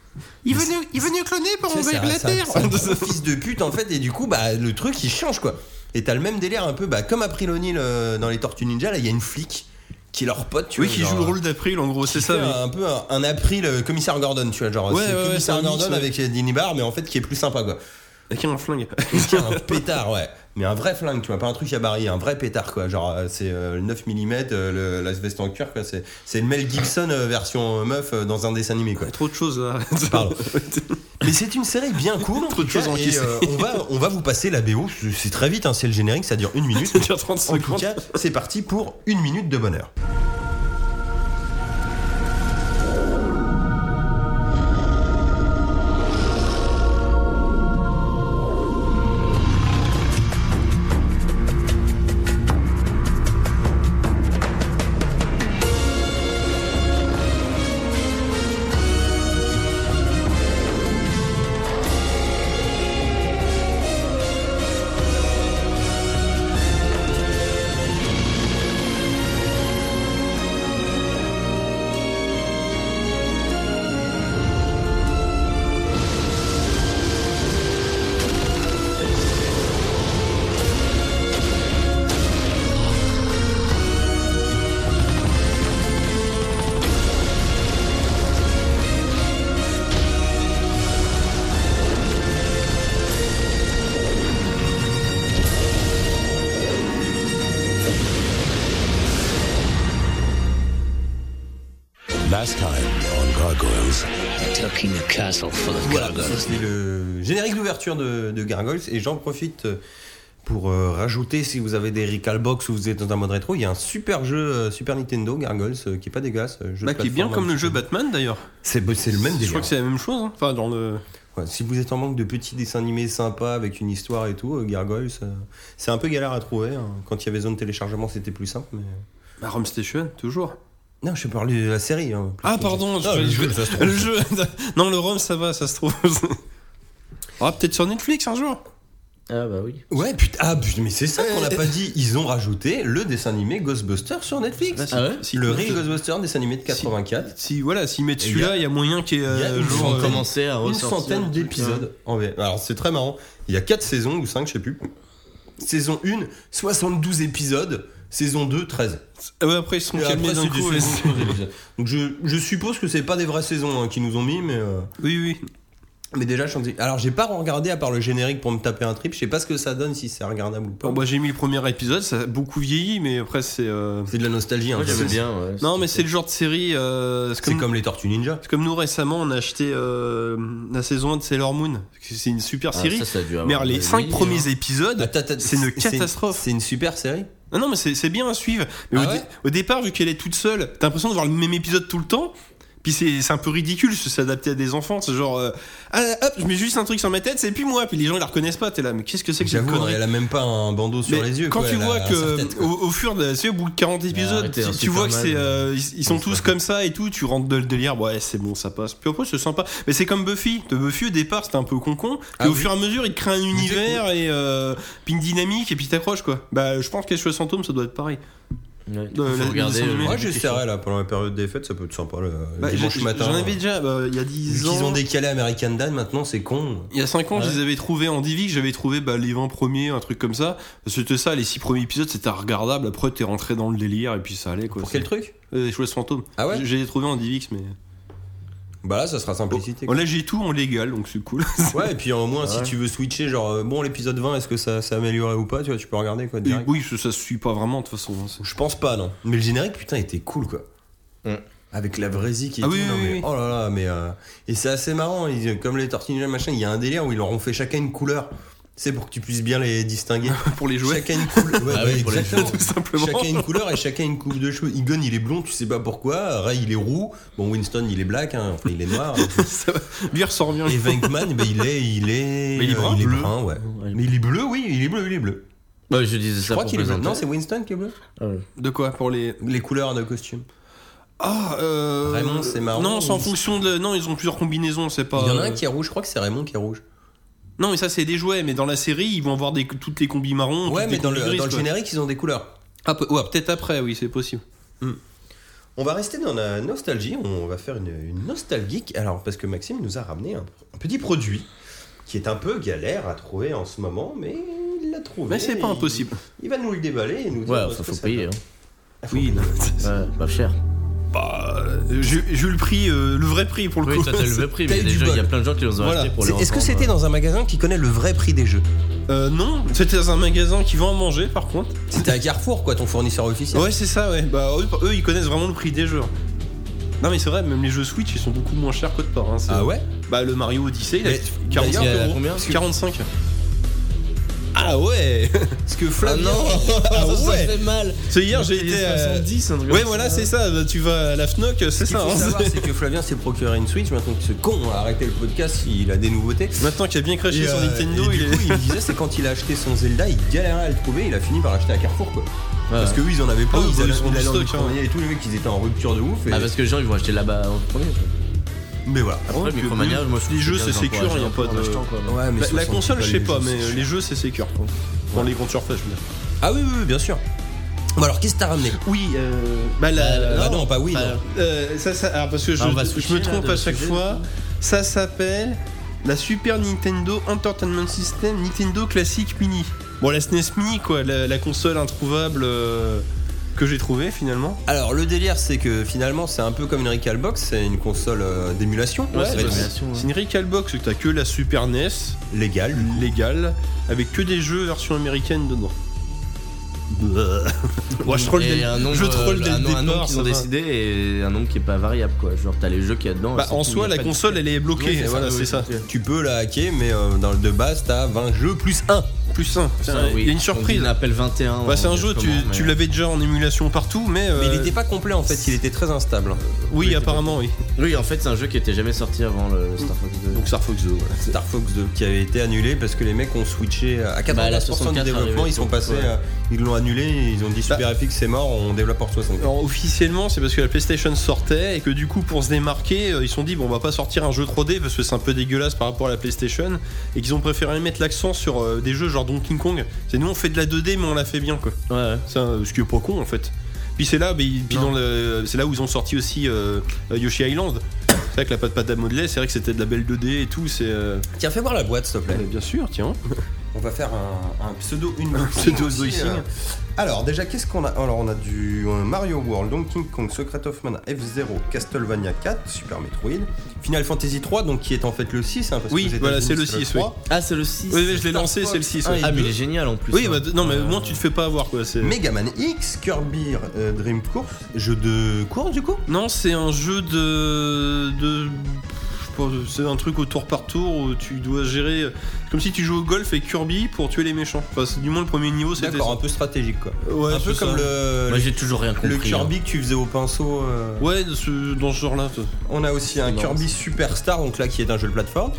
Il venait, il venait cloner pour Tu sais, c'est un- c'est un- c'est un fils de pute en fait et du coup bah le truc il change quoi et t'as le même délire un peu bah comme April O'Neil euh, dans les Tortues Ninja là il y a une flic qui est leur pote tu Oui, vois, qui genre, joue le rôle d'April, en gros, c'est qui ça. fait mais- un peu un, un April euh, commissaire Gordon tu vois genre Ouais, c'est ouais, ouais, commissaire c'est un mix, Gordon ouais. avec euh, Dinibar mais en fait qui est plus sympa quoi Avec un flingue. parce qu'il y a un pétard ouais mais un vrai flingue tu vois pas un truc à baril un vrai pétard quoi genre euh, c'est euh, le 9 mm euh, le- la veste en cuir quoi c'est c'est le Mel Gibson euh, version euh, meuf euh, dans un dessin animé quoi Trop de choses là. Pardon. Mais c'est une série bien cool. en Trop de tout cas, choses et, encaissées. euh, on, va, on va vous passer la BO. c'est- C'est très vite, hein, c'est le générique, ça dure une minute. Ça dure 30 en tout secondes. cas, c'est parti pour une minute de bonheur. Last time on Gargoyles. Taking a castle full of Voilà, gargoyles. ça, c'est le générique d'ouverture de, de Gargoyles. Et j'en profite euh, pour euh, rajouter, si vous avez des Recalbox ou vous êtes dans un mode rétro, il y a un super jeu euh, Super Nintendo, Gargoyles, euh, qui est pas dégueulasse. euh, jeu Bah, de qui est bien plateforme, comme un le petit jeu peu. Batman d'ailleurs. C'est c'est le même Je délire. crois que c'est la même chose. hein. Enfin, dans le. Ouais, si vous êtes en manque de petits dessins animés sympas avec une histoire et tout, euh, Gargoyles, euh, c'est un peu galère à trouver. hein. Quand il y avait zone téléchargement, c'était plus simple. Mais... Bah, Rome Station, toujours. Non, je parle de la série. hein, plus Ah, que- pardon, Ah, je- le je- jeu, ça se trouve. Le jeu. non, le Rome, ça va, ça se trouve. Ah, peut-être sur Netflix un jour. Ah, bah oui. Ouais, putain, ah, putain, mais c'est ça qu'on n'a Euh, pas dit. Ils ont rajouté le dessin animé Ghostbusters sur Netflix. Ah ouais Si- le si- Real Ghostbusters, dessin animé de 84. Si voilà, s'ils mettent Et y a- celui-là, il y a moyen qu'il y ait. il y a euh, une genre, Ils ont euh, commencé à Une ressortir le centaine truc, hein. d'épisodes en V. Alors, c'est très marrant. Il y a 4 saisons ou 5, je sais plus. Saison 1, 72 épisodes. Saison 2, 13. Ah ouais, après, ils se sont Et après, calmés d'un c'est coup. euh, des ouais. saisons sur des épisodes. Donc je, je suppose que c'est pas des vraies saisons hein, qu'ils nous ont mis, mais euh, Oui, oui. mais déjà je suis Alors j'ai pas regardé à part le générique pour me taper un trip. Je sais pas ce que ça donne si c'est regardable ou pas. Bon, bah, j'ai mis le premier épisode, ça a beaucoup vieilli, mais après, c'est. euh, c'est de la nostalgie. hein, Moi, j'aimais c'est bien, ouais. Non, mais c'est le genre de série. euh, c'est c'est comme, comme les Tortues Ninja. c'est comme nous récemment, on a acheté euh, la saison 1 de Sailor Moon. parce que C'est une super Ah, série. ça, ça a dû avoir mais alors, les des 5 milliers, premiers hein. épisodes. Attends, attends, c'est une catastrophe. C'est une super série. Non, non, mais c'est c'est bien à suivre. Mais Ah au, ouais dé- au départ, vu qu'elle est toute seule, t'as l'impression de voir le même épisode tout le temps. Puis c'est c'est un peu ridicule de s'adapter à des enfants. C'est genre, euh, ah, hop, je mets juste un truc sur ma tête, c'est plus moi. Puis les gens, ils la reconnaissent pas. T'es là, mais qu'est-ce que c'est que cette J'avoue, connerie elle a même pas un bandeau sur Mais les yeux. Quand quoi, tu elle a vois un que, serre-tête, quoi. Bah, au, au fur de, tu sais, au bout de 40 épisodes, arrêtez, tu- un tu, vois que Superman, c'est, euh, ils, ils sont ils tous sont- comme ça et tout. Tu rentres dans le délire, ouais, c'est bon, ça passe. Puis après, c'est sympa. Mais c'est comme Buffy. De Buffy, au départ, c'était un peu concon. Ah et au oui. fur et à mesure, il crée un univers et euh, puis une dynamique et puis t'accroches quoi. Bah, je pense qu'Ache Fantôme, ça doit être pareil. Ouais. Euh, la- Faut regarder. la- euh, Moi Ouais, le- j'essaierai là pendant la période des fêtes, ça peut être sympa le Bah, Euh, dimanche j'ai- matin. J'en avais déjà, bah, il y a 10 Ils ans. ont décalé American Dan, maintenant c'est con. Il y a 5 ans, je Ouais. les avais trouvés en Divi, que j'avais trouvé bah, les 20 premiers, un truc comme ça. C'était ça, les 6 premiers épisodes, c'était regardable. Après, t'es rentré dans le délire et puis ça allait quoi. Pour C'est- quel truc Euh, Les chouettes fantômes. Ah ouais J'ai- J'ai trouvé en DivX, mais. Bah là ça sera simplicité. Oh, là, j'ai tout en légal, donc c'est cool. Ouais, et puis au Ah moins, si Ouais. tu veux switcher, genre, euh, bon, l'épisode 20, est-ce que ça s'est amélioré ou pas Tu vois, tu peux regarder quoi Et direct. oui, ça, ça se suit pas vraiment, de toute façon. hein, c'est- Je pense pas, non. Mais le générique, putain, était cool quoi. Mm. Avec la vraie zik et Ah tout, oui, non, oui, mais- oui. oh là là, mais euh, et c'est assez marrant. ils- comme les Tortues Ninja, machin, il y a un délire où ils leur ont fait chacun une couleur. C'est pour que tu puisses bien les distinguer. pour les jouets. Chacun une couleur. bah, Ah oui, pour les exactement. Tout simplement. Chacun une couleur et chacun une coupe de cheveux. Egon il est blond, tu sais pas pourquoi. Ray il est roux. Bon Winston il est black, hein. enfin il est noir. Ça va. Lui ressort bien. Et Venkman ben, il est il est Mais il est brun, bleu. ouais. Mais il est bleu oui il est bleu il est bleu. Ouais, je disais Je ça crois pour qu'il est bleu. plaisanter. Non c'est Winston qui est bleu. Ouais. De quoi Pour les. Les couleurs de costume. Ah, euh. Raymond, c'est marron. Non, c'est en fonction de. Non, ils ont plusieurs combinaisons, c'est pas. euh, Il y en a un qui est rouge. Je crois que c'est Raymond qui est rouge. Non, mais ça, c'est des jouets, mais dans la série, ils vont avoir des... toutes les combis marrons. Ouais toutes mais les dans combis le grises, dans le quoi. générique ils ont des couleurs. Ah, pe- ouais, peut-être après, oui, c'est possible. On va rester dans la nostalgie, on va faire une, une nostalgique. Alors, parce que Maxime nous a ramené un, un petit produit qui est un peu galère à trouver en ce moment, mais il l'a trouvé. Mais c'est pas Il- impossible. Il, va nous le déballer et nous dire. Ouais, ce enfin, que faut ça payer. donne. hein. Ah, faut Oui, payer. non. Ouais, pas cher. Bah, euh, j'ai j'ai eu le prix, euh, le vrai prix pour le Oui, coup. toi, t'as le vrai prix, mais T'as eu les du gens, il y a bol. plein de gens qui les ont Voilà. achetés pour C'est- les Est-ce que revendre, c'était euh. dans un magasin qui connaît le vrai prix des jeux Euh, non, c'était dans un magasin qui vend à manger par contre. C'était à Carrefour, quoi, ton fournisseur officiel. Ouais, c'est ça, ouais. Bah, eux, eux, ils connaissent vraiment le prix des jeux. hein. Non, mais c'est vrai, même les jeux Switch, ils sont beaucoup moins chers qu'autre part. hein, c'est- Ah ouais Bah, le Mario Odyssey, il Mais a d'ailleurs, 45 il y a euros. combien Parce que- 45. Ah ouais Parce que Ah Flavien. non Ah Ça, ouais. Ça fait mal C'est hier, j'ai Il été. est à- 70, un truc Ouais, comme voilà, ça. c'est ça. bah, Tu vas à la Fnac, c'est Ce qu'il ça. faut hein. savoir, c'est que Flavien s'est procuré une Switch maintenant que ce con a arrêté le podcast, il a des nouveautés. Maintenant qu'il a bien craché Et, sur euh, Nintendo, et il du coup, est. il me disait, c'est quand il a acheté son Zelda, il galérait à le trouver, il a fini par l'acheter à Carrefour, quoi. Parce que eux, ils en avaient pas, Ah oui, ils bah, allaient ils sont ils en allaient en stock, Ukraine et tous les mecs, ils étaient en rupture de ouf. et- Ah, parce que les gens, ils vont acheter là-bas en premier. quoi. Mais voilà. Après, que Micromania, les- moi, je trouve les que jeux, bien c'est les sécure, encourager y a pas en de- achetant, quoi. Ouais, mais Bah, la 70 console, je sais balles, pas, jeux, mais c'est euh, sûr. les jeux, c'est sécure. quoi. Dans les grandes surfaces, je veux dire. Ah oui, oui, oui, bien sûr. Bon, alors, qu'est-ce que t'as ramené Oui, euh. Bah, la- Bah, Bah non, non, pas oui, pas- non. Euh, ça, ça- alors parce que je, Ah, on va je switcher, me là, trompe de à chaque sujet, fois. Ça s'appelle la Super Nintendo Entertainment System Nintendo Classic Mini. Bon, la SNES Mini, quoi, la, la console introuvable euh, que j'ai trouvée finalement. Alors, le délire, c'est que finalement, c'est un peu comme une Recalbox, c'est une console euh, d'émulation. Ouais, c'est c'est vrai. vrai. Émulation, ouais. C'est une Recalbox, t'as que la Super E NES légal. légale, avec que des jeux version américaine dedans. Moi, je troll Bah. Et dès, un le- nombre, je troll euh, dès un, le nom- un nombre départ. qu'ils ça ont va. décidé et un nombre qui est pas variable quoi. Genre t'as les jeux qu'il y a dedans. Bah, et c'est en tout, soi, y a la pas de- console, elle est bloquée. c'est voilà, ça, c'est oui, ça. c'est Tu peux la hacker, mais euh, dans le de base, t'as 20 jeux plus 1. Plus un. Ça, Tiens, oui. Il y a une On dit, surprise. On appelle 21. Bah, c'est on un dit jeu, tu, comment, tu mais- l'avais déjà en émulation partout, mais. Mais il euh, était pas complet en fait, il était très instable. Oui, Oui, apparemment, oui. Oui, en fait, c'est un jeu qui était jamais sorti avant le Star Fox 2. Star Fox 2, voilà. Star Fox 2 qui avait été annulé parce que les mecs ont switché à 80% Bah, la du 64 développement, arrivait, ils sont donc, passés, ouais. à- ils l'ont annulé, ils ont dit Bah. Super FX c'est mort, on développe pour 60. Alors, officiellement, c'est parce que la PlayStation sortait et que du coup, pour se démarquer, euh, ils se sont dit bon, on va pas sortir un jeu 3D parce que c'est un peu dégueulasse par rapport à la PlayStation et qu'ils ont préféré mettre l'accent sur euh, des jeux genre Donkey Kong. C'est nous, on fait de la 2D, mais on la fait bien quoi. Ouais, ouais. Ça, euh, ce qui est pas con en fait. Puis c'est là, mais ils- puis dans le- euh, c'est là où ils ont sorti aussi euh, Yoshi Island. C'est vrai que la pâte pâte à modeler, c'est vrai que c'était de la belle 2D et tout. C'est euh, Tiens, fais voir la boîte s'il te plaît. bien sûr, tiens. On va faire un, un pseudo une pseudo aussi, voicing. euh. Alors déjà qu'est-ce qu'on a Alors on a du euh, Mario World, Donkey Kong, Secret of Mana, F0, Castlevania 4, Super Metroid, Final Fantasy 3 donc qui est en fait le 6 hein, parce Oui, que aux voilà, États-Unis, c'est le 6, oui. 3. Ah, c'est le 6. Oui, oui, je l'ai Star lancé, Fox c'est le 6. un ouais. et Ah, mais deux. il est génial en plus. Oui, hein. bah, non, mais au Euh, moins, tu te fais pas avoir quoi. c'est- Mega Man X, Kirby euh, Dream Course, jeu de course du coup Non, c'est un jeu de. de... je sais pas, C'est un truc au tour par tour où tu dois gérer. Comme si tu jouais au golf et Kirby pour tuer les méchants. Enfin, c'est- du moins, le premier niveau, c'était. D'accord, un peu stratégique quoi. ça. Ouais, un peu c'est comme ça. le, Moi, j'ai toujours rien compris. hein. le Kirby que tu faisais au pinceau. euh. Ouais, de ce- dans ce genre-là. ça. On a aussi un marrant, Kirby Superstar, donc là qui est un jeu de plateforme.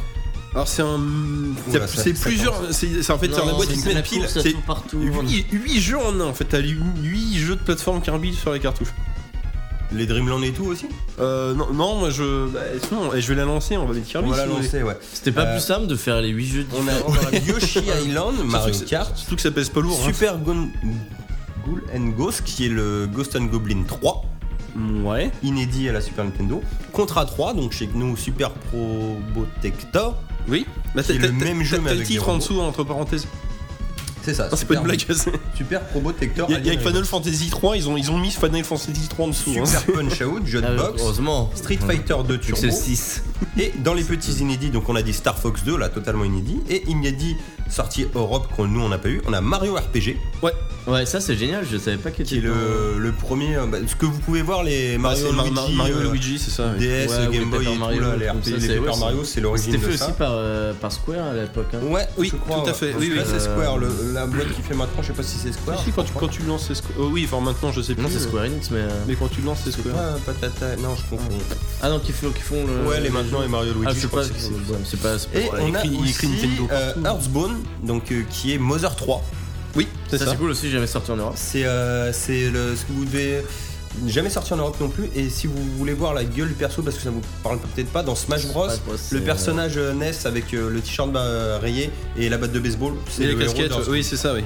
Alors, c'est un. Oula, c'est- ça- c'est ça plusieurs. C'est c'est- en fait, Non, c'est la boîte c'est qui se une met course, pile. ça C'est tourne partout. hein. 8, jeux en un. En fait, t'as 8 jeux de plateforme Kirby sur la cartouche. Les Dreamland et tout aussi Euh, non, non, moi je. bah, sinon, je vais la lancer, on va mettre Kirby. On va la sinon, lancer, ouais. C'était pas Euh, plus simple de faire les 8 jeux On a, on a Yoshi Island, Mario c'est- Kart, Surtout que ça pèse pas lourd. hein. Super Gon- Ghoul and Ghost qui est le Ghost and Goblin 3, Ouais. inédit à la Super Nintendo. Contra 3, donc chez nous Super Probotector. Oui. Bah, C'est t'as- le t'as- même t'as- jeu, mais T'as le avec des titre en robots. dessous, entre parenthèses. Ah, C'est ça. Non, c'est pas Super- une blague. c'est- Super Probotector. Il y a- il y a Alien avec Final Fantasy 3, ils ont, ils ont mis Final Fantasy 3 en dessous. hein. Super Punch Out, jeu Ah, de ouais, boxe. Heureusement. Street Ouais. Fighter 2 Vu que Turbo. C'est le 6. Et dans les petits inédits, donc on a dit Star Fox 2, là totalement inédit. Et il y a dit sortie Europe qu'on nous on n'a pas eu. On a Mario RPG Ouais, ça c'est génial, je savais pas que qui est le, le premier. euh, bah, ce que vous pouvez voir les Mario Mario, Luigi, Mario euh, Luigi, c'est ça. oui. DS, Ouais, Game Boy oui, et Paper tout Mario, là, les comme RP, ça, les c'est- Paper ouais, c'est- Mario, c'est C'était l'origine fait de aussi ça. par, euh, par Square à l'époque. hein. Ouais, Oui, je crois, tout à ouais. fait, Parce oui, que oui. là, c'est Square, le- euh, la boîte qui fait maintenant, je sais pas si c'est Square. Si, si, quand tu, quand tu le lances, c'est Square. Oh oui, enfin maintenant, je sais plus. Non, c'est mais- Square Enix, mais. euh, Mais quand tu le lances, c'est Square. Ouais, Ah, patata, non, je confonds. Ah non, qui font, qui font le. Ouais, les maintenant et Mario Luigi, Ah, je je sais crois pas, que c'est c'est- c'est pas. c'est pas- Et Ouais, on il a écrit- il écrit aussi Nintendo euh, Earthbound, donc euh, qui est Mother 3. Oui, Ça, c'est cool aussi, j'avais sorti en Europe. C'est euh, c'est le ce que vous devez jamais sortir en Europe non plus. Et si vous voulez voir la gueule du perso, parce que ça vous parle peut-être pas, dans Smash Bros, Smash Bros, c'est, le personnage euh, Ness avec euh, le t-shirt bah, rayé et la batte de baseball, c'est Et les le héros casquettes, d'Earthbound. oui, c'est ça, oui.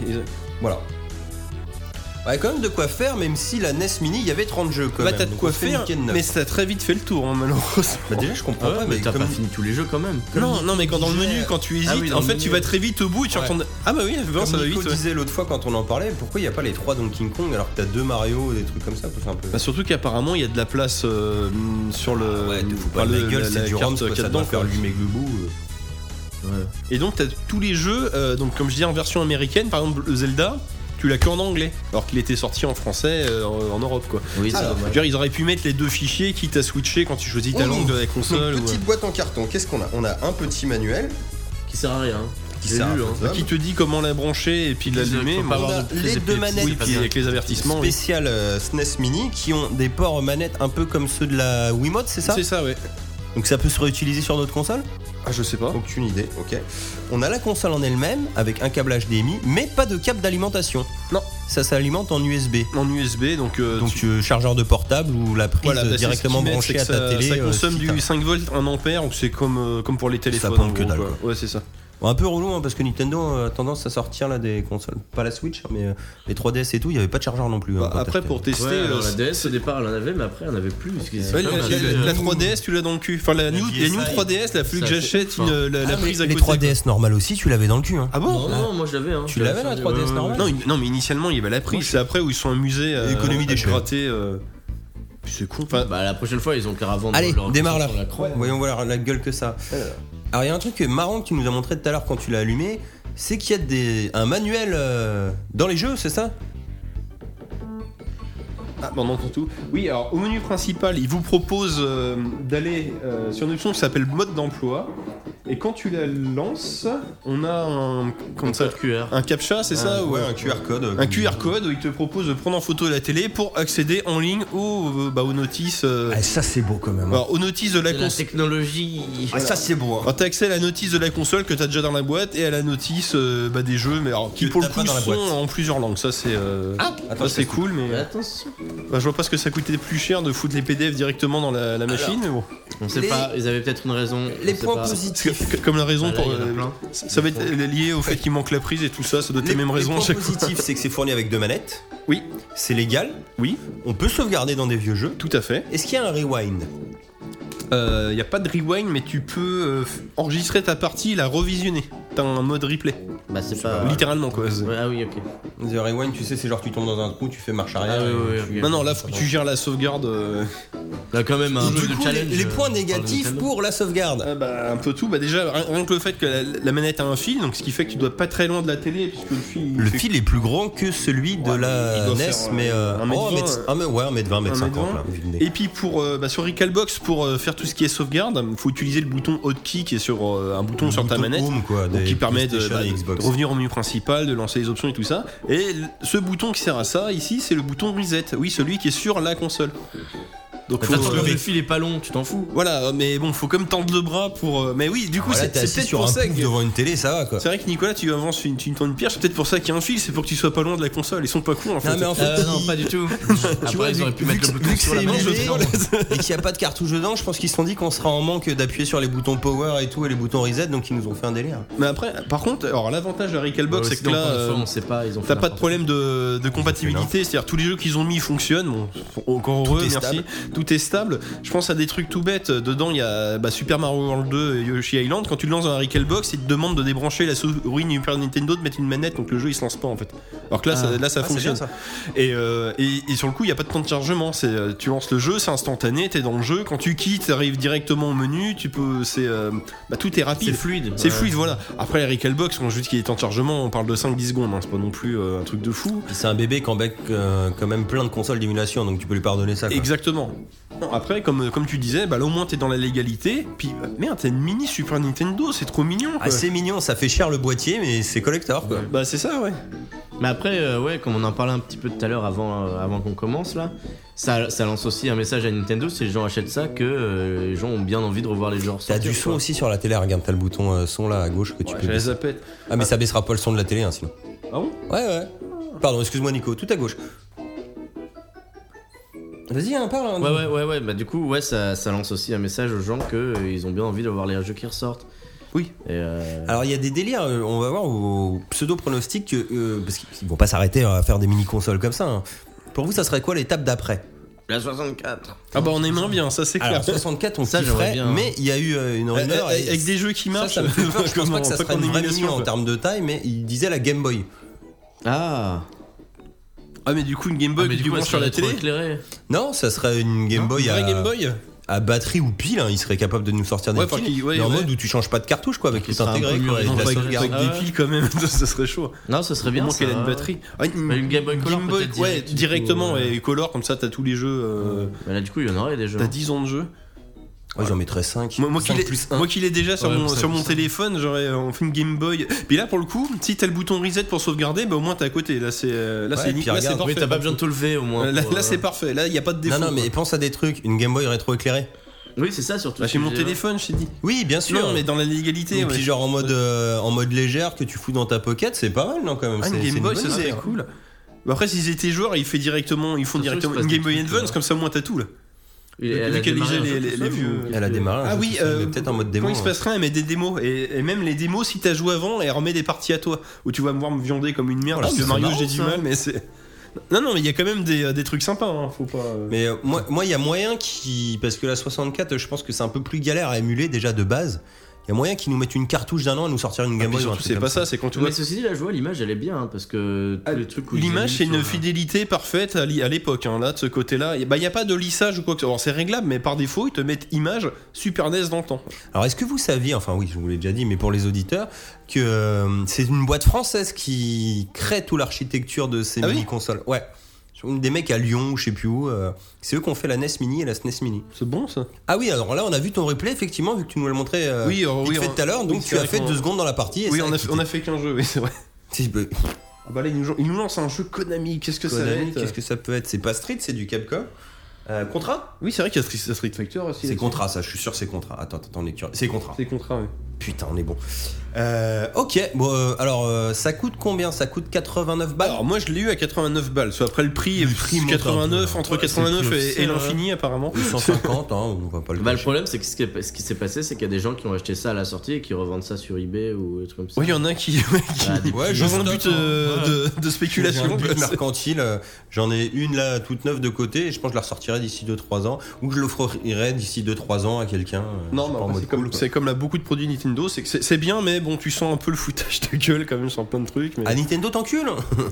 Voilà. Bah, Ouais, quand même de quoi faire, même si la NES Mini, il y avait 30 jeux quand Bah, même. t'as de Donc, quoi on fait faire, une quête neuve. mais ça a très vite fait le tour, hein, malheureusement. Bah, déjà, je comprends Ah ouais, pas, mais mais t'as comme- pas fini tous les jeux quand même. Non, non, mais quand dans le disait- menu, quand tu hésites, Ah oui, dans en le fait, menu, tu vas ouais. très vite au bout et tu Ouais. retournes. Ah bah oui, comme bon, ça va Nico vite. ouais. disait l'autre fois quand on en parlait, pourquoi il n'y a pas les trois Donkey Kong alors que t'as deux Mario et des trucs comme ça quoi, c'est un peu... Bah, surtout qu'apparemment, il y a de la place euh, sur le. Ah Ouais, te fous enfin, pas de le- la gueule, c'est du carte ROM, c'est qu'il y quoi, a ça dedans, doit faire quoi. lui euh, Meglebou. Et donc, t'as tous les jeux, euh, donc comme je dis en version américaine, par exemple le Zelda, tu l'as qu'en anglais, alors qu'il était sorti en français euh, en en Europe, quoi. Oui, c'est Alors, Je veux Ah, dommage. dire, ils auraient pu mettre les deux fichiers, quitte à switcher quand tu choisis ta Oh, langue de la console. Une ou, petite boîte en carton, qu'est-ce qu'on a On a un petit manuel Qui sert à rien. qui J'ai sert à lu, hein. faire ça. euh, Qui te dit comment la brancher et puis Ils l'allumer. faut mais- pas on avoir a de- les des deux épices, manettes. oui, Oui, parce puis que- avec les avertissements. oui. spécial euh, SNES Mini qui ont des ports manettes un peu comme ceux de la Wiimote, c'est ça C'est ça, ouais. Donc ça peut se réutiliser sur notre console Ah, je sais pas. Aucune idée, ok. On a la console en elle-même avec un câblage HDMI, mais pas de câble d'alimentation. Non. Ça s'alimente en USB. En USB, donc. euh, Donc tu- euh, chargeur de portable ou la prise bah, euh, c'est ce directement qu'ils mettent, branchée c'est à que ta ça- télé. Ça euh, consomme si du t'as- 5 volts, 1 ampère, donc c'est comme, euh, comme pour les téléphones. pompe en que gros, dalle, quoi. Ouais, c'est ça. Bon, un peu relou hein, parce que Nintendo a tendance à sortir là des consoles, pas la Switch, mais euh, les 3DS et tout, il n'y avait pas de chargeur non plus. hein, Bah, quand après, t'as- pour tester. Ouais, alors euh, la DS au départ elle en avait, mais après elle en avait plus. parce que c'est Ouais, pas la, mal. la- la- la 3DS, tu l'as dans le cul. Enfin, la, new, DSi, la new 3DS, la flux que ça, j'achète, c'est- une, euh, la, la Ah, mais prise à les côté. 3DS normales aussi, tu l'avais dans le cul. Hein. Ah bon Non, non, moi je l'avais. Hein. Tu l'avais, la 3DS Ouais, ouais, normale ouais. non, il- non, mais initialement, il y avait la prise. C'est après où ils sont amusés à, Économie à d'échelle. gratter. euh, C'est con. Enfin, Bah la prochaine fois ils ont qu'à revendre. Allez, leur- démarre là. sur la croix. Voyons voir la gueule que ça. a. Alors, il y a un truc marrant que tu nous as montré tout à l'heure quand tu l'as allumé, c'est qu'il y a des, un manuel euh, dans les jeux, c'est ça Ah, bon, on entend tout. Oui, alors au menu principal, il vous propose euh, d'aller euh, sur une option qui s'appelle mode d'emploi. Et quand tu la lances, on a un. Comment ça Code QR. Un captcha, c'est ça ou- QR code. Ah Un QR code euh, où il te propose de prendre en photo la télé pour accéder en ligne aux, euh, bah, aux notices. euh, Ah, ça, c'est beau quand même. hein. alors, aux notices de la C'est la console. technologie. Ah, ça, c'est beau. hein. Alors, t'as accès à la notice de la console que t'as déjà dans la boîte et à la notice euh, bah, des jeux, mais alors, qui Que pour le t'as pas coup dans la sont boîte. en plusieurs langues. Ça, c'est. euh, Ah, Attends, ça, c'est cool, mais. euh, Mais Attention. bah, je vois pas ce que ça coûtait plus cher de foutre les PDF directement dans la, la machine, mais bon. On sait Les- pas, ils avaient peut-être une raison. Les on sait points pas. positifs. Que- Comme la raison Ah, là, il pour. y en a euh, plein. ça va être lié au fait qu'il manque la prise et tout ça, ça doit être Les- les mêmes raisons les à points chaque fois. positifs, c'est que c'est fourni avec deux manettes. Oui. C'est légal. Oui, On peut sauvegarder dans des vieux jeux. tout à fait. Est-ce qu'il y a un rewind Il n'y a pas de rewind, mais tu peux euh, enregistrer ta partie et la revisionner. T'as un mode replay, Bah c'est pas. littéralement quoi. Ouais, ah oui, ok. The rewind, tu sais, c'est genre tu tombes dans un trou, tu fais marche arrière. Ah oui, oui, et- oui, ok. Non, non, là, faut que tu gères la sauvegarde. euh, Là quand même un Et peu du de coup, les, challenge. les euh, points on parle de négatifs Nintendo. pour la sauvegarde. ah bah, un peu tout. Bah, déjà, rien, rien que le fait que la, la manette a un fil, donc ce qui fait que tu dois pas très loin de la télé, puisque le fil. Le fait- fil est plus grand que celui de Ouais, il la doit NES, faire, euh, mais. euh, 1m20, oh, 1m- euh, 1m- ouais, 1m20, 1m50 là. 1m20. vu le nez. Et puis pour euh, bah, sur Recalbox pour euh, faire tout ce qui est sauvegarde, faut utiliser le bouton hotkey qui est sur euh, un bouton Le sur ta bouton manette. home, quoi, Donc, des qui permet de, PlayStation bah, et de Xbox. revenir au menu principal, de lancer les options et tout ça. Et l- ce bouton qui sert à ça ici, c'est le bouton reset. Oui, celui qui est sur la console. Donc Attends, faut, euh, tant que le fil est pas long, tu t'en fous. voilà, mais bon, faut comme tendre le bras pour. euh, Mais oui, du coup, Voilà, c'est t'es c'est assis peut-être sur pour un ça que. pouf devant une télé, ça va quoi. C'est vrai que Nicolas, tu avances une, tu me tends une pierre, c'est peut-être pour ça qu'il y a un fil, c'est pour que tu sois pas loin de la console. Ils sont pas cons en fait. mais en fait, Euh, il- non, pas du tout. Tu Après, vois, ils vu- auraient pu vu mettre que- le vu bouton que sur la c'est manche. émulé, dedans. et qu'il n'y a pas de cartouche dedans, je pense qu'ils se sont dit qu'on sera en manque d'appuyer sur les boutons power et tout et les boutons reset, donc ils nous ont fait un délire. Mais après, par contre, alors l'avantage de la Recalbox, Ouais, c'est que sinon, là. encore une fois, euh, on sait pas, ils ont fait T'as pas de n'importe problème de, de compatibilité, c'est-à-dire tous les jeux qu'ils ont mis fonctionnent, bon, encore heureux, est merci. stable. Tout tout est stable. Je pense à des trucs tout bêtes. Dedans, il y a bah, Super Mario World 2 et Yoshi Island. Quand tu le lances dans la Recall Box, il te demande de débrancher la souris Super Nintendo, de mettre une manette, donc le jeu il se lance pas en fait. Alors que là, ça, là, ça Ah, c'est bien, fonctionne. ça. Et, euh, et- et sur le coup, il n'y a pas de temps de chargement. C'est, euh, tu lances le jeu, c'est instantané, t'es dans le jeu. Quand tu quittes, t'arrives directement au menu. Tu peux, c'est, euh, bah, tout est rapide. C'est fluide. C'est Ouais. fluide, voilà. Après, la Recall Box, quand je dis qu'il est temps de chargement, on parle de 5-10 secondes. hein. C'est pas non plus euh, un truc de fou. Puis C'est un bébé qui embête euh, quand même plein de consoles d'émulation, donc tu peux lui pardonner ça. quoi. Exactement. Bon, Après, comme, comme tu disais, bah, là, au moins t'es dans la légalité. Puis bah, merde, t'as une mini Super Nintendo, c'est trop mignon. Quoi. Ah, c'est mignon, ça fait cher le boîtier, mais c'est collector quoi. Bah c'est ça, ouais. Mais après, euh, ouais, comme on en parlait un petit peu tout à l'heure avant, euh, avant qu'on commence là, ça, ça lance aussi un message à Nintendo si les gens achètent ça que euh, les gens ont bien envie de revoir les genres. T'as du son aussi sur la télé, regarde, t'as le bouton euh, son là à gauche que tu Ouais, peux. je les baisser. appelle. Ah, mais ça baissera pas le son de la télé hein, sinon. Ah bon Ouais, ouais. Pardon, excuse-moi Nico, tout à gauche. Vas-y, hein, parle. hein. Ouais, ouais, ouais, ouais. Bah, du coup, ouais, ça, ça lance aussi un message aux gens que euh, ils ont bien envie de voir les jeux qui ressortent. Oui. Et, euh, Alors il y a des délires, euh, on va voir au pseudo pronostic que, euh, parce qu'ils vont pas s'arrêter à faire des mini consoles comme ça. hein. Pour vous, ça serait quoi l'étape d'après La 64. Ah bah on aimerait bien, ça c'est clair. Alors 64, on Ça, kifferait, j'aimerais bien. mais il y a eu euh, une Euh, rumeur hein. euh, et- avec des jeux qui ça, marchent, ça me fait peur. Je pense pas que ça Pas serait qu'on une vraie émulation, mini en quoi. termes de taille, mais il disait la Game Boy. Ah. Ah mais du coup une Game Boy Ah, mais du, coup, elle sur la serait trop télé. éclairée. Non, ça serait une Game Boy, Une vraie à, Game Boy à batterie ou pile. hein. Il serait capable de nous sortir des Ouais, enfin, piles, qu'il- ouais, mais en ouais. mode où tu changes pas de cartouche quoi, avec Qui tout sera un intégré peu quoi, mûr, avec ils de vont la pas avec, sauvegarde. avec Ah des ouais. piles quand même, ça serait chaud. Non, ce serait bien. Comment ça, qu'elle a une ouais. batterie Ah, Bah, une Game Boy Color, Game Boy, peut-être ouais, direct, directement ou, euh, et Color comme ça t'as tous les jeux. euh, Bah, là, du coup, il y en aurait des jeux. T'as 10 ans de jeu. Ouais, J'en mettrais 5. Moi, moi qui l'ai- moi qui l'ai déjà sur Ouais, mon, ça, sur mon ça. téléphone, j'aurais euh, on fait une Game Boy. Puis là pour le coup, si t'as le bouton reset pour sauvegarder, bah au moins t'es à côté. Là c'est euh, là Ouais, c'est puis nickel, là, c'est regarde, parfait. Oui, t'as pas besoin de te lever au moins. Euh, Là, pour, là, euh, c'est parfait. Là il y a pas de défaut. Non, non, mais quoi. pense à des trucs. Une Game Boy rétro éclairée. Oui, c'est ça surtout. Bah, ce j'ai que mon j'ai- téléphone, j'ai dit. Oui, bien sûr. Non, mais dans la légalité. Et ouais. puis genre en mode euh, en mode légère que tu fous dans ta pocket, c'est pas mal non quand même. Ah, C'est- une c'est Game Boy, bonne ça idée, serait hein. cool. Bah après, s'ils étaient joueurs, ils, fait directement, ils font Ça se trouve, directement il se une passe Game Boy des trucs, Advance, hein. euh, comme ça, au moins t'as tout là. Il- elle a Vu qu'elle démarré lisait un les- jeu les- tout les seul, vieux- ou- Elle a démarré. Ah je oui, sais, mais euh, peut-être en mode Quand démo. il se hein. passe rien, elle met des démos. Et, et même les démos, si t'as joué avant, elle remet des parties à toi. Où tu vas me voir me viander comme une merde. Oh, parce que c'est Mario, marrant, j'ai du ça. mal, mais c'est. Non, non, mais il y a quand même des, euh, des trucs sympas. hein, Faut pas. euh, Mais euh, moi, moi, il y a moyen qui, parce que la 64, je pense que c'est un peu plus galère à émuler déjà de base. Il y a moyen qu'ils nous mettent une cartouche d'un an et nous sortir une et Game Boy. puis ou un Ah, surtout, truc c'est comme pas ça, c'est quand tu vois. Mais ceci dit, là, je vois l'image, elle est bien hein, parce que tous Ah, les trucs où ils L'image, c'est émulent une euh, sur- fidélité parfaite à l'i- à l'époque. hein. Là, de ce côté-là, il n'y a pas de lissage ou quoi que ce soit. Alors, c'est réglable, mais par défaut, ils te mettent image Super NES dans le temps. Alors, est-ce que vous saviez, enfin oui, je vous l'ai déjà dit, mais pour les auditeurs, que euh, c'est une boîte française qui crée toute l'architecture de ces Ah oui mini-consoles Ouais. Des mecs à Lyon ou je sais plus où, euh, c'est eux qui ont fait la NES Mini et la SNES Mini. C'est bon, ça Ah oui, alors là on a vu ton replay effectivement, vu que tu nous l'as montré euh, Oui, euh, vite oui, fait on- tout à l'heure, oui, donc c'est tu as vrai fait qu'on- deux secondes dans la partie. et Oui, ça on a, quitté. on a fait qu'un jeu, oui, c'est vrai. Si, bah, Ah bah là, il nous, il nous lance un jeu Konami, qu'est-ce que ça va Konami, être qu'est-ce que ça peut être C'est pas Street, c'est du Capcom. Euh, contrat Oui, c'est vrai qu'il y a Street, Street Fighter aussi. C'est là-dessus. contrat, ça, je suis sûr, c'est contrat. Attends, attends, on est curieux. C'est contrat. C'est contrat, oui. Putain, on est bon. Euh, ok, bon, euh, alors euh, ça coûte combien Ça coûte 89 balles Alors, moi, je l'ai eu à 89 balles. Soit après le prix, Le prix monte un 89, peu. hein. entre Ouais, c'est 89 le prix et, et officiel, l'infini, apparemment. Ou 150, hein, on va pas le Bah, le cacher. problème, c'est que ce qui est- ce qui s'est passé, c'est qu'il y a des gens qui ont acheté ça à la sortie et qui revendent ça sur eBay ou des trucs comme ça. Oui, il y en a qui. qui- Ah, des Ouais, je dans un stock, but hein. euh, Ouais. de, de J'ai un spéculation. but quoi. mercantile, euh, j'en ai une là toute neuve de côté et je pense que je la ressortirai d'ici 2-3 ans ou que je l'offrirai d'ici 2-3 ans à quelqu'un. euh, Non, je sais mais pas, en après, mode c'est comme, cool, quoi. c'est comme là beaucoup de produits Nintendo, c'est que c'est- c'est bien, mais bon, tu sens un peu le foutage de gueule quand même sur plein de trucs. Mais Ah, Nintendo t'encule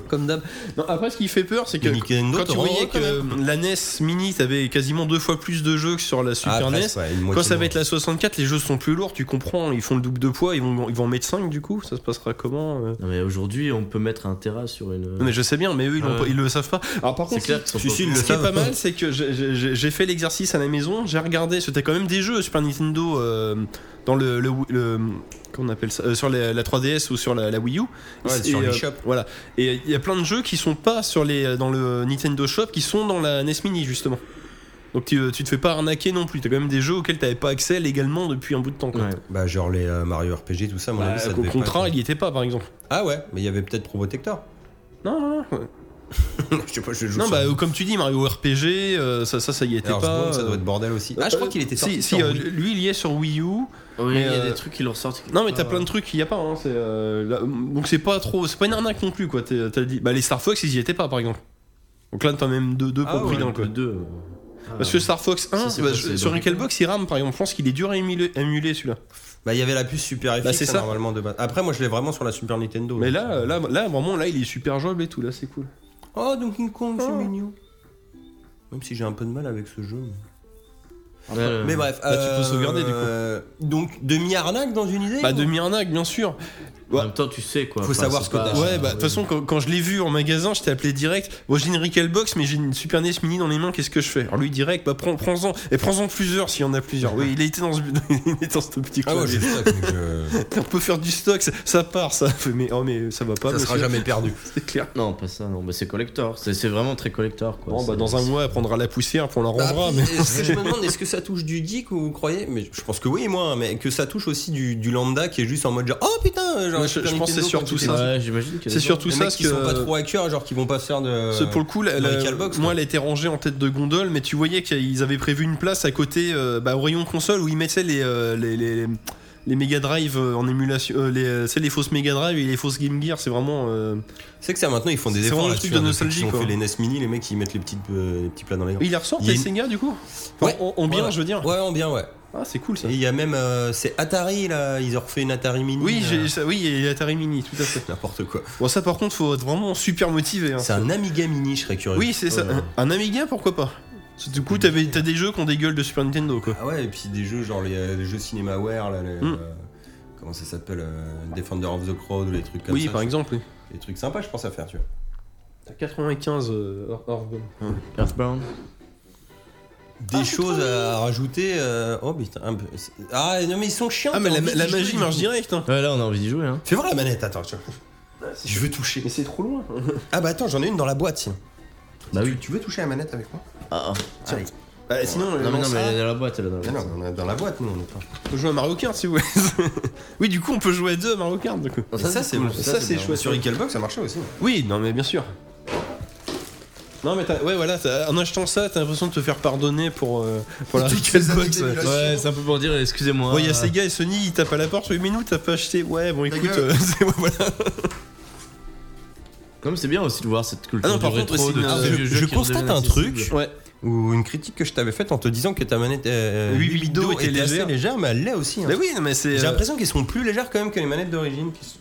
comme d'hab. Non, Après, ce qui fait peur, c'est que Nintendo quand t'en tu hein. rend voyais quand que même. la NES Mini, t'avais quasiment deux fois plus de jeux que sur la Super Ah, NES. presque, ouais, une moitié Quand ça moins. va être la 64, les jeux sont plus lourds, tu comprends, ils font le double de poids, ils vont, ils vont en mettre 5 du coup, ça se passera comment euh Non, mais aujourd'hui, on peut mettre un Tera sur une. Non mais je sais bien, mais eux ils, l'ont Euh. Ouais. pas- ils le savent pas. Alors par c'est contre, clair que si, si, pas- le- ce qui est savent. pas mal, c'est que j'ai- j'ai j'ai fait l'exercice à la maison, j'ai regardé, c'était quand même des jeux Super Nintendo euh, dans le, le, le- comment on appelle ça, Euh, sur la, la 3DS ou sur la, la Wii U. Ouais, Et, sur euh, l'eShop. voilà. Et il y a plein de jeux qui sont pas sur les dans le Nintendo Shop, qui sont dans la NES Mini justement. Donc tu, euh, tu te fais pas arnaquer non plus. T'as quand même des jeux auxquels t'avais pas accès légalement depuis un bout de temps. Quoi. Ouais. Bah genre les euh, Mario RPG tout ça, à mon Bah, avis ça au devait pas contrat, être- il y était pas par exemple. Ah ouais, mais il y avait peut-être Probotector. Non, non, non. je sais pas, je joue. Non, sur- bah, euh, comme tu dis, Mario RPG, euh, ça, ça, ça y était Earthbound, pas. euh. ça doit être bordel aussi. Ah, je crois qu'il était sorti. Si, sur si, euh, Wii. lui, il y est sur Wii U. Oui, il y a euh, des trucs qui l'ont ressorti. Non, mais t'as Euh. plein de trucs qu'il n'y a pas. Hein, c'est, euh, là, donc, c'est pas trop. C'est pas une arnaque non plus, quoi. t'es- t'as dit. Bah, les Star Fox, ils y étaient pas, par exemple. Donc là, t'as même deux, deux Ah compris ouais, dans le Le code. deux. Parce que Star Fox 1, Ça, c'est bah, pas- je- c'est sur donc- Nickelbox, il rame par exemple. Je pense qu'il est dur à émuler, à émuler, celui-là. Bah, il y avait la puce Super FX Bah, c'est hein, ça. normalement de base. Après, moi je l'ai vraiment sur la Super Nintendo. Mais donc. là, là, là, vraiment, là, il est super jouable et tout. Là, c'est cool. Oh, Donkey Kong, c'est mignon. Même si j'ai un peu de mal avec ce jeu. mais- Euh, Mais bref. Là, bah, tu peux sauvegarder, du coup. euh, Donc, demi-arnaque dans une idée Bah, ou- de Myrnac, bien sûr. En même temps, tu sais quoi. Faut savoir c'est ce que pas- t'as. Ouais, bah, de toute façon, quand, quand je l'ai vu en magasin, je t'ai appelé direct. Moi, j'ai une Nickelbox, mais j'ai une Super NES Mini dans les mains, qu'est-ce que je fais Alors, lui, direct, bah, prends- prends-en. Et prends-en plusieurs s'il y en a plusieurs. Oui, il a été dans ce, il était dans ce petit Ah coin. ouais, j'ai le stock, donc, euh, On peut faire du stock, ça, ça part, ça. Mais, oh, mais ça va pas, ça sera monsieur. jamais perdu. C'est clair. Non, pas ça, non, bah, c'est collector. C'est c'est vraiment très collector quoi. Bon, bah, C'est- dans un mois, elle prendra la poussière, puis on la Bah, rendra. mais... Je me demande, est-ce que ça touche du geek ou vous croyez Mais je pense que oui, moi, hein, mais que ça touche aussi du, du lambda qui est juste en mode genre, oh putain, genre, Ouais, je- Super je pense que c'est Nintendo, surtout comme tu ça. dis. Ouais, j'imagine que. C'est surtout Les ça mecs ce qui que. sont pas trop à cœur, genre qui vont pas faire de. ce- pour le coup, la- dans la- les Calbox, moi, quoi. elle a été rangée en tête de gondole, mais tu voyais qu'ils avaient prévu une place à côté, euh, bah, au rayon console, où ils mettaient les, euh, les, les, les- les Mega Drive euh, en émulation, euh, les, euh, c'est les fausses Mega Drive et les fausses Game Gear, c'est vraiment. euh, C'est que ça maintenant ils font des C'est efforts vraiment le là-dessus, truc de hein, depuis nostalgie, qu'ils ont quoi. fait les NES Mini, les mecs ils mettent les, petites, euh, les petits plats dans les dents. Ils la ressortent, Il y a les une- Sega, du coup Enfin, Ouais. en, en bien, Ouais. je veux dire. Ouais, en bien, ouais. Ah, c'est cool ça. Et il y a même. euh, c'est Atari là, ils ont refait une Atari Mini. Oui, euh, j'ai, ça, oui, il y a Atari Mini, tout à fait. N'importe quoi. Bon, ça, par contre, faut être vraiment super motivé. hein. C'est un Amiga Mini, je serais curieux. Oui, c'est ça. Ouais. Un, un Amiga, pourquoi pas Du coup, t'avais- t'as des jeux qui ont des gueules de Super Nintendo, quoi. Ah ouais, et puis des jeux genre les, euh, les jeux CinemaWare, là, les, Hmm. euh, comment ça s'appelle euh, Defender of the Crowd ou les trucs comme oui, ça. par exemple. oui. Des trucs sympas, je pense à faire, tu vois. Ah, T'as 95 euh, Earth- Earthbound. Earthbound. Des choses à rajouter. euh, Oh putain. un peu- c'est- Ah non, mais ils sont chiants. Ah, mais t'as la, envie la d'y magie jouer, marche du coup. direct, hein. Ouais, là, on a envie d'y jouer, hein. Fais voir la manette, attends, tiens. Je veux toucher. Mais Ah, c'est trop loin. Ah bah attends, j'en ai une dans la boîte, tiens. Bah Tu- oui. Tu veux toucher la manette avec moi Ah, ah. Tiens. Bah, sinon, Non, mais non, on mais elle est dans la boîte, elle est dans la Ah non, boîte. mais on est dans la boîte, nous, on est pas. peut jouer à Mario Kart si vous voulez. oui, du coup, on peut jouer à deux à Mario Kart. du coup. Ah, ça, c'est cool. Ça, c'est chouette. Sur Icalbox, ça marchait aussi. Oui, non, mais bien sûr. Non, mais t'as- ouais, voilà, t'as- en achetant ça, t'as l'impression de te faire pardonner pour, euh, pour la Toutes ces années Nickelbox. Ouais, d'émulation. Ouais, c'est un peu pour dire, excusez-moi. il y a Sega et Sony, ils tapent à la porte. Oui, mais nous, t'as pas acheté. Ouais, bon, écoute, gueule. euh, c'est- ouais, voilà. Non, mais c'est bien aussi de voir cette culture Ah non, par du contre, rétro, c'est de une- tous ah, ces je- vieux je jeux qui constate redeviennent un truc. accessibles. Ouais. Ou une critique que je t'avais faite en te disant que ta manette euh, huit Oui, huit bits d'eau d'eau était légère. Bah oui, non, mais c'est. hein. J'ai euh, l'impression qu'elles sont plus légères quand même que les manettes d'origine. qui sont-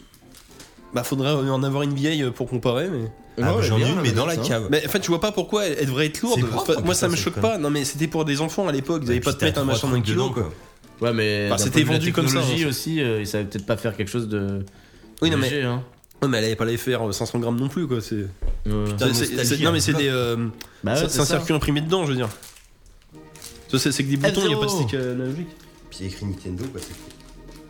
Bah, faudrait en avoir une vieille pour comparer, mais. Ah, ouais, J'en ai bien, une, la mais dans la manette, hein. cave. Mais en fait, je vois pas pourquoi elle, elle devrait être lourde. C'est propre, Enfin, moi, ça putain, me c'est choque con. pas. Non, mais c'était pour des enfants à l'époque. Ils avaient Et pas puis de t'as mettre trois un machin trucs d'un kilo, dedans, quoi. Ouais, mais. Bah, d'un c'était point de vue de vendu la comme ça, technologie hein. aussi, euh, ils savaient peut-être pas faire quelque chose de. Oui, non, mais- léger, hein. Ouais, mais elle avait pas les faire euh, 500 grammes non plus, quoi. C'est. Ouais. Putain, c'est- c'est- nostalgie, c'est- non, hein. mais c'est des. euh, Bah ouais, c'est c'est un ça. circuit imprimé dedans, je veux dire. Ça, C'est c'est que des boutons, il n'y a pas de F0. stick euh, analogique. Puis écrit Nintendo, quoi, c'est cool.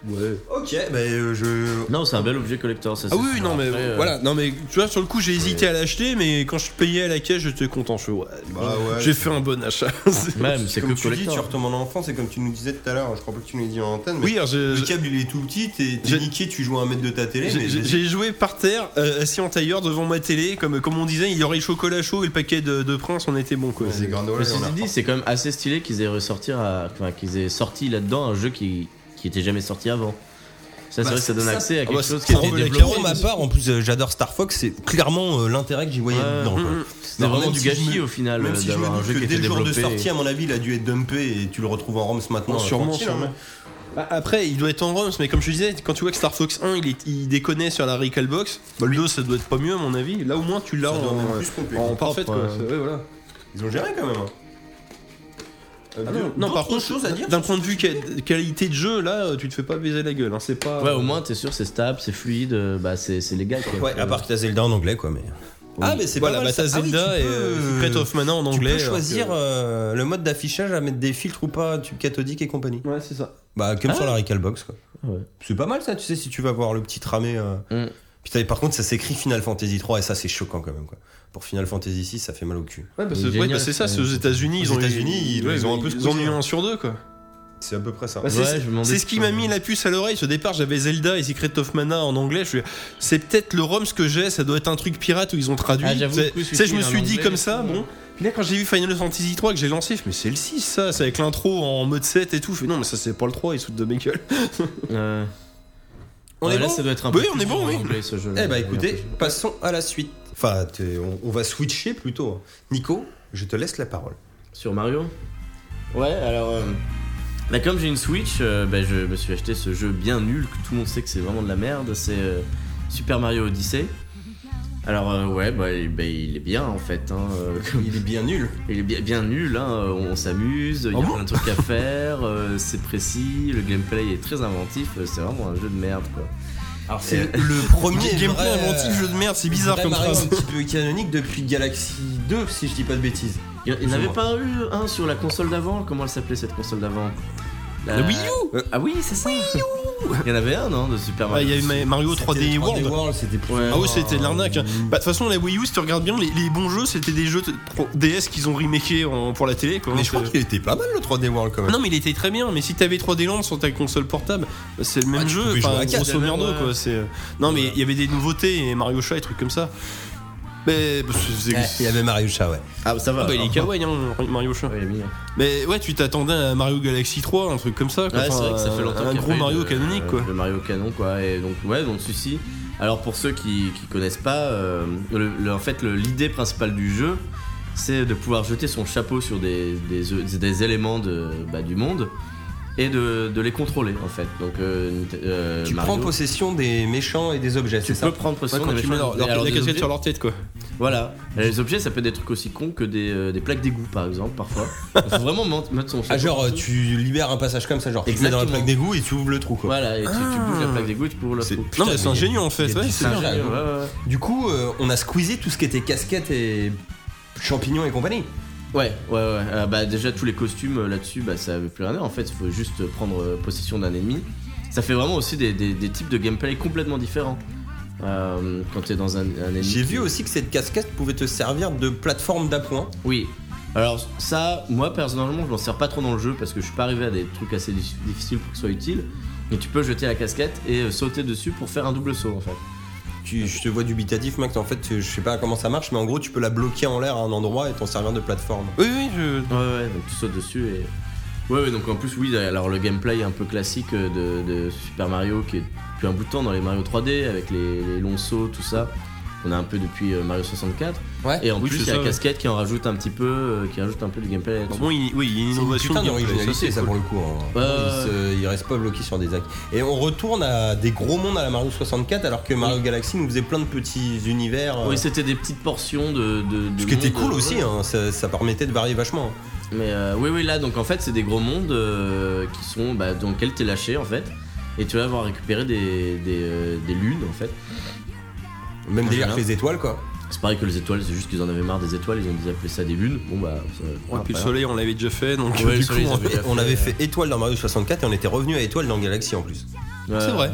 Ouais. Ok, bah euh, je. Non, c'est un bel objet collector, ça. Ah c'est oui, sûr. non, mais Après, euh, voilà. Non, mais tu vois, sur le coup, j'ai hésité à l'acheter, mais quand je payais à la caisse, j'étais content. Je fais, ouais, Bah ouais. j'ai fait un bon achat. Même, euh, c'est que Comme tu dis, hein. tu collector. retombes en enfance, et comme tu nous disais tout à l'heure, je crois pas que tu nous l'as dit en antenne, mais oui, alors je- le je- câble il est tout petit, t'es Je- t'es niqué, tu joues à un mètre de ta télé, mais j'ai j'ai joué par terre, euh, assis en tailleur devant ma télé. Comme, comme on disait, il y aurait le chocolat chaud et le paquet de, de Prince, on était bon, quoi. Mm, c'est Mais granola, on ceci a- dit, c'est quand même assez stylé qu'ils aient ressortir, à- enfin, qu'ils aient sorti là-dedans un jeu qui qui était jamais sorti avant. Ça, c'est Bah, vrai que ça donne ça- accès à bah, quelque chose qui c'est a été enlevé la développé. Pour ma part, en plus, euh, j'adore Star Fox, c'est clairement euh, l'intérêt que j'y voyais Ouais, dedans. quoi. mm, mm. C'était Non, vraiment même du si je gâchis me- au final Même euh, si je d'avoir me un doute jeu qui que a été dès le jour de développé. Oh, sortie, à mon avis, il a dû être dumpé et tu le retrouves en ROMs maintenant. Non, sûrement, tranquille, sûrement. hein. Bah, après, il doit être en ROMs, mais comme je te disais, quand tu vois que Star Fox 1 il, est, il déconnait sur la Recalbox, bah, le 2 ça doit être pas mieux à mon avis. Là au moins tu l'as Ça doit en, Oh, même plus complet. en, parfaite. Quoi. Ouais. C'est- euh. ouais, voilà. Ils ont géré quand même. hein. Euh, Ah de- non, non, par d'autres contre, choses à dire d'un point de vue quali- qualité de jeu, là euh, tu te fais pas baiser la gueule. hein, c'est pas. Ouais, au moins, t'es sûr, c'est stable, c'est fluide, euh, bah, c'est c'est légal. quoi. Ouais, à part que t'as Zelda en anglais, quoi, mais. Ah, mais c'est pas voilà, bah, mal. t'as ça. Ah oui, Zelda tu et euh, peux- Secret of Mana en anglais. Tu peux alors que- choisir euh, le mode d'affichage à mettre des filtres ou pas, tu cathodique et compagnie. Ouais, c'est ça. Bah, comme sur la Recalbox, quoi. Ouais. C'est pas mal ça, tu sais, si tu vas voir le petit tramé. euh. Mm. Putain, et par contre, ça s'écrit Final Fantasy 3 et ça, c'est choquant quand même, quoi. Pour Final Fantasy 6, ça fait mal au cul. Ouais, parce Il que- est ouais, génial, bah, c'est ça, ce- c'est aux États-Unis, Aux ils ont États-Unis, ils- ils ont un peu ils squeezé, ont mis hein. un sur deux quoi. C'est à peu près ça. Bah, c'est- Ouais, je me demandais c'est ce qui si- m'a mis la puce à l'oreille. Au départ, j'avais Zelda et Secret of Mana en anglais. Je suis, c'est peut-être le ROM ce que j'ai. Ça doit être un truc pirate où ils ont traduit. Ah, j'avoue, C'est- du coup, tu sais, je me celui-ci, suis il est en dit anglais, comme du ça, coup, bon. ouais. Puis là, quand j'ai vu Final Fantasy 3 que j'ai lancé, je me suis dit, mais c'est le 6 ça, c'est avec l'intro en mode 7 et tout. Je fais, non, mais ça c'est pas le 3, ils sautent de mes gueules. Euh, On ouais, est là, bon ça doit être un Oui, peu on plus est bon, dur en oui. anglais, ce jeu-là. Eh bah, écoutez, passons à la suite. Enfin, t'es- on, on va switcher plutôt. Nico, je hein. te laisse la parole. Sur Mario Ouais, alors. euh, bah, comme j'ai une Switch, euh, bah, je me suis acheté ce jeu bien nul que tout le monde sait que c'est vraiment de la merde. C'est euh, Super Mario Odyssey. Alors, euh, ouais, bah, il- bah, il est bien en fait. hein, euh, comme- Il est bien nul. il est bien, bien nul, hein, euh, on s'amuse, il y a Ah bon plein de trucs à faire, euh, c'est précis, le gameplay est très inventif, euh, c'est vraiment un jeu de merde quoi. Alors c'est le Euh, premier Gameplay vrai- euh, inventif, jeu de merde, c'est bizarre vrai comme Mario un phrase. petit peu canonique depuis Galaxy 2, si je dis pas de bêtises. Il y en- il n'y en avait Excuse-moi. pas eu un sur la console d'avant Comment elle s'appelait cette console d'avant La Wii U Euh, Ah oui, c'est ça Il y en avait un, non De Super Ah, Mario Il y a eu Ma- Mario 3D World. c'était plus- Ouais. Ah oui, c'était de l'arnaque. Bah, de toute façon, la Wii U, si tu regardes bien, les, les bons jeux, c'était des jeux de- pro- DS qu'ils ont remakés en- pour la télé. Quoi. Mais je crois qu'il était pas mal le 3D World quand même. Non, mais il était très bien. Mais si t'avais 3D Land sur ta console portable, bah, c'est le même tu jeu. pouvais jouer Enfin, à quatre, grosso même, merdo, ouais. quoi. C'est... euh, Non, mais il y avait des nouveautés et Mario Chat et trucs comme ça. Mais. bah, c'est- Ouais, Eh, Il y avait Mario Chat, ouais. Ah, ça va. Ah, bah, il est alors. kawaii, hein, Mario Chat. Ouais, il est mignon. Mais ouais, tu t'attendais à Mario Galaxy 3, un truc comme ça. Quoi. Ouais, c'est Enfin, vrai que ça fait longtemps Un qu'il y a gros pas eu Mario de- canonique, quoi. Le Mario canon, quoi. Et donc, ouais, donc celui-ci. Alors, pour ceux qui, qui connaissent pas, euh, le- le- en fait, le- l'idée principale du jeu, c'est de pouvoir jeter son chapeau sur des, des œufs- des éléments de, bah, du monde et de, de les contrôler, en fait. Donc, euh, euh, Tu Mario- prends possession des méchants et des objets, Tu c'est peux ça prendre Ouais, possession quand des tu méchants. mets leur, leur- Alors, la des casquette objets- sur leur tête, quoi. Voilà. Et les objets, ça peut être des trucs aussi cons que des, euh, des plaques d'égout, par exemple, parfois. Il faut vraiment ment- mettre son Ah chapeau genre euh, dessus. tu libères un passage comme ça genre tu te mets dans la Exactement. plaque d'égout et tu ouvres le trou quoi. Voilà, et tu, tu bouges la plaque d'égout pour la C'est- foutre. Putain, non, mais c'est mais il y a- ingénieux en il y fait. a du Ouais, c'est singe bien. à Ouais, ouais, ouais. Du coup euh, on a squeezé tout ce qui était casquette et champignons et compagnie. Ouais, ouais, ouais. Euh, bah, déjà, tous les costumes euh, là-dessus, bah, ça veut plus rien dire. En fait, il faut juste euh, prendre euh, possession d'un ennemi. Ça fait vraiment aussi des, des- des types de gameplay complètement différents. Euh, quand t'es dans un, un ennemi. J'ai qui- vu aussi que cette casquette pouvait te servir de plateforme d'appoint. Oui. Alors, ça, moi personnellement, je m'en sers pas trop dans le jeu parce que je suis pas arrivé à des trucs assez dif- difficiles pour que ce soit utile. Mais tu peux jeter la casquette et euh, sauter dessus pour faire un double saut en fait. Tu, je te vois dubitatif Max en fait je sais pas comment ça marche mais en gros tu peux la bloquer en l'air à un endroit et t'en servir de plateforme. Oui, oui, je. Ouais, ouais, donc tu sautes dessus et. Ouais, ouais, donc en plus, oui, alors le gameplay un peu classique de, de Super Mario qui est depuis un bout de temps dans les Mario 3D avec les, les longs sauts, tout ça. On a un peu depuis euh, Mario 64. Ouais. Et en Oui, plus, c'est il y a ça, la ouais. Ah casquette qui en rajoute un petit peu, euh, qui rajoute un peu du gameplay là-dessus. Bon, il, oui, il y a une C'est une innovation. putain qui est- ça, d'originalité c'est ça cool. pour le coup. hein. Ouais, ouais, Il, se- il reste pas bloqué sur des actes. Et on retourne à des gros mondes à la Mario 64 alors que Mario Galaxy nous faisait plein de petits univers. euh, Oui, c'était des petites portions de. de, de ce qui était monde, cool euh, aussi, hein, ça, ça permettait de varier vachement. hein. Mais euh, oui, oui, là, donc en fait, c'est des gros mondes euh, qui sont bah, dans lesquels t'es lâché en fait. Et tu vas avoir récupéré des, des, euh, des lunes en fait. Même Ah, délire j'aime que les étoiles quoi. C'est pareil que les étoiles, c'est juste qu'ils en avaient marre des étoiles, ils ont dit appeler ça des lunes. Bon bah. ça- Ouais, puis le hein. voilà. soleil, on l'avait déjà fait, donc Ouais, le du coup, soleil, ils on- avaient- On avait fait étoile dans Mario 64 et on était revenu à étoile dans Galaxy en plus. Ouais. c'est vrai.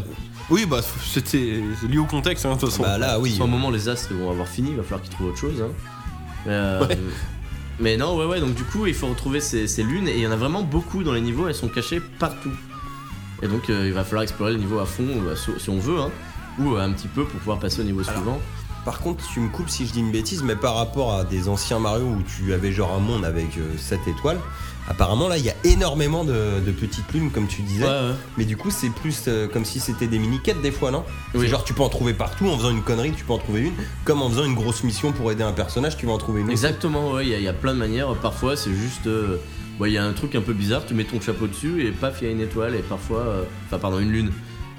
Oui, bah c'était c'est lié au contexte, hein, de toute façon. Bah là oui. Soit un moment, les astres vont avoir fini, il va falloir qu'ils trouvent autre chose. hein. Euh, Mais non, ouais, ouais, donc du coup, il faut retrouver ces, ces lunes et il y en a vraiment beaucoup dans les niveaux, elles sont cachées partout. Et donc, euh, il va falloir explorer les niveaux à fond, euh, si si on veut, hein, ou euh, un petit peu pour pouvoir passer au niveau suivant. Par contre, tu me coupes si je dis une bêtise, mais par rapport à des anciens Mario où tu avais genre un monde avec 7 étoiles, apparemment là il y a énormément de, de petites lunes comme tu disais. Ouais, ouais. Mais du coup, c'est plus euh, comme si c'était des mini-quêtes des fois, non Oui. C'est genre tu peux en trouver partout en faisant une connerie, tu peux en trouver une. Comme en faisant une grosse mission pour aider un personnage, tu vas en trouver une. autre. Exactement, ouais, il y a- il y, a plein de manières. Parfois, c'est juste. euh, ouais, Il y a un truc un peu bizarre, tu mets ton chapeau dessus et paf, il y a une étoile, et parfois. euh, Enfin, pardon, une lune.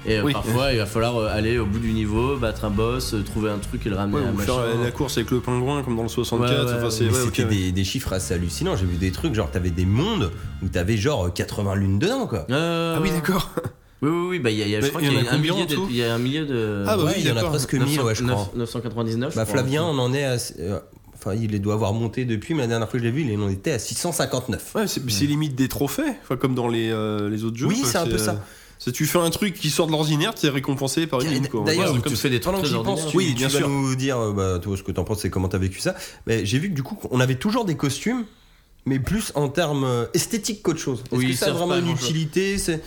Et euh, Oui. parfois, il va falloir euh, aller au bout du niveau, battre un boss, euh, trouver un truc et le ramener Ouais, à un ou faire machin. la course avec le pingouin, comme dans le 64. Ouais, ouais, enfin, Mais c'est ouais, c'était ok, ouais. des, des chiffres assez hallucinants. J'ai vu des trucs, genre t'avais des mondes où t'avais genre 80 lunes dedans, quoi. Euh, Ah oui, d'accord. Oui, oui, oui, bah, il y a, il y a- je Mais crois il y qu'il y, en a a un combien en millier de- tout il y a un millier de. Ah bah ouais, oui, il y en a d'accord. presque 1000, ouais, je crois. 900 999. Bah je crois. Flavien, on en est à. euh, Enfin, il les doit avoir monté depuis, mais la dernière fois que je l'ai vu, il en était à 659. Ouais, c'est c'est limite des trophées, enfin, comme dans les, euh, les autres jeux. Oui, quoi, c'est un peu ça. euh, Si tu fais un truc qui sort de l'ordinaire, t'es récompensé par une Et ligne. quoi. d'ailleurs, Ouais, tu comme fais des Pendant trucs que j'y très pense, ordinaires. tu, Oui, tu bien vas sûr. nous dire, euh, bah, toi, ce que t'en penses et comment t'as vécu ça. Mais j'ai vu que du coup, on avait toujours des costumes, mais plus en termes euh, esthétiques qu'autre chose. Est-ce Oui, que ils ça a servent vraiment pas à une grand-chose. utilité c'est-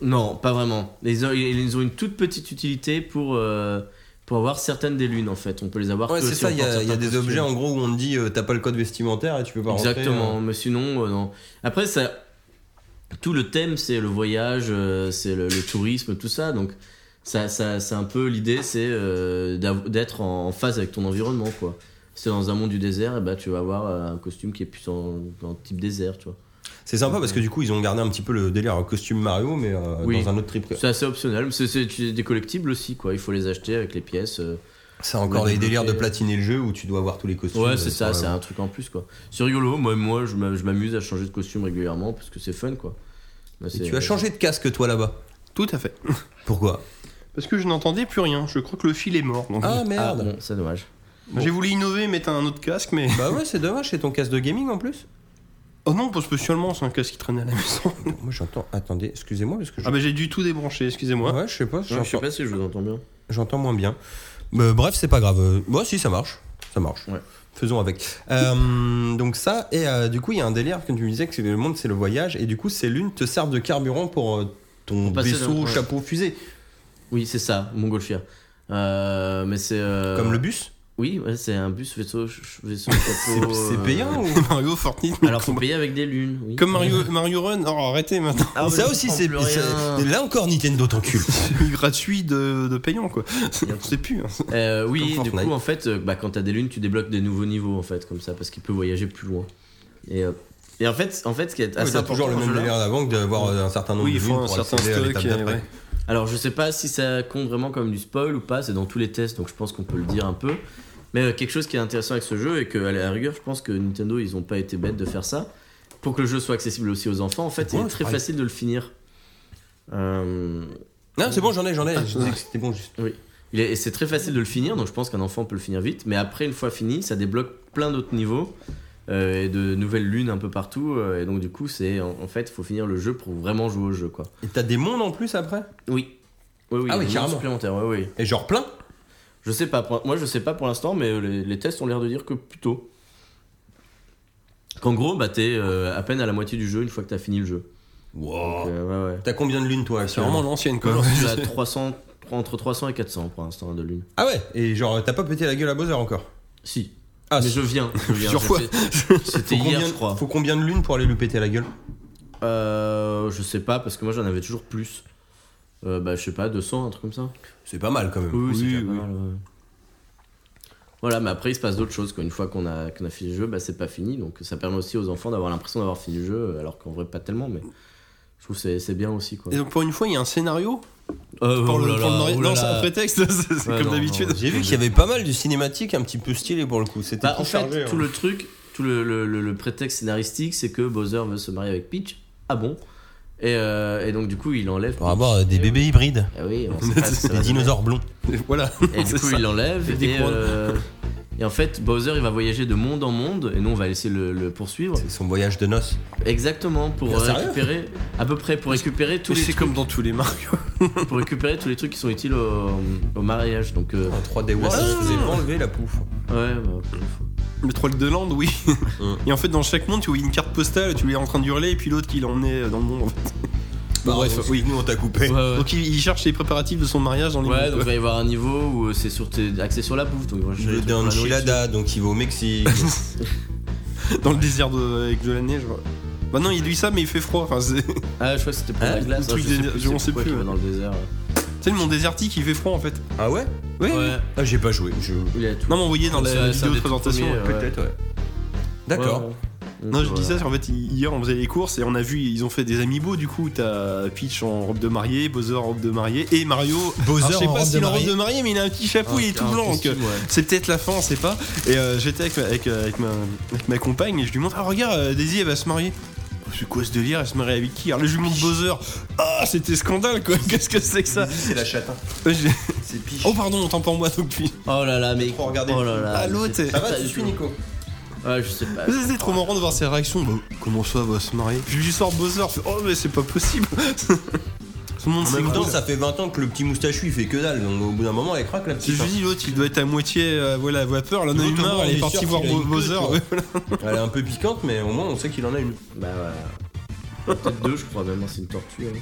Non, pas vraiment. Ils ont, ils ont une toute petite utilité pour, euh, pour avoir certaines des lunes en fait. On peut les avoir Ouais, que c'est si ça, on il y porte a, il y a certains des costumes. objets en gros où on te dit, euh, t'as pas le code vestimentaire et tu peux pas rentrer. hein. Exactement, mais sinon, euh, non. Après, ça. Tout le thème, c'est le voyage, euh, c'est le, le tourisme, tout ça. Donc, ça, ça, c'est un peu l'idée, c'est euh, d'av- d'être en, en phase avec ton environnement, quoi. Si t'es dans un monde du désert, et bah, tu vas avoir euh, un costume qui est plus en, en type désert, tu vois. C'est sympa parce que du coup, ils ont gardé un petit peu le délire costume Mario, mais euh, Oui. dans un autre trip. quoi. C'est assez optionnel, mais c'est- c'est c'est des collectibles aussi, quoi. Il faut les acheter avec les pièces. euh. Bah, C'est encore les développer. délires de platiner le jeu où tu dois avoir tous les costumes. euh, Ouais, c'est ça, Enfin, c'est un truc en plus, quoi. C'est rigolo, moi, moi je m'a- je m'amuse à changer de costume régulièrement parce que c'est fun, quoi. Bah, Et c'est- tu as changé de casque, toi, là-bas. Tout à fait. Pourquoi Parce que je n'entendais plus rien. Je crois que le fil est mort. donc- Ah Ah, merde bon, c'est dommage. Ah. J'ai voulu innover, mettre un autre casque, Ah, mais. Bah ouais, c'est dommage, c'est ton casque de gaming en plus Oh non, pas spécialement, c'est un casque qui traînait à la maison. Moi j'entends. Attendez, excusez-moi parce que je. Ah bah j'ai dû tout débrancher, excusez-moi. Ouais, je sais pas, Je sais j'entends- pas si je vous entends bien. j'entends moins bien. Mais bref, c'est pas grave. Euh, Moi, si, ça marche. Ça marche. Ouais. Faisons avec. Euh, donc, ça, et euh, du coup, il y a un délire, comme tu me disais, que c'est- le monde, c'est le voyage, et du coup, ces lunes te servent de carburant pour euh, ton Pour passer vaisseau, d'un- ouais. chapeau, fusée. Oui, c'est ça, montgolfière. Euh, mais c'est. euh, Comme le bus Oui, ouais, c'est un bus vaisseau. ch- vaisseau chapeau, C'est euh, payant ou Mario Fortnite. Alors, faut payer avec des lunes. oui. Comme Mario, Mario Run. Oh, arrêtez maintenant. Ah, mais Ça je aussi, comprends c'est. plus c'est- rien. Là encore, Nintendo t'encule. C'est gratuit de, de payant quoi. On sait plus. hein. Euh, oui, Comme du Fortnite. coup, en fait, euh, bah, quand t'as des lunes, tu débloques des nouveaux niveaux, en fait, comme ça, parce qu'il peut voyager plus loin. Et, euh, et en, fait, en fait, ce qui est Ouais, assez t'as important toujours le dans ce même jeu-là- délire d'avant que d'avoir euh, un certain nombre Oui, de il faut lunes un pour certain accéder à stock, l'étape euh, d'après. ouais. Alors, je sais pas si ça compte vraiment comme du spoil ou pas, c'est dans tous les tests, donc je pense qu'on peut le dire un peu. Mais euh, quelque chose qui est intéressant avec ce jeu, et que, à la rigueur, je pense que Nintendo, ils ont pas été bêtes de faire ça. Pour que le jeu soit accessible aussi aux enfants, en fait, il Ouais, est très pareil. facile de le finir. Euh, Non, c'est bon, j'en ai, j'en Ah, ai. Je disais que c'était bon, juste. Il est- et c'est très facile de le finir, donc je pense qu'un enfant peut le finir vite. Mais après, une fois fini, ça débloque plein d'autres niveaux euh, et de nouvelles lunes un peu partout. euh, et donc, du coup, c'est en, en fait, il faut finir le jeu pour vraiment jouer au jeu, quoi. Et t'as des mondes en plus après Oui. Oui, oui, Ah il y a oui, des carrément. mondes supplémentaires, ouais, oui. Et genre plein Je sais pas, pour- moi je sais pas pour l'instant, mais euh, les, les tests ont l'air de dire que plutôt. Qu'en gros, bah t'es euh, à peine à la moitié du jeu une fois que t'as fini le jeu. Wow. Donc, euh, ouais, ouais. T'as combien de lunes toi C'est vraiment l'ancienne quoi. Genre, tu as 300, entre 300 et 400 pour l'instant de lune. Ah ouais Et genre t'as pas pété la gueule à Bowser encore Si. Ah mais si. je viens. je viens, Plusieurs je fois. sais. C'était Faut hier, combien- je crois. Faut combien de lunes pour aller lui péter la gueule Euh, je sais pas, parce que moi j'en avais toujours plus. Euh, bah, je sais pas, 200, un truc comme ça. C'est pas mal quand même. Oui, c'est Oui, déjà oui. pas mal. ouais. Voilà, mais après il se passe d'autres choses. Quoi. Une fois qu'on a, qu'on a fini le jeu, bah, c'est pas fini. Donc ça permet aussi aux enfants d'avoir l'impression d'avoir fini le jeu, alors qu'en vrai pas tellement. Mais je trouve que c'est- c'est bien aussi. Quoi. Et donc pour une fois, il y a un scénario Euh, pour oh le là pour le là, Mario- oh là Non, c'est un là. prétexte, c'est c'est Ouais, comme non, d'habitude. non, J'ai vu qu'il y avait pas mal de cinématiques un petit peu stylées pour le coup. C'était Bah, tout en fait, chargé, tout hein. le truc, tout le, le- le- le prétexte scénaristique, c'est que Bowser veut se marier avec Peach. Ah bon et, euh, et donc du coup il enlève. Pour avoir euh, des bébés hybrides, Ah oui, on sait pas si ça va des dinosaures blonds. Voilà. Et du C'est coup, ça. il l'enlève. Avec des Et, couronnes. euh, et en fait, Bowser, il va voyager de monde en monde. Et nous, on va laisser le, le poursuivre. C'est son voyage de noces. Exactement, pour Ah, sérieux récupérer. À peu près, pour récupérer tous Mais les, C'est comme dans tous les Mario. trucs- pour récupérer tous les trucs qui sont utiles au, au mariage. Donc, euh, En 3D Ah, World, ça se faisait non. pas enlever la pouffe. ouais, bah, Le troll de Land, oui. Mm. Et en fait, dans chaque monde, tu voyais une carte postale, tu l'es en train d'hurler, et puis l'autre qui l'emmenait dans le monde. en fait. Bon, bref, oui. nous on t'a coupé. Bah, ouais, ouais. Donc il, il cherche les préparatifs de son mariage dans les Ouais, mondes, donc il quoi. va y avoir un niveau où euh, c'est sur tes- axé sur la bouffe. Donc, il va chercher Le des trucs pour la d'Enchilada, donc il va au Mexique. dans le désert de, avec de la neige. ouais. Bah non, il lui ça, mais il fait froid. Enfin, c'est nourriture. Ah, je crois que c'était pour Hein, la glace. le truc je des- sais plus je- on c'est sait pourquoi plus, qu'il va ouais. dans le désert. c'est le monde désertique, il fait froid en fait. ah ouais Oui, oui. Ouais, Ah j'ai pas joué. je- il a tout. Non, mais on voyait dans C'est- la c'est un vidéo des de tout présentation. premiers, ouais. ouais. Peut-être ouais. D'accord. Ouais, ouais. Non, Donc, je dis voilà. ça, c'est en fait, hi- hier on faisait les courses et on a vu, ils ont fait des amiibo du coup. T'as Peach en robe de mariée, Bowser en robe de mariée et Mario. Bowser Alors, je sais en pas robe s'il de est en robe mariée. de mariée, mais il a un petit chapeau, il est tout Ah, Un blanc. donc, euh, costume, ouais. C'est peut-être la fin, on sait pas. Et euh, j'étais avec, ma- avec, euh, avec ma, avec ma compagne et je lui montre Ah, regarde, euh, Daisy, elle va se marier. Oh, C'est quoi ce délire Elle se marie avec qui Alors là, je lui montre Bowser. Ah, c'était scandale quoi. Qu'est-ce que c'est que ça C'est la chatte. Ouais, j'ai- C'est piche. Oh, pardon, autant pour moi depuis. Oh là là, mais. Faut regarder Oh le là film. là. Ah, l'autre, je sais ça pas du tout. Nico Ouais, je sais pas. C'était trop marrant de voir ses réactions. Bah, comment ça, elle va se marier Puis je lui sors Bowser. je fais, Oh, mais c'est pas possible. Tout le monde En s'est même temps, cool. ça fait 20 ans que le petit moustachu il fait que dalle, donc au bout d'un moment, elle craque la Si petite. je dis l'autre, il doit être à moitié, euh, voilà, avoir peur. Là, on a eu L'autre, au marre, moins, elle on est est partie sûr voir qu'il a une queue, Bowser. tu vois. ouais. Elle est un peu piquante, mais au moins on sait qu'il en a une. Bah voilà. Peut-être deux, je crois même. hein, C'est une tortue. hein.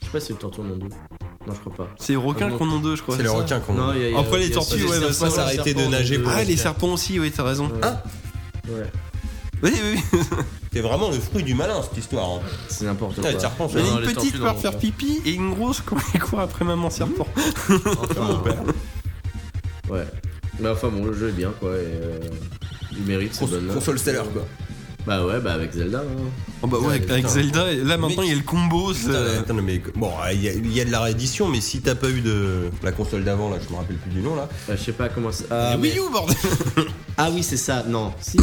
Je sais pas si c'est une tortue en nom deux. Non, je crois pas. C'est les requins Ah, non. qu'on en deux, je crois. C'est le ça requin qu'on Non, a. il y a- il y a- Après, les il y a tortues, pas- ouais, les bah, serpents, ça, les s'arrêter serpents, de les nager deux, pour- Ah, ouais. les serpents aussi, oui, t'as raison. Ouais. Ouais. Oui, oui, oui. C'est vraiment le fruit du malin cette histoire. hein. C'est n'importe quoi. Ah, les serpents, c'est Il y a Non, une les petite tortues, non, pour faire non. pipi et une grosse quand elle court après maman serpent. Enfin, mon père. Ouais. Mais enfin bon, le jeu est bien quoi. Et, euh, il mérite cette Cons- bonne note. console stellaire quoi. Bah ouais, bah avec Zelda. hein. Oh bah ouais, avec, avec Putain. Zelda, et là maintenant il y a le combo. c'est- Putain, attends, mais bon, il y, a- il y a de la réédition, mais si t'as pas eu de la console d'avant, là, je me rappelle plus du nom là. Bah, je sais pas comment. c'est- Ah, Mais mais- Wii U, bordel ah oui, c'est ça. Non. Si.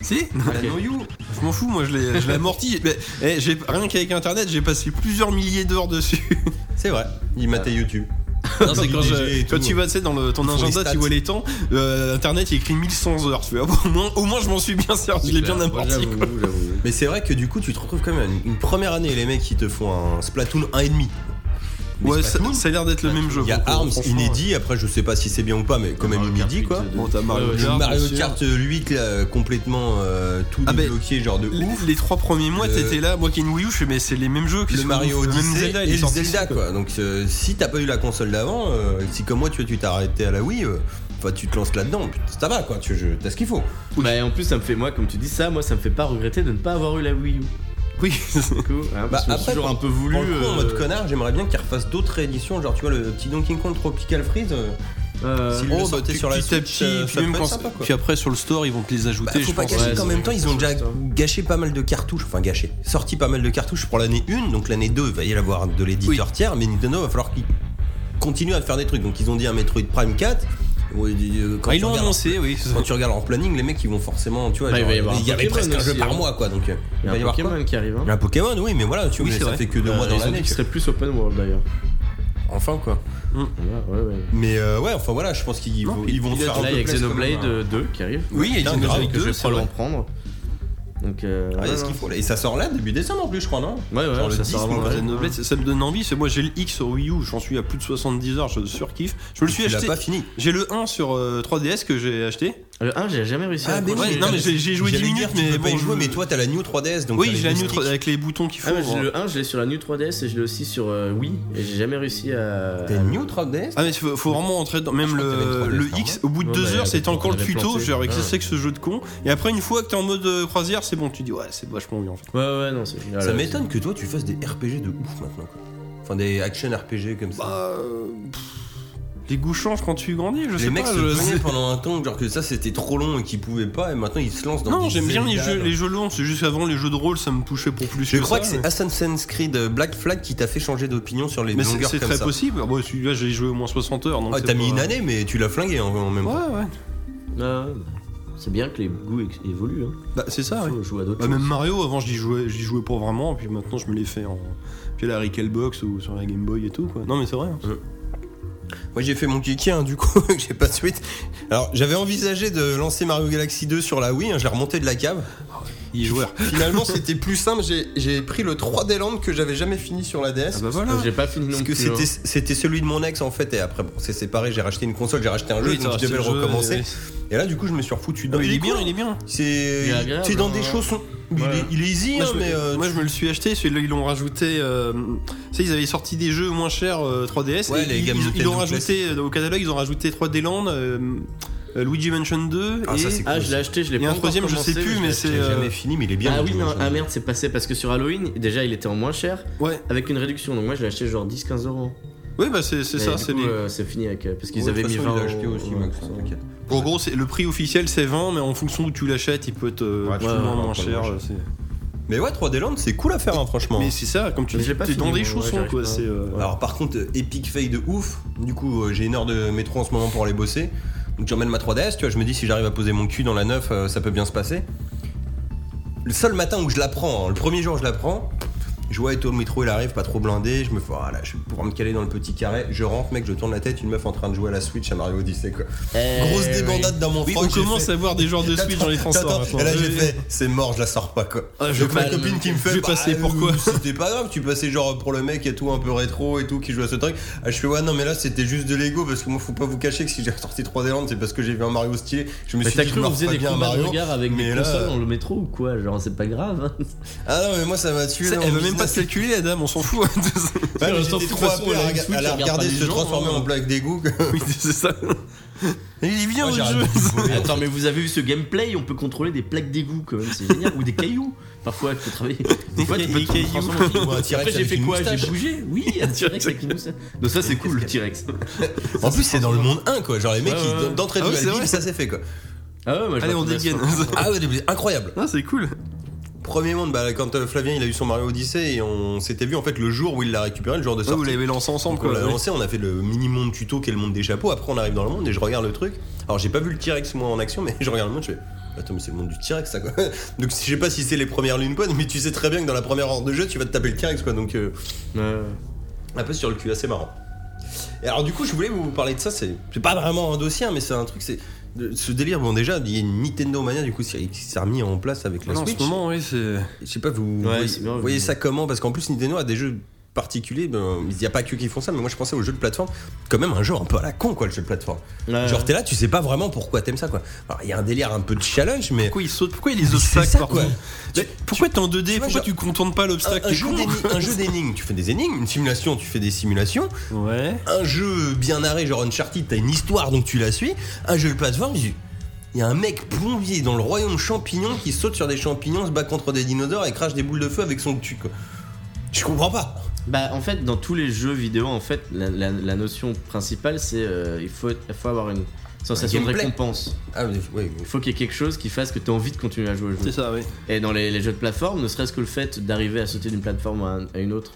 Si La No You. Je m'en fous, moi je l'ai je l'ai amorti. Mais, eh, j'ai- rien qu'avec internet, j'ai passé plusieurs milliers d'heures dessus. C'est vrai, il matait YouTube. Non, c'est quand, IDG je- et quand tout. tu vas tu sais, dans le, ton Ils font les agenda, stats. tu vois les temps, euh, internet il écrit 1100 heures. Tu fais, ah bon, au, moins, au moins, je m'en suis bien servi, je l'ai bien Bah, amorti. j'avoue, quoi. j'avoue. Mais c'est vrai que du coup, tu te retrouves quand même à une, une première année, les mecs, qui te font un Splatoon 1,5. Mais Ouais, ça, Splatoon, ça a l'air d'être le même jeu. Il y a pour- Arms franchement, inédit, après je sais pas si c'est bien ou pas, mais quand même inédit quoi. Bon, t'as Mario Ouais, ouais. Le Kart, Mario bien sûr. Kart euh, 8 là, complètement euh, tout Ah, débloqué, genre de Les, ouf. les trois premiers mois, Le- t'étais là, moi qui ai une Wii U, je fais, mais c'est les mêmes jeux que Le Mario même Odyssey Zelda, il et est le sorti Zelda dessus, quoi. Donc euh, si t'as pas eu la console d'avant, euh, si comme moi tu vois, tu t'es arrêté à la Wii, euh, enfin tu te lances là-dedans, ça va quoi, tu je- t'as ce qu'il faut. Bah, et en plus, ça me fait, moi, comme tu dis ça, moi, ça me fait pas regretter de ne pas avoir eu la Wii U. Oui, Du coup, hein, Bah, parce que j'ai après, toujours un peu voulu. Pour le coup, en euh, mode connard, j'aimerais bien qu'ils refassent d'autres rééditions, genre tu vois le petit Donkey Kong Tropical Freeze. euh, euh, si Oh, le bah, sortait petit sur la à Switch, petit, euh, puis ça même peut être quand- sympa, quoi. puis après sur le store, ils vont te les Bah, ajouter. faut je pas pense. gâcher ouais, qu'en c'est même vrai, temps ils ont déjà gâché pas mal de cartouches, enfin gâché, sorti pas mal de cartouches pour l'année 1, donc l'année 2 il va y avoir de l'éditeur tiers, mais Nintendo va falloir qu'ils continuent à faire des trucs. Donc ils ont dit un Metroid Prime 4. ouais, euh, quand Ah, tu ils l'ont regardes- annoncé, oui. Quand tu regardes leur planning, les mecs ils vont forcément, tu vois, Bah, il va y genre, avoir un y avait Pokémon presque un jeu aussi, par hein. mois quoi, donc euh, Il y a un avoir Pokémon quoi qui arrive. Hein. un Pokémon, oui, mais voilà, tu vois, Oui, mais c'est ça vrai. fait que deux Euh, mois dans ils ont l'année. dit que ce tu serait plus open world d'ailleurs. vois. Enfin quoi. Voilà, ouais, ouais. Mais euh, ouais, enfin voilà, je pense qu'ils vont, ils vont se faire un Là, peu il y a place, quand même, Xenoblade hein. euh, 2 qui arrive. Oui, il y Putain, a Xenoblade grave, que je 2, vais c'est pas le vrai. reprendre. Donc, euh, Ouais, ouais, ce non. qu'il faut, là. Et ça sort là début décembre en plus, je crois, non Ouais, ouais, Genre le ça sort 10 avant novembre. la Xenoblade. Xenoblade, ça- ça me donne envie, parce que moi j'ai le X sur Wii U, j'en suis à plus de 70 heures, je surkiffe. Je me le suis Tu l'as acheté. pas fini. J'ai le 1 sur euh, 3DS que j'ai acheté. Le 1, j'ai jamais réussi à Ah, le mais prendre. oui, non, t'as- mais j'ai- j'ai joué j'allais 10 dire, minutes, tu mais peux pas y bon, jouer, je- mais toi, t'as la New 3DS, donc oui, t'as j'ai la les New sticks. 3- avec les boutons qu'il faut. Ah, moi, j'ai hein. le 1, je l'ai sur la New 3DS et je l'ai aussi sur euh, Wii. Et j'ai jamais réussi à. T'as une New 3DS Ah mais faut, faut vraiment entrer dans même Je crois que t'avais le, une 3DS, le normal. X au bout de Ouais, deux mais heures c'était on encore le l'avait tuto planté. genre qu'est-ce que Ouais. c'est que ce jeu de con et après une fois que t'es en mode euh, croisière c'est bon tu dis ouais c'est vachement bien en fait Ouais, ouais, non, c'est génial. Ça m'étonne que toi, tu fasses des RPG de ouf maintenant, quoi. Enfin, des action RPG comme ça. bah euh, pff, les goûts changent quand tu grandis je les sais mecs pas se je- plaignaient pendant un temps, genre que ça c'était trop long et qu'ils pouvaient pas, et maintenant ils se lancent dans non des j'aime bien les Zelda, jeux dans- les jeux longs c'est juste avant les jeux de rôle ça me touchait pour plus Je crois ça, que c'est mais- Assassin's Creed Black Flag qui t'a fait changer d'opinion sur les mais c'est longueurs c'est comme très ça. possible bon celui-là j'ai joué au moins 60 heures donc Ah, c'est t'as mis pas- une année, mais tu l'as flingué en, en même ouais temps. ouais Euh, c'est bien que les goûts ex- évoluent. Hein. bah c'est ça ouais. Faut jouer à d'autres Bah, même choses. Mario avant j'y jouais j'y jouais pas vraiment puis maintenant je me les fais en j'ai la Recalbox ou sur la Game Boy et tout quoi non mais c'est vrai hein. Moi j'ai fait mon kiki, hein, du coup, que j'ai pas de suite. Alors j'avais envisagé de lancer Mario Galaxy 2 sur la Wii, hein, je l'ai remonté de la cave. il est joueur Finalement, c'était plus simple. j'ai- J'ai pris le 3D Land que j'avais jamais fini sur la DS. ah bah voilà J'ai pas fini non parce que plus. c'était hein. c'était celui de mon ex en fait et après bon c'est séparé j'ai racheté une console j'ai racheté un jeu Oui, donc t'as je devais le racheté le jeu, recommencer oui. et là du coup je me suis refoutu dedans Non, il, est bien, hein. cool. il est bien. c'est Il est agréable, c'est dans hein. des chaussons Mais Ouais. il, est, il est easy Moi, hein, je, me- mais euh, moi, je me le suis acheté, celui-là ils l'ont rajouté. euh, tu sais, ils avaient sorti des jeux moins chers euh, 3DS. Ouais, et les ils, gammes ils- ils Nintendo l'ont rajouté euh, au catalogue, ils ont rajouté 3D Land, euh, euh, Luigi Mansion 2 Ah, et ça, c'est cool. Ah, je l'ai acheté, je l'ai Il y a pas un troisième, encore je sais commencé, plus, je l'ai mais acheté. je c'est. l'ai euh, jamais fini mais il est bien Ah le oui, jeu, non, je- ah merde, c'est passé parce que sur Halloween, déjà il était en moins cher Ouais, avec une réduction. Donc moi je l'ai acheté genre 10-15 euros. ouais bah c'est c'est Et ça. du C'est coup, les- euh, c'est fini avec. euh, Parce qu'ils Ouais, de avaient toute mis façon, 20 il l'a acheté euros, euh, aussi ouais, Max ouais. t'inquiète. En gros, c'est- le prix officiel c'est 20, mais en fonction d'où tu l'achètes, il peut être euh, Ouais, plus ouais, ou moins ouais, moins ouais, cher. ouais. euh, c'est- mais ouais 3D Land c'est cool à faire hein, franchement Mais c'est ça, comme tu Mais je dis, l'ai pas t'es dans fini, moi, des ouais, chaussons j'arrive quoi. pas. c'est, euh, Alors par contre, euh, épique fail de ouf. Du coup, euh, j'ai une heure de métro en ce moment pour aller bosser. Donc j'emmène ma 3DS, tu vois, je me dis si j'arrive à poser mon cul dans la 9, euh, ça peut bien se passer. Le seul matin où je la prends, hein, le premier jour où je la prends, je vois et tout le métro, il arrive, pas trop blindé, je me fais, ah là, je vais pouvoir me caler dans le petit carré, je rentre, mec, je tourne la tête, une meuf en train de jouer à la Switch à Mario Odyssey, quoi. Grosse Eh, débandade dans mon Oui, froc, on j'ai commence fait- à voir des genres de T'attends, Switch dans les transports. t'attends, maintenant. Et là, j'ai Oui, fait, c'est mort, je la sors pas, quoi. Ah, je Donc, ma vais pas- copine qui me fait. je vais passer, pourquoi euh, C'était pas grave, tu passais genre pour le mec et tout, un peu rétro et tout, qui joue à ce truc. Ah, je fais, ouais, non, mais là, c'était juste de Lego, parce que moi, faut pas vous cacher que si j'ai ressorti 3D Land, c'est parce que j'ai vu un Mario stylé. Je me Mais suis t'as dit, je cru me qu'on faisait refais des bien combats de Mario. regard avec mais des là- consoles dans le métro ou quoi Genre c'est pas grave. hein. Ah non, mais moi, ça m'a tué. C'est- dans Elle va mon même pas se business. calculer, la dame, on s'en fout. Ouais, mais Elle s'en j'étais fout, trop happé de toute façon, à elle a une rega- Switch, à la elle regarde regarder pas les se gens, transformer hein. en blague d'égout. oui, c'est ça. Il est bien Moi, le j'arrête jeu. de jouer. Attends, mais vous avez vu ce gameplay On peut contrôler des plaques d'égout quand même, c'est génial. Ou des cailloux. Parfois, tu peux travailler. Des fois, tu peux Des te cailloux. transformer en Ou un T-Rex Après, j'ai avec fait une quoi J'ai moustache. bougé Oui, un T-Rex avec une moustache. Donc, ça, c'est cool, le T-Rex. En plus, c'est dans le monde 1, quoi. Genre, les mecs, Ouais, ils- ouais. d'entrée de jeu, Ah oui, elles c'est disent, ça vrai. c'est fait, quoi. Ah ouais, moi, je Allez, on m'attendais à dégaine. ça. Ah ouais, des- incroyable. Ah, c'est cool. Premier monde, bah, quand euh, Flavien il a eu son Mario Odyssey et on s'était vu en fait le jour où il l'a récupéré, le jour de Ah, vous sortie. l'avez lancé ensemble, Donc, on quoi. l'a Ouais. lancé, on a fait le mini monde tuto qui est le monde des chapeaux. Après, on arrive dans le monde et je regarde le truc. Alors, j'ai pas vu le T-Rex moi en action, mais je regarde le monde, je fais. Attends, mais c'est le monde du T-Rex, ça quoi. Donc, je sais pas si c'est les premières lunes bonnes, mais tu sais très bien que dans la première heure de jeu, tu vas te taper le T-Rex, quoi. Donc, euh, Ouais. un peu sur le cul, assez marrant. Et alors du coup, je voulais vous parler de ça. C'est c'est pas vraiment un dossier, hein, mais c'est un truc. C'est de- ce délire. Bon, déjà, il y a une Nintendo mania du coup qui s'est remis en place avec la Là, en ce Switch. moment, oui, c'est. Je sais pas, vous Ouais, voyez, c'est bien, vous voyez oui. ça comment Parce qu'en plus, Nintendo a des jeux particuliers. ben, Il n'y a pas que qui font ça, mais moi je pensais aux jeux de plateforme. Quand même, un jeu un peu à la con, quoi, le jeu de plateforme. Ouais. Genre, t'es là, tu sais pas vraiment pourquoi t'aimes ça, quoi. Alors, il y a un délire un peu de challenge, mais. Pourquoi il saute Pourquoi il y a des C'est obstacles ça, partout quoi. Mais Pourquoi t'es en 2D vois, Pourquoi genre- tu contournes pas Un, l'obstacle un T'es jeu con d'éni- un jeu d'énigmes, tu fais des énigmes. Une simulation, tu fais des simulations. Ouais. un jeu bien narré, genre Uncharted, t'as une histoire donc tu la suis. Un jeu de plateforme, il y a un mec plombier dans le royaume champignon qui saute sur des champignons, se bat contre des dinosaures et crache des boules de feu avec son cul. Quoi. Je comprends pas. Bah, en fait, dans tous les jeux vidéo, en fait, la, la- la notion principale, c'est euh, il, faut, être- il faut avoir une sensation Un de gameplay. récompense. Ah, mais, ouais, Il faut qu'il y ait quelque chose qui fasse que tu as envie de continuer à jouer au jeu. C'est ça, oui. Et dans les, les jeux de plateforme, ne serait-ce que le fait d'arriver à sauter d'une plateforme à, un- à une autre,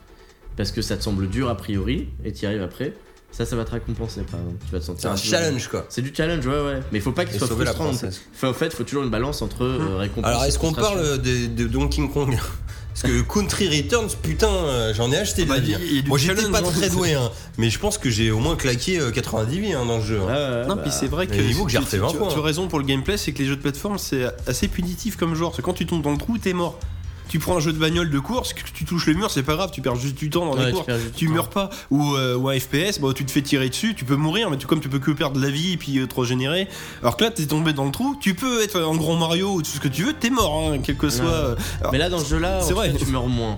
parce que ça te semble dur a priori, et tu y arrives après, ça, ça va te récompenser, par exemple. Tu vas te sentir c'est un rapidement. challenge quoi. C'est du challenge, ouais, ouais. Mais il faut pas qu'il Et soit sauver la frustrant. non plus. princesse. Hum. Enfin, en fait, il faut toujours une balance entre euh, récompense Alors et est-ce qu'on frustration. parle de, de Donkey Kong parce que Country Returns, putain, euh, j'en ai acheté de la Bah, vie. il y a- il y a du Moi, j'étais challenge, pas hein. très doué, hein, mais je pense que j'ai au moins claqué euh, 90 vies hein, dans le jeu. hein. Ouais, ouais, Non, bah, puis c'est vrai que. mais il faut que j'y tu- refais tu- 20 tu- fois, Tu hein. as raison pour le gameplay, c'est que les jeux de plateforme, c'est assez punitif comme genre. Parce que quand tu tombes dans le trou, t'es mort. Tu prends un jeu de bagnole de course, que tu touches le mur, c'est pas grave, tu perds juste du temps dans Ouais, les tu courses. perds juste Tu du temps. meurs pas. Ou, euh, ou un FPS, bon, tu te fais tirer dessus, tu peux mourir, mais tu, comme tu peux que perdre de la vie et puis euh, te régénérer. Alors que là, t'es tombé dans le trou, tu peux être en grand Mario ou tout ce que tu veux, t'es mort, hein, quel que soit. Ouais. euh, alors, Mais là, dans ce jeu-là, en C'est tout vrai. cas, Ah. tu meurs moins.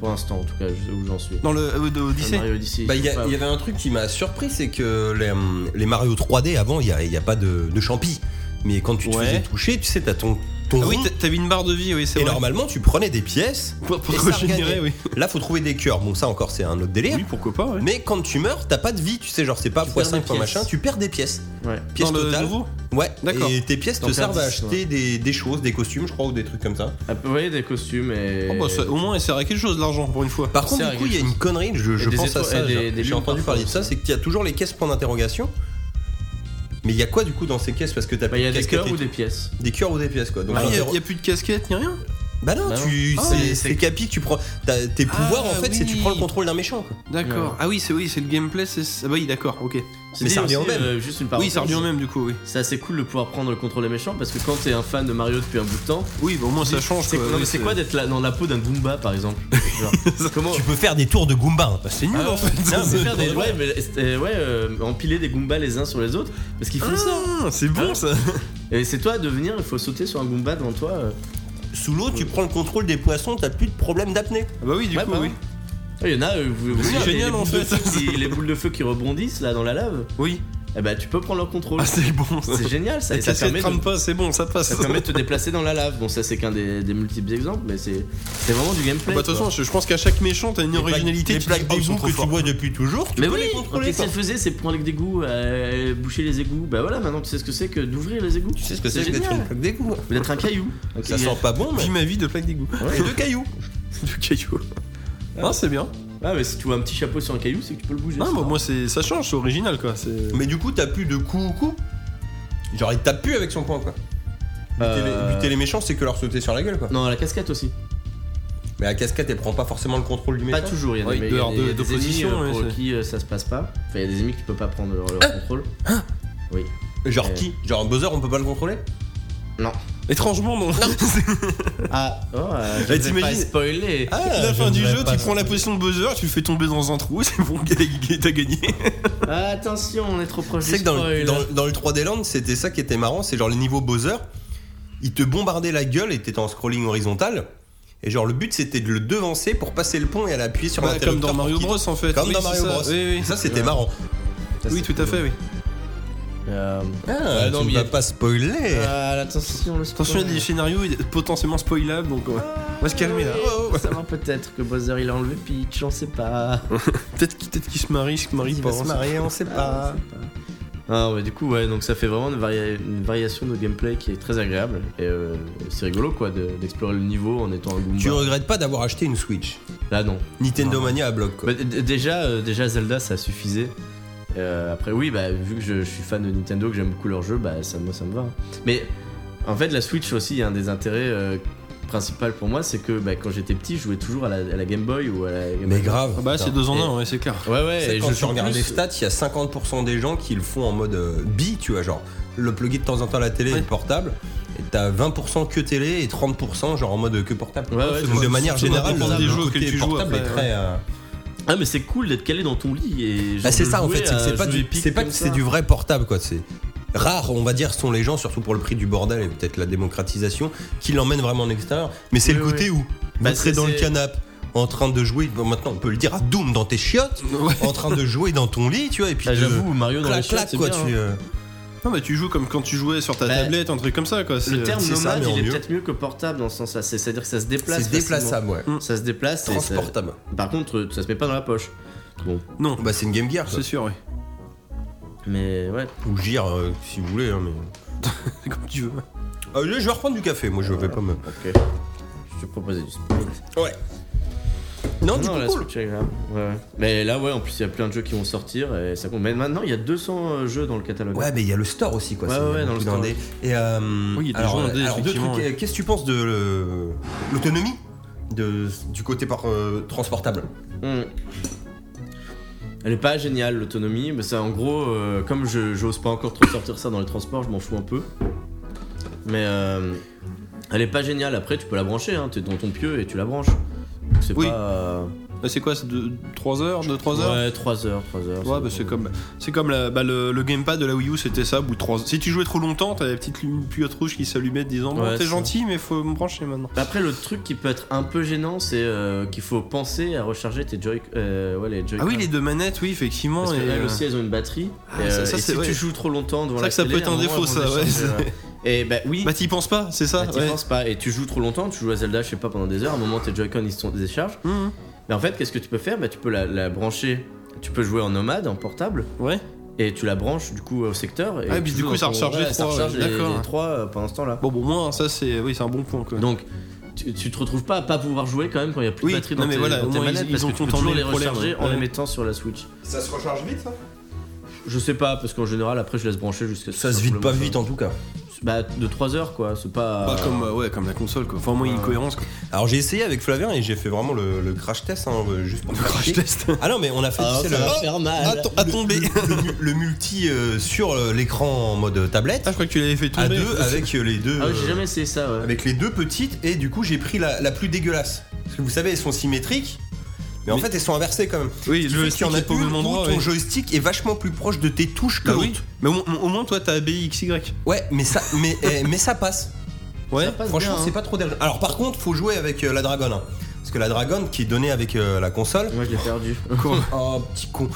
Pour l'instant, en tout cas, je- où j'en suis. dans le euh, de Odyssey. Mario Odyssey, Bah, je il y, sais a- pas. il y avait un truc qui m'a surpris, c'est que les, hum, les Mario 3D avant, il n'y a, il y a pas de, de champi. Mais quand tu te Ouais. faisais toucher, tu sais, t'as ton, ton Ah oui, rond, t'as- t'avais une barre de vie, oui, c'est et vrai. normalement, tu prenais des pièces Pour, pour et ça régénérer, regagnait. oui. Là, faut trouver des cœurs. Bon, ça encore, c'est un autre délire. Oui, pourquoi pas, ouais. Mais quand tu meurs, t'as pas de vie, tu sais, genre c'est pas Tu x perds 5 des fois pièces. machin, tu perds des pièces. Ouais. Pièces Dans le totales. nouveau Ouais, D'accord. Et tes pièces T'en te perds servent à 10, acheter des, des choses, des costumes, je crois, ou des trucs comme ça. Ah, ouais, des costumes et. Oh, bah, ça- au moins, il sert à quelque chose, l'argent, pour une fois. Par C'est contre, du vrai, coup, il y a quelque une connerie, je, je des pense à étoiles- ça, et des- j'ai- des j'ai lunes entendu parfois parler de ça, aussi. c'est qu'il y a toujours les caisses point d'interrogation. Mais il y a quoi du coup dans ces caisses Parce que t'as Bah, pas il y a des cœurs ou des pièces. des cœurs ou des pièces quoi. Donc, Ah, il y a, euh, l'interro- il y a plus de casquette, ni rien. Bah non, Bah non. tu Ah, c'est- mais c'est c'est- capi que tu prends. t'as- Tes pouvoirs en fait, c'est tu oui. prends le contrôle d'un méchant quoi. D'accord. Ouais. Ah oui, c'est oui, c'est le gameplay, c'est ah bah oui, d'accord, OK. C'est Mais dit ça revient aussi, au même. euh, juste une oui, parenthèse, ça revient au même du coup, oui. C'est assez cool de pouvoir prendre le contrôle des méchants parce que quand t'es un fan de Mario depuis un bout de temps. Oui, bah, au moins ça change C'est quoi. non, Oui, mais c'est Oh, quoi d'être là dans la peau d'un Goomba par exemple Genre, Comment Tu peux faire des tours de Goomba. hein. C'est nul en fait. Ah, Non, mais faire des- c'est- ouais, mais, euh, ouais, euh, empiler des Goombas les uns sur les autres parce qu'ils font ça. Ah, c'est bon ça. Et c'est toi à devenir, il faut sauter sur un Goomba devant toi. euh. Sous l'eau, tu prends le contrôle des poissons, t'as plus de problème d'apnée. Ah bah oui, du Ouais, coup, bah oui. oui. Ah, Il y en a, euh, vous, vous c'est voyez, génial, les, en boules de fait. feu qui- les boules de feu qui rebondissent là dans la lave. Oui. Eh ben tu peux prendre leur contrôle. Ah c'est bon ça. c'est génial ça. La et ça casquette permet de- crame pas, c'est bon, ça passe. Ça permet de te déplacer dans la lave. Bon, ça, c'est qu'un des, des multiples exemples, mais c'est c'est vraiment du Ah gameplay. bah, de toute façon, je, je pense qu'à chaque méchant, t'as une originalité. les tu plaques dis, oh, ils sont d'égout trop que tu forts. vois depuis toujours, tu mais peux oui, les quand contrôler. qu'est-ce quoi. qu'elle faisait C'est prendre les égouts, euh, boucher les égouts. Bah voilà, maintenant tu sais ce que c'est que d'ouvrir les égouts. Tu sais ce que c'est que d'être génial. une plaque d'égout. D'être un caillou. Ça sent pas bon, mais. Vis ma vie de plaque d'égout. Ouais. Et de cailloux. De cailloux. Ah, c'est bien. Ah, mais si tu vois un petit chapeau sur un caillou, c'est que tu peux le bouger. Ah, c'est bah, marrant. moi, c'est ça change, c'est original quoi. C'est- Mais du coup, t'as plus de coups ou coups. Genre, il tape plus avec son poing quoi. Buter Euh, les- Buter les méchants, c'est que leur sauter sur la gueule quoi. Non, la casquette aussi. Mais la casquette, elle prend pas forcément le contrôle du méchant. Pas toujours, il y a Ouais, des, mais de il y a hors des- de- il y a des ennemis d'opposition, euh, ouais, pour c'est- qui euh, ça Ah. se passe pas. Enfin, il y a des ennemis que tu peux pas prendre leur, leur contrôle. Oui. Genre Euh. qui Genre Bowser, on peut pas le contrôler Non. Étrangement, non. Ah, oh, euh, je Bah, vais pas t'imagines- spoiler. la fin du j'aimerais jeu, pas tu ça. prends la position de Bowser, tu le fais tomber dans un trou, c'est bon, t'as gagné. Ah, attention, on est trop proche Tu du sais que dans, le- spoil. dans, le- dans le 3D Land, c'était ça qui était marrant, c'est genre les niveaux Bowser, ils te bombardaient la gueule et t'étais en scrolling horizontal. Et genre le but c'était de le devancer pour passer le pont et aller appuyer sur Bah, comme l'interrupteur dans pour Mario qu'il- Bros en fait. Comme Oui, dans c'est Mario ça. Bros. Oui, oui. Ça c'était Ouais. marrant. Ça, Oui, c'est tout à cool. fait, oui. Euh, Ah, non, Ouais, non, tu mais ne il y a- vas pas spoiler ah, attention, le Attention, il y a des scénarios potentiellement spoilables, donc euh, on va se calmer là. Oh, oh, ça va peut-être que Bowser il a enlevé Peach, on sait pas. Peut-être qu'il peut-être qu'il se marie, il se marie Il pas. va se hein, marier, on sait pas. Ah ouais, du coup, ouais, donc ça fait vraiment une, varia- une variation de gameplay qui est très agréable. Et euh, c'est rigolo quoi de- d'explorer le niveau en étant un Goomba. Tu regrettes pas d'avoir acheté une Switch Là non. Nintendo Mania à bloc quoi. Bah, d- déjà, euh, déjà Zelda ça suffisait. Euh, après oui, bah, vu que je, je suis fan de Nintendo, que j'aime beaucoup leurs jeux, bah ça, moi ça me va. Mais en fait la Switch aussi, il y a un des intérêts euh, principaux pour moi, c'est que bah, quand j'étais petit, je jouais toujours à la, à la Game Boy ou à la Game Mais Boy. grave. Ah bah c'est putain. deux en un, ouais, c'est clair. Ouais ouais, C'est et quand je tu suis en regardes plus- les stats, il y a 50% des gens qui le font en mode euh, bi, tu vois, genre le plugger de temps en temps à la télé et Ouais. le portable. Et t'as 20% que télé et 30% genre en mode euh, que portable. Ouais, ouais, Donc c'est- de manière c'est- générale, ça dépend des le jeux côté auxquels tu joues portable après, est très. euh, Ah mais c'est cool d'être calé dans ton lit et genre Bah, c'est de ça en jouer fait, c'est que à c'est pas jeux du, épiques c'est pas comme que ça. c'est du vrai portable quoi. C'est rare, on va dire, sont les gens surtout pour le prix du bordel et peut-être la démocratisation qui l'emmènent vraiment en extérieur. Mais c'est Oui, le côté où Bah, vous serez c'est- dans le c'est- canapé en train de jouer. bon, maintenant, on peut le dire à Doom dans tes chiottes, en train de jouer dans ton lit, tu vois. Et puis Ah, de- J'avoue, Mario dans clac les chiottes, clac c'est quoi. bien, tu, hein. euh, Non mais tu joues comme quand tu jouais sur ta Bah, tablette, un truc comme ça quoi. c'est- Le terme c'est nomade, ça, mais en il est mieux. peut-être mieux que portable dans ce sens-là. C'est- C'est-à-dire que ça se déplace. c'est déplaçable, ouais. facilement. Ça se déplace. et ça- Transportable. Par contre, ça se met pas dans la poche. Bon, Non, Bah c'est une Game Gear quoi. c'est sûr, ouais. mais ouais. ou gire euh, si vous voulez. hein, mais... C'est comme tu veux. Ah, je vais reprendre du café. Moi je vais pas me. Ok. Je te proposais du split. Ouais. Non, du non, coup la cool. Switch est agréable. Ouais, ouais. Mais là, ouais, en plus, il y a plein de jeux qui vont sortir et ça compte. Mais maintenant, il y a 200 euh, jeux dans le catalogue. Ouais, mais il y a le store aussi, quoi. Ouais, c'est- il y a ouais, dans le beaucoup store. d'indés. Et euh, Oui, il y a des alors, gens indés, alors, deux effectivement, trucs. ouais. Euh, Qu'est-ce que tu penses de euh, l'autonomie de, du côté par, euh, transportable Hmm. Elle est pas géniale l'autonomie, mais c'est en gros, euh, comme je j'ose pas encore trop sortir ça dans les transports, je m'en fous un peu. Mais euh, elle est pas géniale. Après, tu peux la brancher, hein, t'es dans ton pieu et tu la branches. Donc C'est Oui. pas. Bah, c'est quoi, c'est 3 heures, 2-3 heures Ouais, euh, 3 heures, 3 heures. Ouais, bah c'est comme, c'est comme la- bah, le, le gamepad de la Wii U, c'était ça. au Bout de 3... Si tu jouais trop longtemps, t'avais la petite lum- puyote rouge qui s'allumait, disant Bon, Ouais, t'es c'est gentil, mais faut me brancher maintenant. Après, le truc qui peut être un peu gênant, c'est euh, qu'il faut penser à recharger tes joy, euh, ouais, les joy Ah oui, les deux manettes, oui, effectivement. Parce que et, elles euh, aussi, elles ont une batterie. Ah, et, ça- euh, ça, et c'est si vrai. tu joues trop longtemps devant C'est la vrai que ça télé, peut être à un moment, défaut, elles vont ça, ouais, décharger, ouais. Et bah oui. Bah, t'y penses pas, c'est ça Bah, t'y ouais. penses pas et tu joues trop longtemps, tu joues à Zelda, je sais pas, pendant des heures, à un moment tes Joy-Con ils se sont- ils se déchargent. Mhm. Mais en fait, qu'est-ce que tu peux faire Bah, tu peux la, la brancher, tu peux jouer en nomade, en portable, Ouais. et tu la branches du coup au secteur. Et Ah, et puis tu du joues coup, dans ça ton- recharge les ouais, ça trois, recharge ouais, les- d'accord. les trois, euh, pendant ce temps-là. Bon, bon, moi, ça, c'est oui, c'est un bon point. Quoi. Donc, tu, tu te retrouves pas à pas pouvoir jouer quand même quand il y a plus Oui, de batterie non, dans mais tes, voilà, dans au tes moins, ils- manettes ils parce que ont tu peux contourné toujours le les problème, recharger ouais. en les mettant sur la Switch. Ça se recharge vite, ça Je sais pas, parce qu'en général, après je laisse brancher jusqu'à Ça se vide pas vite hein. Bah, en tout cas. Bah, de 3 heures quoi, c'est pas. Pas comme, euh, ouais, comme la console, quoi. Enfin, au moins, il y a une cohérence, quoi. Alors j'ai essayé avec Flavien et j'ai fait vraiment le, le crash test, hein, euh, juste pour Crash crash test. Ah non, mais on a fait Ah, tu sais, ça le, va faire mal. à tomber. le mu- le multi euh, sur euh, l'écran en mode tablette Ah, je crois que tu l'avais fait tomber. à deux avec euh, les deux. Ah ouais, euh, j'ai jamais essayé ça, ouais. avec les deux petites et du coup j'ai pris la, la plus dégueulasse. Parce que vous savez, elles sont symétriques, mais, en fait elles sont inversées quand même. Oui, Ce qui le fait qu'il y en joystick a est pas au une même où endroit. ton ouais. joystick est vachement plus proche de tes touches que Bah l'autre. oui. Mais au, au moins, toi, t'as ABI XY. Ouais, mais ça, mais, eh, mais ça passe. Ouais. Ça passe Franchement, bien, hein. c'est pas trop dérangeant. Alors par contre, faut jouer avec euh, la dragonne. hein. Parce que la dragonne qui est donnée avec euh, la console, Moi je l'ai perdu. oh petit con,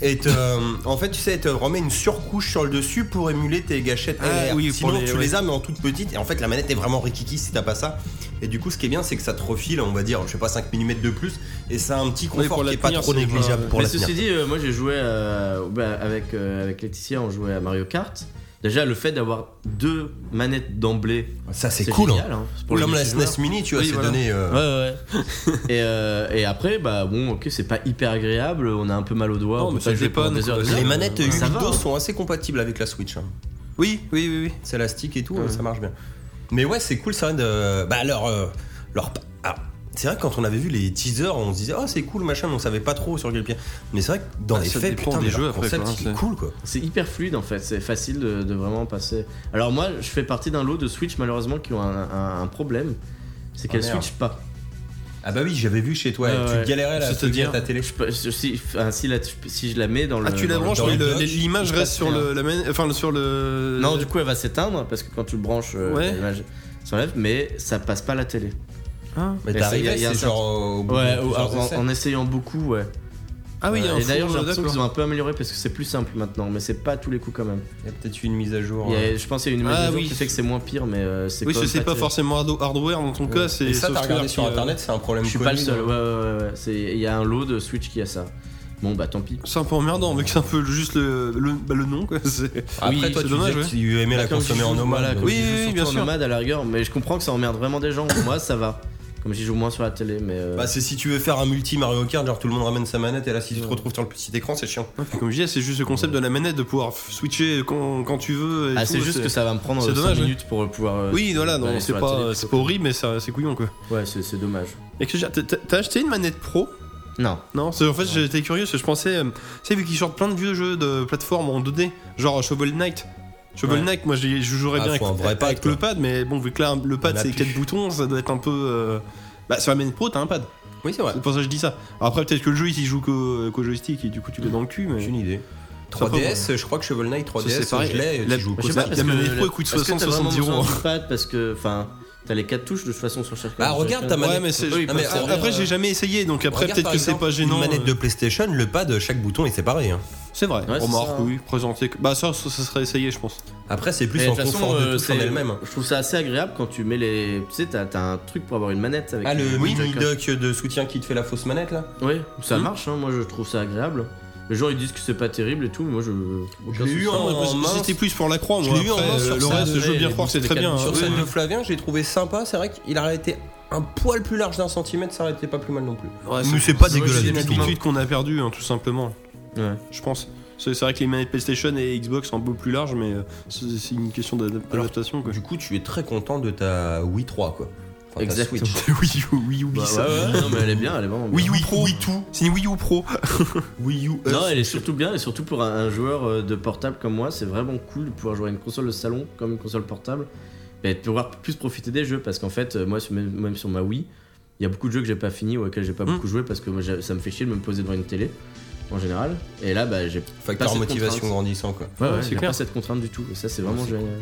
et te, euh, en fait tu sais, elle te remet une surcouche sur le dessus pour émuler tes gâchettes. Ah LR. oui, pour Sinon les- tu ouais. les as mais en toute petite et en fait la manette est vraiment rikiki si t'as pas ça. Et du coup ce qui est bien c'est que ça te refile on va dire je sais pas 5 mm de plus et ça a un petit confort pour la qui est pas tenir, trop c'est pas- négligeable pour Mais la tenir. ceci dit, euh, moi j'ai joué euh, bah, avec, euh, avec Laetitia, on jouait à Mario Kart. Déjà, le fait d'avoir deux manettes d'emblée, Ça c'est c'est cool. hein. génial, hein. C'est pour le Comme la SNES multijoueur. Mini tu vois Oui, c'est voilà. donné. euh, Ouais, ouais. et, euh, et après, bah bon, ok, c'est pas hyper agréable, on a un peu mal aux doigts. Non, on mais peut ça pas jouer dépanne, pendant des quoi. heures et des euh, Les heures. manettes Ouais, 8 ça va, hein. sont assez compatibles avec la Switch. hein. Oui, oui, oui, oui. C'est élastique et tout, hein, Ouais. ça marche bien. Mais ouais, c'est cool, ça de. Bah, leur. euh, leur... ah, c'est vrai que quand on avait vu les teasers, on se disait, oh, c'est cool, machin, mais on savait pas trop sur quel pied. Mais c'est vrai que dans Ah, les ça faits, dépend putain, des mais jeux leur après, concept, quoi, hein, il est c'est- cool, quoi. C'est hyper fluide en fait, c'est facile de, de vraiment passer. Alors moi, je fais partie d'un lot de Switch malheureusement qui ont un, un- un problème, c'est qu'elles merde. switchent pas. Ah, bah oui, j'avais vu chez toi, Ah, tu ouais. galérais là, à C'est-à-dire plugger ta télé. Je peux- je- si, enfin, si la- si je la mets dans le. Ah, tu la dans le- branches, dans mais le le- dock, il l'image se reste passe sur rien. le, la main- enfin, sur le. Non, du coup, elle va s'éteindre parce que quand tu le branches, euh, euh, Ouais. l'image s'enlève, mais ça passe pas à la télé. Ah. Mais Et ça, il y a- t'arrivais, il y a un c'est certain- genre. au bout de Ouais, plusieurs en, essais. en essayant beaucoup, ouais. Ah oui, il y a un Euh, et d'ailleurs, four, j'ai l'impression d'accord. qu'ils ont un peu amélioré parce que c'est plus simple maintenant, mais c'est pas tous les coups quand même. Il y a peut-être eu une mise à jour. hein. Il y a- je pense qu'il y a une Ah image oui. qui fait que c'est moins pire, mais euh, c'est Oui, quand ce même c'est pas très- forcément hard- hardware dans ton cas, c'est Et ça, t'as software regardé qui, sur euh, internet, c'est un problème Je suis pas le connu, seul, hein. ouais, ouais, ouais, ouais. C'est- Il y a un lot de Switch qui a ça. Bon, bah tant pis. C'est un peu emmerdant, mais que c'est un peu juste le, le, bah, le nom. Quoi. c'est- Après, Oui, toi, c'est tu dommage, disais ouais. que tu aimais la Ah, Comme consommer j'y en joue, voilà, nomade. comme euh, Oui, j'y joue oui, surtout bien en sûr. nomade à la rigueur, mais je comprends que ça emmerde vraiment des gens. Moi, ça va. Comme j'y joue moins sur la télé, mais. euh, Bah, c'est si tu veux faire un multi Mario Kart, genre tout le monde ramène sa manette, et là, si tu te retrouves sur le petit écran, c'est chiant. Ouais, puis Comme je disais, c'est juste le concept de la manette de pouvoir f- switcher quand, quand tu veux. et ah, tout, c'est juste que ça va me prendre c'est 5 dommage, ouais. minutes pour pouvoir. euh, Oui, voilà, non, aller c'est sur la télé, pas, tu c'est vois. pas horrible, mais ça- c'est couillon quoi. Ouais, c'est c'est dommage. Et que je veux dire, t'as- t'as t'as acheté une manette pro Non. Non, c'est- en fait j'étais curieux, parce que je pensais, euh, tu sais, vu qu'ils sortent plein de vieux jeux de plateforme en 2D, genre Shovel Knight. Shovel Ouais. Knight, moi j'y- je jouerais Ah, bien avec, faut un vrai avec pad, le quoi. pad, mais bon, vu que là un- le pad On a c'est plus. 4 boutons, ça doit être un peu. euh, Bah, sur la manette pro, t'as un pad, Oui, c'est vrai. c'est pour ça que je dis ça. Alors après, peut-être que le jeu il s'y joue qu'au qu'au joystick et du coup tu l'as dans le cul, mais. J'ai une idée. Sympa, 3DS, je crois que Shovel Knight 3DS, Ça, c'est pareil. je l'ai, La- tu joues je au sais Costa. pas, la manette pro, elle coûte Est-ce que t'as 60, vraiment 70 euros. besoin du pad Parce que, enfin, t'as les 4 touches de toute façon sur chacun. Bah, regarde ta Chacun. manette. Ouais, mais c'est. Oui, ah, parce mais que- après, j'ai jamais essayé, donc après, Regarde, peut-être par que c'est exemple, pas gênant. Une manette euh, de PlayStation, le pad, chaque bouton est séparé. hein. C'est vrai, Ouais, c'est remarque, ça. oui, présenté. Bah, ça, ça, ça serait essayé, je pense. Après, c'est plus Mais de en toute façon, confort euh, de touche en c'est- elle-même. Je trouve ça assez agréable quand tu mets les. Tu sais, t'as t'as un truc pour avoir une manette avec. Ah, le Oui, mini d'accord. dock de soutien qui te fait la fausse manette là Ouais, ça Hmm. marche, hein, moi je trouve ça agréable. Les gens ils disent que c'est pas terrible et tout, mais moi je. aucun l'ai eu souci. Bah, en- Moi, mince. C'était plus pour la croix, Je moi. l'ai eu en Après, mince euh, sur le ça, reste, je veux ouais, bien les croire que c'est bouts très de bien. canne hein. Sur oui, celle oui. de Flavien, je l'ai trouvé sympa. C'est vrai qu'il aurait été un poil plus large d'un centimètre, ça aurait été pas plus mal non plus. Ouais, Mais c'est pas vrai que dégueulasse C'est du une tout. habitude qu'on a perdue, hein, tout simplement, Ouais. je pense. C'est c'est vrai que les manettes PlayStation et Xbox sont un peu plus larges, mais euh, c'est c'est une question d'adap- Alors, d'adaptation. quoi. Du coup, tu es très content de ta Wii 3 quoi. Enfin, ta Exactement. Switch. Oui, oui, oui, Bah, ouais, ouais, non, mais elle est bien, elle est vraiment bien. Oui, oui, pro, oui, tout. C'est une Wii U Pro. Wii Euh, U. Non, elle est surtout bien, et surtout pour un, un joueur euh, de portable comme moi, c'est vraiment cool de pouvoir jouer à une console de salon comme une console portable et de pouvoir plus profiter des jeux parce qu'en fait, euh, moi, sur- même même sur ma Wii, il y a beaucoup de jeux que j'ai pas fini ou auxquels j'ai pas Hmm. beaucoup joué parce que moi, j'ai- ça me fait chier de me poser devant une télé en général. Et là, bah, j'ai pas Facteur cette motivation contrainte. grandissant quoi. Ouais, Ouais, ouais, c'est j'ai clair. pas cette contrainte du tout, et ça, c'est vraiment c'est génial.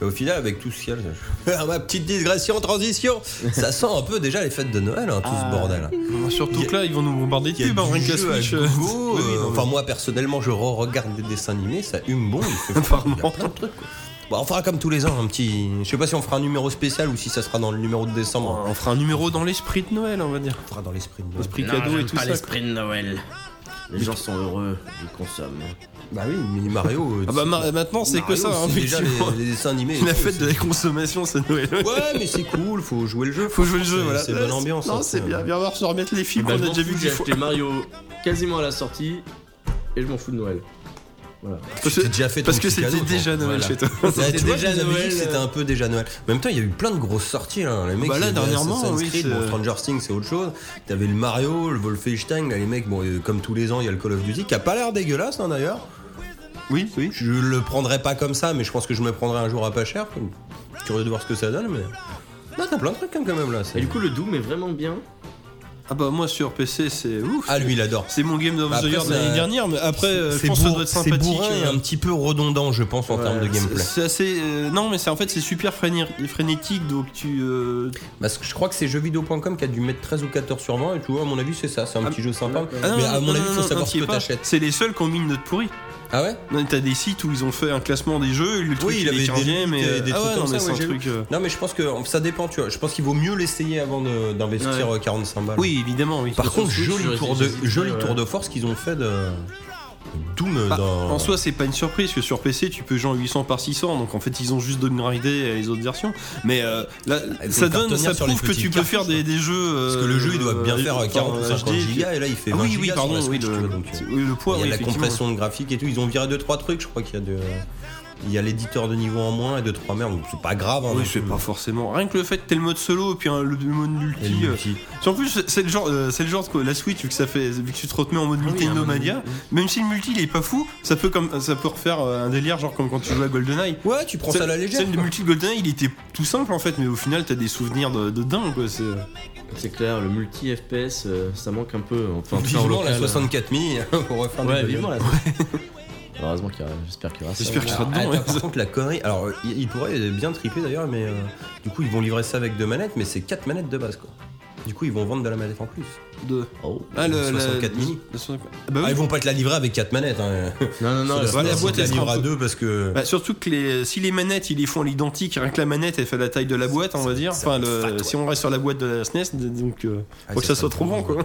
Et au final, avec tout ce qu'il y a, je- Ah, ma petite digression, transition, ça sent un peu déjà les fêtes de Noël, hein, tout Ah. ce bordel. Bah, Surtout que là, ils vont nous bombarder de Il y a pubs, hein, du rien que la jeu à Switch. euh, gogo, oui, oui, non, euh, mais- Enfin, moi personnellement, je re-regarde des dessins animés, ça hume bon. Il fait Apparemment. il y a plein de trucs. quoi. Bon, on fera comme tous les ans un petit. Je sais pas si on fera un numéro spécial ou si ça sera dans le numéro de décembre. On fera un numéro dans l'esprit de Noël, on va dire. On fera dans l'esprit de Noël. L'esprit cadeau et tout ça. quoi. de Noël. Les gens sont heureux, ils consomment. Bah oui, mais Mario. euh, Ah bah ma- maintenant, c'est que Mario, ça, hein, C'est déjà effectivement. les, les dessins animés. La fête de la consommation, c'est Noël. Ouais, mais c'est cool, faut jouer le jeu. Faut jouer le jeu, C'est- voilà. C'est bonne ambiance. Non, hein, c'est bien, bien voir se remettre les films Bah, qu'on je a m'en déjà fous, vu j'ai dix fois. acheté Mario quasiment à la sortie, et je m'en fous de Noël. Voilà. Tu t'es déjà fait ton Parce que petit c'était cadeau, toi. déjà Noël Voilà. chez toi. Ouais, C'était Bah, tu vois, déjà je vous avais Noël, dit que C'était euh. un peu déjà Noël. En même temps, il y a eu plein de grosses sorties. Là. Les mecs, Bah là, c'est- dernièrement, Assassin's oui, Creed, c'est- bon, Stranger Things, c'est autre chose. T'avais le Mario, le Wolfenstein. Là, les mecs, bon, euh, comme tous les ans, il y a le Call of Duty qui a pas l'air dégueulasse, hein, d'ailleurs. Oui, oui. Je le prendrais pas comme ça, mais je pense que je me le prendrais un jour à pas cher. Curieux de voir ce que ça donne, mais. Non, t'as plein de trucs comme quand même là. c'est- Et du coup, le Doom est vraiment bien. Ah bah moi sur PC c'est ouf. Ah, lui, il adore. C'est mon game of the Bah, Après, year de ça- l'année dernière, mais après euh, je C'est pense que ça bourr- doit être c'est sympathique. bourrin et euh, un petit peu redondant, je pense, en Ouais, termes de c'est- c'est- gameplay. C'est assez. euh, non, mais c'est en fait c'est super fréné- frénétique donc tu. euh, Parce que je crois que c'est jeuxvideo.com qui a dû mettre 13 ou 14 sur 20, et tu vois, à mon avis, c'est ça. C'est un Ah, petit jeu sympa. d'accord. ah non, Mais à non, mon non, avis, non, faut non, savoir t'y ce es que pas. t'achètes. C'est les seuls qui ont mis une note pourrie. Ah ouais Non, T'as des sites où ils ont fait un classement des jeux, et le truc il il est avait des 15e, limites, et, euh, des ah trucs ouais, non, comme mais ça, c'est un ouais, j'ai truc. euh, Non mais je pense que ça dépend tu vois. Je pense qu'il vaut mieux l'essayer avant de- d'investir Ouais. euh, 45 balles. Oui, évidemment, oui. Par contre, Switch, joli j'aurais- tour de j'hésiterais, joli ouais. tour de force qu'ils ont fait de Doom euh, Bah, dans En soi, c'est pas une surprise que sur PC, tu peux jouer en 800 par 600. Donc en fait, ils ont juste downgradé les autres versions. Mais euh, là, Ah, il faut ça le faire donne, tenir ça sur les prouve que petits tu peux cartouches, faire des, quoi. des jeux. parce que le jeu il doit bien euh, faire euh, 40 ou enfin, 50 HD, gigas et là il fait Ah 20 oui, oui, gigas pardon, sur la oui, Switch, le, tu vois, donc, euh, oui, le poids, il y a oui, de la effectivement. compression de graphique et tout. Ils ont viré 2 trois trucs. Je crois qu'il y a de il y a l'éditeur de niveau en moins et 2 trois merdes. donc C'est pas grave. hein, Oui, non c'est plus. pas forcément. Rien que le fait que t'aies le mode solo et puis hein, le le mode Et multi. le euh, multi. si en plus, c'est le genre, euh, c'est le genre de quoi, la Switch, vu que ça fait, vu que tu te remets en Ah mode multi hein, Nomania, même si le multi il est pas fou, ça peut comme, ça peut refaire euh, un délire genre comme quand tu joues à GoldenEye. Ouais, tu prends ça à la légère. Celle de quoi. multi de GoldenEye, il était tout simple en fait, mais au final, t'as des souvenirs de, de dingue quoi. C'est... C'est clair, le multi FPS, euh, ça manque un peu. Enfin, en tout cas, en Vivement la local, 64 mi pour refaire euh, du Ouais, Golden. vivement la. Heureusement qu'il y aura, j'espère qu'il y aura ça. J'espère qu'il sera Ah, dedans. attends, ouais. par contre, la Corée, alors euh, ils ils pourraient bien triper d'ailleurs, mais euh, du coup ils vont livrer ça avec deux manettes, mais c'est quatre manettes de base quoi. Du coup ils vont vendre de la manette en plus. de. Oh. Ah, le. la- 64 mini. le 64. Ah, bah oui. Ah, ils vont pas te la livrer avec 4 manettes. Hein. Non, non, non. Parce que la sinon, ils boîte, te la elle livrent sera à un peu- deux parce que. Bah, surtout que les, si les manettes ils les font à l'identique, rien que la manette elle fait la taille de la boîte, on va dire. ça Enfin, va être le- fat, si on reste sur la boîte de la SNES, d- donc euh, Ah, faut que ça ça soit fait trop bon trop quoi.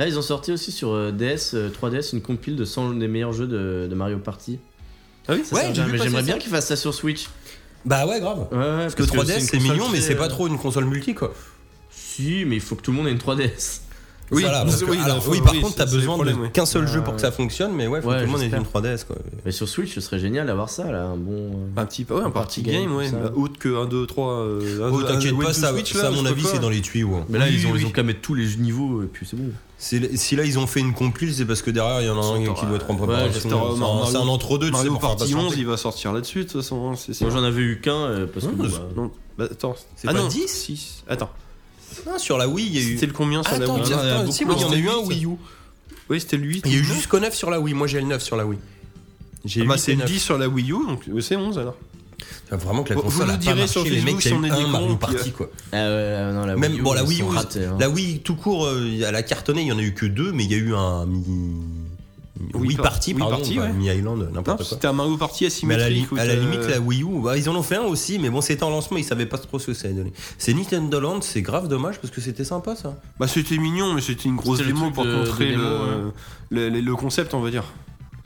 Là, ils ont sorti aussi sur euh, DS, euh, 3DS, une compile de 100 des meilleurs jeux de, de Mario Party. Ah oui, Ça, Ouais, c'est j'ai bien, vu mais passer j'aimerais ça. bien qu'ils fassent ça sur Switch. Bah ouais, grave. Ouais, ouais, parce, Parce que 3DS c'est une console mignon, mais très, c'est euh, pas trop une console multi quoi. Si, mais il faut que tout le monde ait une 3DS. Oui, Voilà, parce que- oui, alors, faut- oui, par oui, contre, c'est- t'as c'est le besoin problème, de oui. qu'un seul Ah, jeu pour que ça fonctionne, mais ouais, faut Ouais, que tout le monde ait j'espère. une 3DS quoi. Mais sur Switch, ce serait génial d'avoir ça, là, un bon. euh, Un petit, ouais, un party party game, game, ouais. comme ça. Bah, autre que 1, 2, 3. Euh, Oh, un- t'inquiète un- pas, un- ça, Switch, ça, là, à je mon sais pas avis, quoi. c'est dans les tuyaux. hein. Mais là, Oui, ils, ont, oui, ils ont oui. qu'à mettre tous les niveaux et puis c'est bon. C'est- Si là ils ont fait une compile, c'est parce que derrière il y en a un qui doit être en préparation. j'espère, euh, C'est un- Mario- C'est un entre-deux, tu sais, Mario pour faire Party patienter. 11, il va sortir là-dessus, de toute façon. hein, c'est sûr. Moi, j'en avais eu qu'un euh, parce que. Non, bon, c'est- bah, Non, bah, attends. C'est ah pas non, 10? 6. Attends, Ah, Sur la Wii, il y a eu. c'était le combien sur la Attends, Wii tiens, Non, il y en a attends, beaucoup. si, oui, il y en a eu un Wii U. Oui, c'était le 8. Il y a eu jusqu'au 9 sur la Wii. Moi j'ai le 9 sur la Wii. J'ai Ah eu bah, le c'est le 9. 10 sur la Wii U, donc euh, c'est 11 alors. Enfin, Ah, Vraiment que la Vous console nous a pas direz sur marché. Les Facebook mecs, il y a si on eu est des un cons, Mario puis, euh, Party quoi. Ah ouais, ah non, la Même Wii U, bon, la ils Wii sont U, ratés, hein. la Wii tout court, euh, elle a cartonné. Il y en a eu que deux, mais il y a eu un Mi- Oui, Wii par- Party, oui, pardon, party, pas ouais. Mi Island, Non, n'importe quoi. Hein c'était un Mario Party Mais à la, li- asymétrique. euh, où à la t'as- limite, la Wii U, bah, ils en ont fait un aussi, mais bon, c'était en lancement, ils savaient pas trop ce que ça allait donner. C'est Nintendo Land, c'est grave dommage parce que c'était sympa ça. Bah, c'était mignon, mais c'était une grosse C'était le démo truc pour de- contrer de le, démo, ouais. le- le- le concept, on va dire.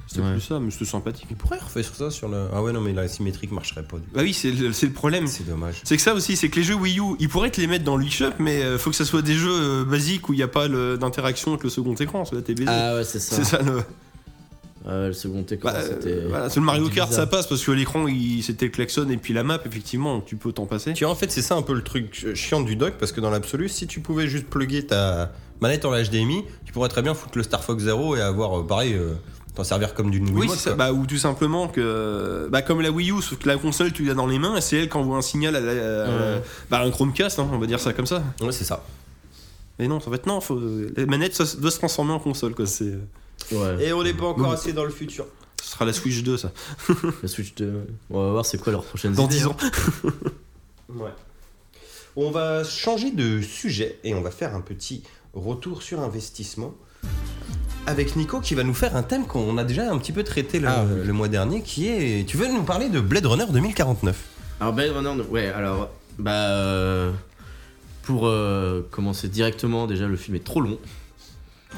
C'était Ouais. plus ça, mais c'était sympathique. Ils pourraient refaire sur ça sur le. Ah ouais, non, mais la symétrique marcherait pas du tout. Bah oui, c'est le, c'est le problème. C'est dommage. C'est que ça aussi, c'est que les jeux Wii U, ils pourraient te les mettre dans le shop mais euh, faut que ça soit des jeux euh, basiques où il n'y a pas le- d'interaction avec le second écran, c'est la télé. Ah ouais, c'est c'est ça. ça le. Ouais, Ah, le second écran, Bah, euh, c'était. voilà, sur le Mario c'était Kart, bizarre. ça passe parce que l'écran, il- c'était le klaxon et puis la map, effectivement, donc tu peux t'en passer. Tu vois, en fait, c'est ça un peu le truc euh, chiant du dock parce que dans l'absolu, si tu pouvais juste plugger ta manette en HDMI, tu pourrais très bien foutre le Star Fox Zero et avoir, euh, pareil, euh, t'en servir comme d'une Oui, Wiimote, c'est ça. quoi. Bah, ou tout simplement que. Bah, comme la Wii U, sauf que la console, tu l'as dans les mains et c'est elle qui envoie un signal à, la, à- Ouais. bah, un Chromecast, hein, on va dire ça comme ça. Ouais, c'est ça. Mais non, en fait, non, faut... la manette ça doit se transformer en console, quoi. C'est... Ouais, Et on n'est pas encore assez dans le futur. Ce sera la Switch 2, ça. la Switch 2. On va voir c'est quoi leur prochaine Dans 10 ans. Ouais. On va changer de sujet et on va faire un petit retour sur investissement avec Nico qui va nous faire un thème qu'on a déjà un petit peu traité le, le mois dernier qui est tu veux nous parler de Blade Runner 2049 Alors Blade Runner, non. ouais, alors bah euh, pour euh, commencer directement, déjà le film est trop long.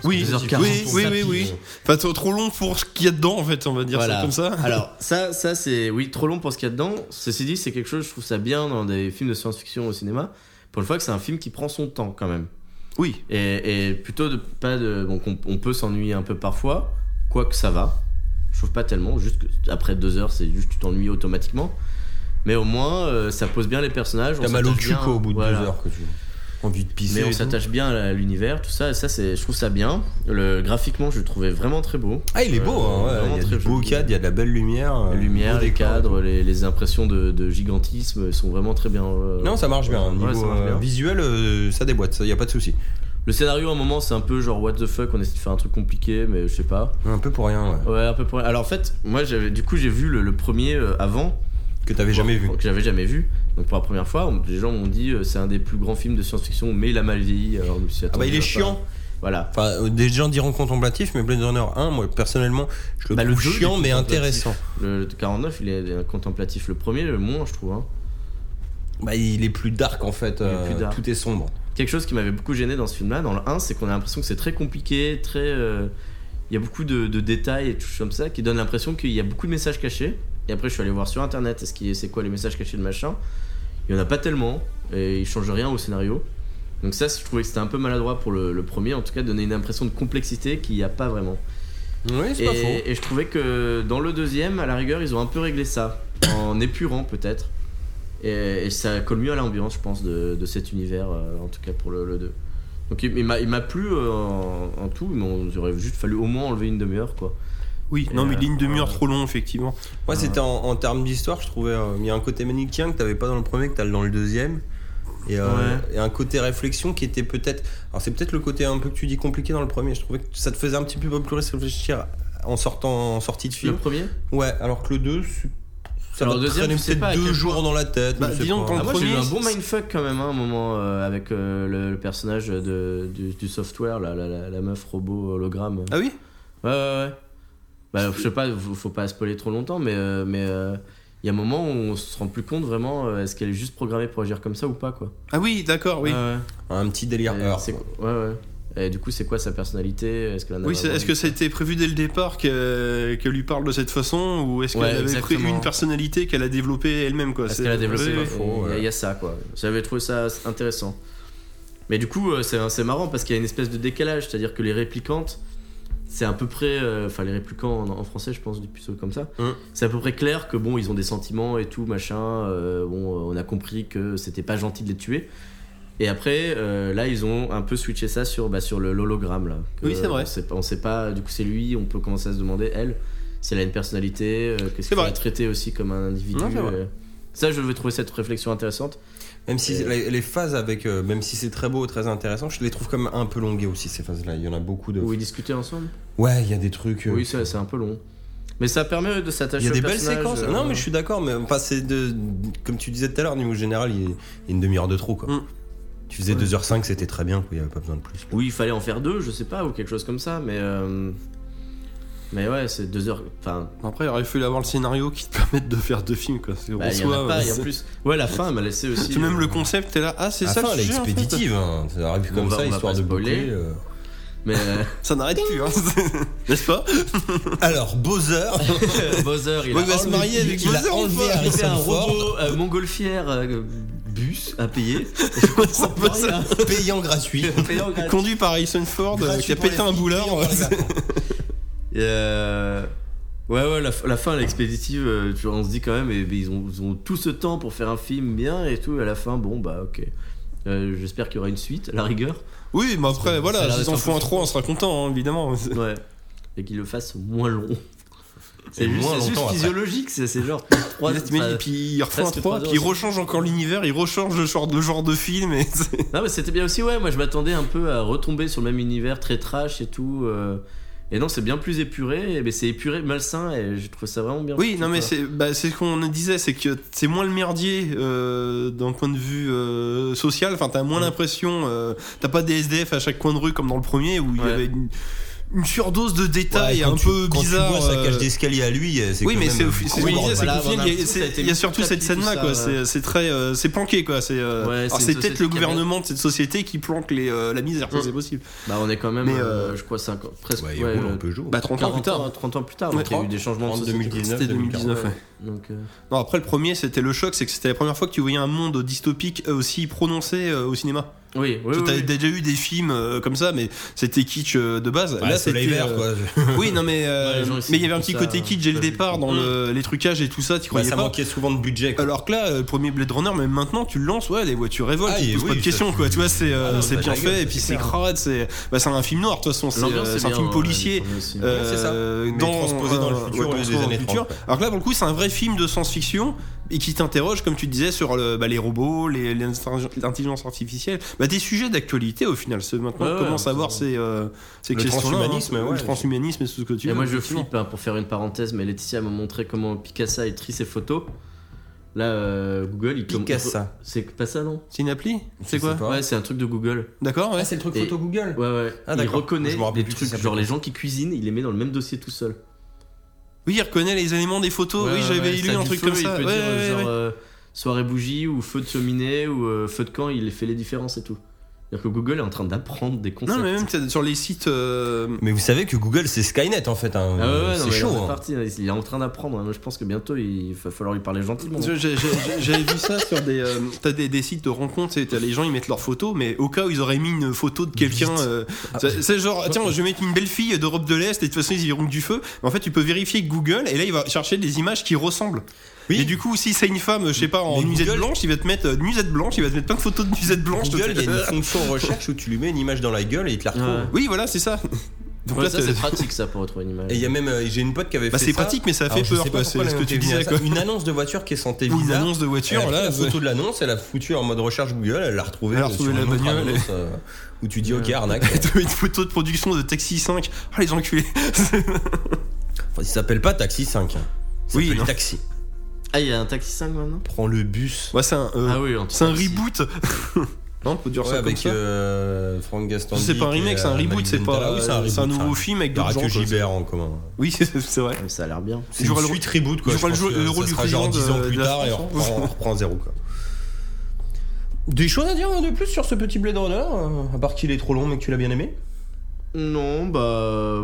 Oui, Parce que oui, 2h40, oui, oui, ça oui, pique. Enfin, c'est trop long pour ce qu'il y a dedans, en fait, on va dire Voilà. Ah. ça comme ça. Alors ça, ça c'est oui trop long pour ce qu'il y a dedans. Ceci dit, c'est quelque chose je trouve ça bien dans des films de science-fiction au cinéma. Pour une fois que c'est un film qui prend son temps quand même. Oui. Et, et plutôt de pas de bon qu'on- on, peut s'ennuyer un peu parfois, quoique ça va. Je trouve pas tellement. Juste que après deux heures, c'est juste tu t'ennuies automatiquement. Mais au moins, euh, ça pose bien les personnages. on T'as mal au s'attache cul bien- quoi, au bout de voilà. deux heures que tu envie de pisser Mais et on tout. s'attache bien à l'univers, tout ça, et ça, c'est, je trouve ça bien. Le, graphiquement, je le trouvais vraiment très beau. Ah il est beau hein, ouais, Euh, vraiment il y a du très beau joli. cadre, il y a de la belle lumière, euh, La lumière, beau les décor et tout. cadres, les, les impressions de, de gigantisme sont vraiment très bien. euh, Non ça marche bien, Ouais, niveau ça marche euh, bien. visuel euh, ça déboîte, ça y a pas de souci. Le scénario, à un moment, c'est un peu genre what the fuck, on essaie de faire un truc compliqué, mais je sais pas. Un peu pour rien ouais, Ouais, un peu pour. Alors en fait, moi, j'avais, du coup, j'ai vu le, le premier euh, avant, que t'avais jamais vu. que j'avais jamais vu. Donc pour la première fois, on- les gens m'ont dit euh, c'est un des plus grands films de science-fiction, mais il a mal vieilli. Alors je me suis dit, Ah attends, bah il je est vois pas. chiant. Voilà. Enfin, euh, des gens diront contemplatif, mais Blade Runner 1, moi personnellement, je le Bah, le trouve jeu, il est chiant mais contemplatif. intéressant. Le 49, il est euh, contemplatif. Le premier, le moins, je trouve. hein. Bah, il est plus dark en fait, est euh, plus dark. tout est sombre. Quelque chose qui m'avait beaucoup gêné dans ce film-là, dans le 1, c'est qu'on a l'impression que c'est très compliqué, très. euh, Il y a beaucoup de, de détails et tout comme ça qui donnent l'impression qu'il y a beaucoup de messages cachés. Et après, je suis allé voir sur internet, est-ce qu'il y a- c'est quoi les messages cachés de machin Il y en a pas tellement, et ils changent rien au scénario. Donc, ça, je trouvais que c'était un peu maladroit pour le, le premier, en tout cas, donner une impression de complexité qu'il n'y a pas vraiment. Oui, c'est pas faux. Et, et je trouvais que dans le deuxième, à la rigueur, ils ont un peu réglé ça, en épurant peut-être. Et, et ça colle mieux à l'ambiance, je pense, de, de cet univers, euh, en tout cas pour le, 2. Donc il, il m'a il m'a plu euh, en, en tout, mais on- il aurait juste fallu au moins enlever une demi-heure, quoi. Oui, non, Et, mais euh, ligne demi-heure euh, trop long, effectivement. Moi, c'était en, en termes d'histoire, je trouvais. euh, Il y a un côté manichéen que t'avais pas dans le premier, que t'as dans le deuxième. Et, euh, et un côté réflexion qui était peut-être. Alors, c'est peut-être le côté un peu que tu dis compliqué dans le premier. Je trouvais que ça te faisait un petit peu plus réfléchir en, sortant, en sortie de Le film. premier Ouais, alors que le 2, Ça Alors, va te deuxième, traîner je sais peut-être pas à deux quel jours dans la tête. Bah, je sais disons pas. qu'en Ah, moi j'ai eu premier, un c'est- bon mindfuck quand même hein, à un moment euh, avec euh, le, le personnage de, du, du software, là, la, la, la meuf robot hologramme. Ah oui Ouais, ouais, ouais. Bah, je sais pas, faut faut pas spoiler trop longtemps, mais euh, mais euh, il y a un moment où on se rend plus compte vraiment euh, est-ce qu'elle est juste programmée pour agir comme ça ou pas quoi. Ah oui, d'accord, oui. Ouais, ouais. Un petit délire Et Earth. c'est- ouais, ouais. Et du coup, c'est quoi sa personnalité Est-ce qu'elle en a Oui, c'est- vraiment est-ce que ça a été prévu dès le départ que- qu'elle lui parle de cette façon ou est-ce qu'elle Ouais, avait pris exactement. une personnalité qu'elle a développée elle-même quoi Parce c'est- qu'elle a développé. Ouais, Il ouais. faux, y a- ouais. il y, a ça, quoi. J'avais trouvé ça intéressant. Mais du coup, euh, c'est c'est marrant parce qu'il y a une espèce de décalage, c'est-à-dire que les réplicantes, c'est à peu près. euh, Enfin, les réplicants en, en français, je pense, du plutôt comme ça. Hein. Hum. C'est à peu près clair que bon, ils ont des sentiments et tout, machin. euh, bon, euh, on a compris que c'était pas gentil de les tuer. Et après, euh, là, ils ont un peu switché ça sur, bah, sur le l'hologramme, là. Que Oui, c'est vrai. On sait, pas- on sait pas, du coup, c'est lui, on peut commencer à se demander, elle, si elle a une personnalité, euh, qu'est-ce C'est qu'elle vrai. est traitée aussi comme un individu. Non, c'est vrai. euh, ça, je vais trouver cette réflexion intéressante. Même si Et- les, les phases avec, euh, même si c'est très beau, très intéressant, je les trouve comme un peu longuées aussi ces phases-là. Il y en a beaucoup de. Où ils discutaient ensemble Ouais, il y a des trucs. euh, Oui, ça, c'est un peu long. Mais ça permet de il s'attacher y a au des belles personnage, séquences. euh, Non, mais je suis d'accord, mais enfin, c'est de, comme tu disais tout à l'heure, niveau général, il y a- il y a une demi-heure de trop quoi. Mm. Tu faisais Ouais. 2h05, c'était très bien, quoi, il n'y avait pas besoin de plus. Oui, il fallait en faire deux, je sais pas, ou quelque chose comme ça, mais. euh, Mais ouais, c'est deux heures. Enfin, Après, il aurait fallu avoir le scénario qui te permette de faire deux films quoi. C'est- bah, en il y en soi, a pas, euh, il y a c'est- plus. Ouais, la fin elle m'a laissé aussi. c'est même euh, le concept, t'es là, ah c'est La ça fin, le elle est sujet, en fait. bah, expéditive. hein. Ça arrive On comme va- ça, on va histoire pas de spoiler. boucler. euh. Mais. euh, Ça n'arrête plus, hein. n'est-ce pas Alors, Bowser, Bowser, il Ouais, a il va se enlevé- marier avec il a Bowser ou enlevé pas Harrison un Harrison Ford. robot euh, montgolfière euh, bus à payer. Je comprends peut pas ça. rien. payant gratuit. Payant gratuit. Conduit par Harrison Ford, Bah, euh, Gratuit qui a pour pété les un filles, boulard. payant pour les garçons. Et, euh, Ouais, ouais, la, la fin, l'expéditive, euh, tu vois, on se dit quand même, et, ils, ont, ils ont tout ce temps pour faire un film bien et tout, et à la fin, bon, bah ok. Euh, J'espère qu'il y aura une suite, à la rigueur. Oui, mais après, Ça a voilà, l'air s'ils d'être en un font peu un 3, on sera content, hein, évidemment. Ouais. Et qu'ils le fassent moins long. C'est C'est juste, moins c'est juste longtemps après. physiologique, c'est c'est genre trois- Mais- mais- enfin, puis ils refont un presque 3, trois puis ils heures, rechangent encore l'univers, ils rechangent le genre, le genre de film. Et c'est- Non, mais c'était bien aussi, ouais. Moi, je m'attendais un peu à retomber sur le même univers très trash et tout. euh, Et non, c'est bien plus épuré, mais c'est épuré, malsain, et je trouve ça vraiment bien. oui, foutu, non, mais quoi. c'est bah, c'est ce qu'on disait, c'est que c'est moins le merdier euh, d'un point de vue euh, social. Enfin, t'as moins l'impression. euh, t'as pas des SDF à chaque coin de rue comme dans le premier où il y Ouais. avait une, une surdose de Ouais, détails quand un tu- peu quand tu bizarre. vois sa euh, cage d'escalier à lui, c'est oui, quand mais même c'est au fi- c'est ce Oui, qu'on disait, c'est voilà, qu'au final, voilà, il y a- ça a été c'est- il y a mis surtout petit à cette petit, scène-là, tout quoi. ça, C'est- ouais. C'est très, euh, c'est planqué, quoi. C'est, euh, Ouais, alors, c'est c'est une peut-être société le qui gouvernement de cette société qui planque les, euh, la misère, ça, Hum. c'est possible. Bah, on est quand même, Mais, euh, euh, je crois, 50, presque. Ouais, ouais, il roule un euh, peu jour. Bah, 30 ans plus 40 tard. ans, 30 ans plus tard, Ouais. donc il y a eu des changements de En société. 2019, C'était 2019. ouais. Donc, euh, Non, après le premier, c'était le choc, c'est que c'était la première fois que tu voyais un monde dystopique euh, aussi prononcé euh, au cinéma. Oui, oui, Tu oui, T'as oui. déjà eu des filmes euh, comme ça, mais c'était kitsch euh, de base. Bah, soleil c'était, vert, euh, quoi. Oui, non, mais euh, Ouais, les gens, ils mais il y avait font un petit ça, côté kitsch dès le pas du départ tout. dans le- les trucages et tout ça, tu Bah, croyais ça pas. manquait souvent de budget. quoi. Alors que là, le premier Blade Runner, même maintenant, tu le lances, ouais, les voitures révoltent, Ah, tu et te poses oui, pas de ça, questions, c'est- quoi. Tu vois, c'est euh, Ah non, c'est bah, bien la fait, gueule, et puis c'est c'est clair. crade, c'est bah, c'est un film noir, de toute façon, c'est L'ambiance euh, est c'est un bien, film ouais, policier. le premier aussi. euh, c'est ça. Mais transposé dans le futur au lieu transposé des dans le années futur. 30, ouais. Alors que là, pour le coup, c'est un vrai film de science-fiction et qui t'interroge, comme tu disais, sur le- bah, les robots, les- les intelligen- l'intelligence artificielle, bah, des sujets d'actualité au final. C'est maintenant Ouais, on commence ouais, à voir c'est- ces, euh, ces Le questions-là, transhumanisme, hein. ouais. le transhumanisme et tout ce que tu Et veux. moi je effectivement. flippe hein, pour faire une parenthèse, mais Laetitia m'a montré comment Picasa il trie ses photos. Là, euh, Google, il com- Picasa. C'est pas ça, non C'est une appli C'est Je quoi sais pas. Ouais, c'est un truc de Google. D'accord, ouais. Ah, c'est le truc Et- photo Google. Ouais, ouais. Ah, il d'accord. reconnaît Je me rappelle des plus que trucs, ça genre s'appelle. les gens qui cuisinent, il les met dans le même dossier tout seul. Oui, il reconnaît les éléments des photos. Oh, oui, j'avais lu ça un du truc feu, comme ça. Il peut Ouais, dire euh, ouais, genre ouais. euh, soirée bougie ou feu de cheminée ou euh, feu de camp, il fait les différences et tout. C'est-à-dire que Google est en train d'apprendre des concepts. Non, mais même t'as- sur les sites. euh, Mais vous savez que Google, c'est Skynet en fait. hein. Ah ouais, ouais, non, c'est mais chaud. on est hein. parti, hein. il est en train d'apprendre. hein. Moi, Je pense que bientôt il va falloir lui parler gentiment. hein. J'ai- j'ai- j'ai- J'avais vu ça sur des, euh, t'as des, des sites de rencontres, et t'as les gens ils mettent leurs photos, mais au cas où ils auraient mis une photo de quelqu'un, euh, Ah. c'est- c'est genre tiens je vais mettre une belle fille d'Europe de l'Est et de toute façon ils iront que du feu. Mais en fait tu peux vérifier avec Google et là il va chercher des images qui ressemblent. Oui. Et du coup si c'est une femme je sais pas en Mais musette Google- blanche il va te mettre euh, musette blanche, il va te mettre plein de photos de musette blanche. Google, il y a une Euh, fonction recherche où tu lui mets une image dans la gueule et il te la retrouve. Ouais. Oui voilà c'est ça. Donc Ouais, là ça t'as- c'est pratique ça pour retrouver une image. Et il y a même, euh, j'ai une pote qui avait bah, fait c'est ça. pratique mais ça fait Alors, je peur sais quoi, pas c'est pourquoi ce elle que m'a tu fait disais ça. quoi. Une annonce de voiture qui sentait Ou une bizarre. annonce de voiture elle a pris là. euh, la photo de l'annonce, elle a foutu en mode recherche Google, elle l'a retrouvée. Elle a euh, retrouvé sur la une autre bagnole, annonce, euh, Où tu dis, ok, arnaque. T'as une photo de production de Taxi 5. Ah les enculés. Enfin, il s'appelle pas Taxi 5. hein. Il Oui, s'appelle non. Taxi. Ah, il y a un Taxi 5 maintenant Prends le bus. Ouais, c'est un, euh, Ah oui, en tout c'est un cas, si. reboot. non, on peut dire Ouais, ça comme avec ça. euh, Frank Gaston. C'est pas un remake, c'est un reboot, c'est pas. euh, c'est un nouveau film avec Il y d'autres aura gens. que quoi. Gilbert en commun. Oui, c'est c'est vrai. Ouais, Ça a l'air bien. C'est J'aurai une le- suite reboot quoi. j'aurai Je le- pense le que rôle ça du sera genre président 10 ans de- plus de la tard et on France. reprend, on reprend à zéro quoi. Des choses à dire hein, de plus sur ce petit Blade Runner, euh, à part qu'il est trop long mais que tu l'as bien aimé Non, bah.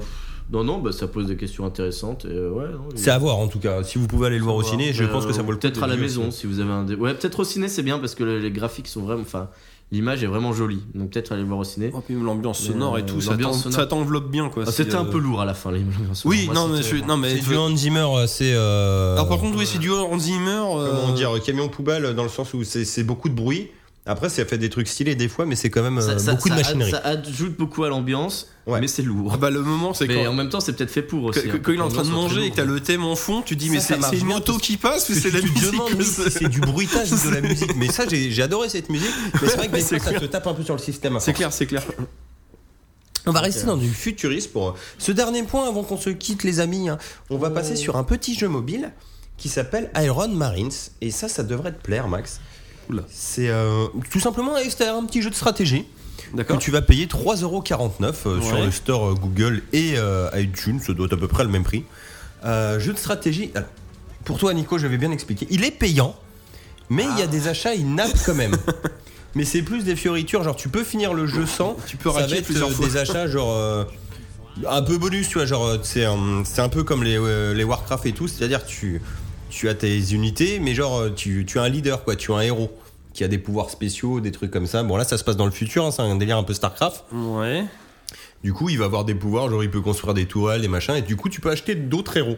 Non, non, bah, ça pose des questions intéressantes. et, euh, ouais, non, il- C'est à voir en tout cas. Si vous pouvez aller le voir au Voilà. ciné, je Bah, pense que ça vaut le coup. Peut-être de à la le maison aussi. si vous avez un. dé- Ouais, peut-être au ciné c'est bien parce que le- les graphiques sont vraiment. Enfin, l'image est vraiment jolie. Donc peut-être aller le voir au ciné. Oh, puis même L'ambiance Mais, sonore et tout, euh, ça l'ambiance t'en- sonore. ça t'enveloppe bien quoi. Ah, C'est, C'était un euh, peu lourd à la fin, les l'ambiance. Oui, Moi, non, mais c'était- je- non, mais C'est je- du Hans Zimmer assez. euh, Alors, par contre, oui, c'est du Hans Zimmer. euh, Comment dire, camion poubelle dans le sens où c'est c'est beaucoup de bruit. Après, ça fait des trucs stylés des fois, mais c'est quand même euh, Ça- ça- beaucoup ça de ad- machinerie. Ça ajoute beaucoup à l'ambiance, Ouais. mais c'est Ah lourd. bah le moment c'est mais en quand, même temps, c'est peut-être fait pour que- aussi. que- hein. quand il est en train de L'ambiance manger entre et que t'as nous. le thème en fond, tu dis Ça, mais ça c'est marche c'est une bien auto parce qui passe, mais Parce c'est que la tu te musique. demandes, que oui, c'est- si c'est du bruitage de la musique. Mais ça, j'ai j'ai adoré cette musique. Mais c'est vrai que des fois, ça te tape un peu sur le système. à C'est force. clair, c'est clair. On va euh, rester dans du futuriste pour euh, ce dernier point avant qu'on se quitte, les amis. hein. On va Oh. passer sur un petit jeu mobile qui s'appelle Iron Marines. Et ça, ça devrait te plaire, Max. Oula. C'est euh, tout simplement c'est un petit jeu de stratégie que D'accord. tu vas payer 3,49€ euh, sur Ouais. le store euh, Google et euh, iTunes. Ça doit être à peu près le même prix. Euh, jeu de stratégie. Alors, pour toi, Nico, je vais bien expliquer. Il est payant, mais il y a Ah. des achats inaptes quand même. mais c'est plus des fioritures. Genre, tu peux finir le jeu sans. Tu peux ça va racheter être plusieurs euh, fois. des achats genre. euh, un peu bonus, tu vois, genre, euh, c'est un, c'est un peu comme les, euh, les Warcraft et tout, c'est-à-dire tu, tu as tes unités, mais genre, euh, tu, tu as un leader, quoi, tu as un héros qui a des pouvoirs spéciaux, des trucs comme ça. Bon, là, ça se passe dans le futur, hein, c'est un délire un peu StarCraft. Ouais. Du coup, il va avoir des pouvoirs, genre, il peut construire des tourelles, des machins, et du coup, tu peux acheter d'autres héros.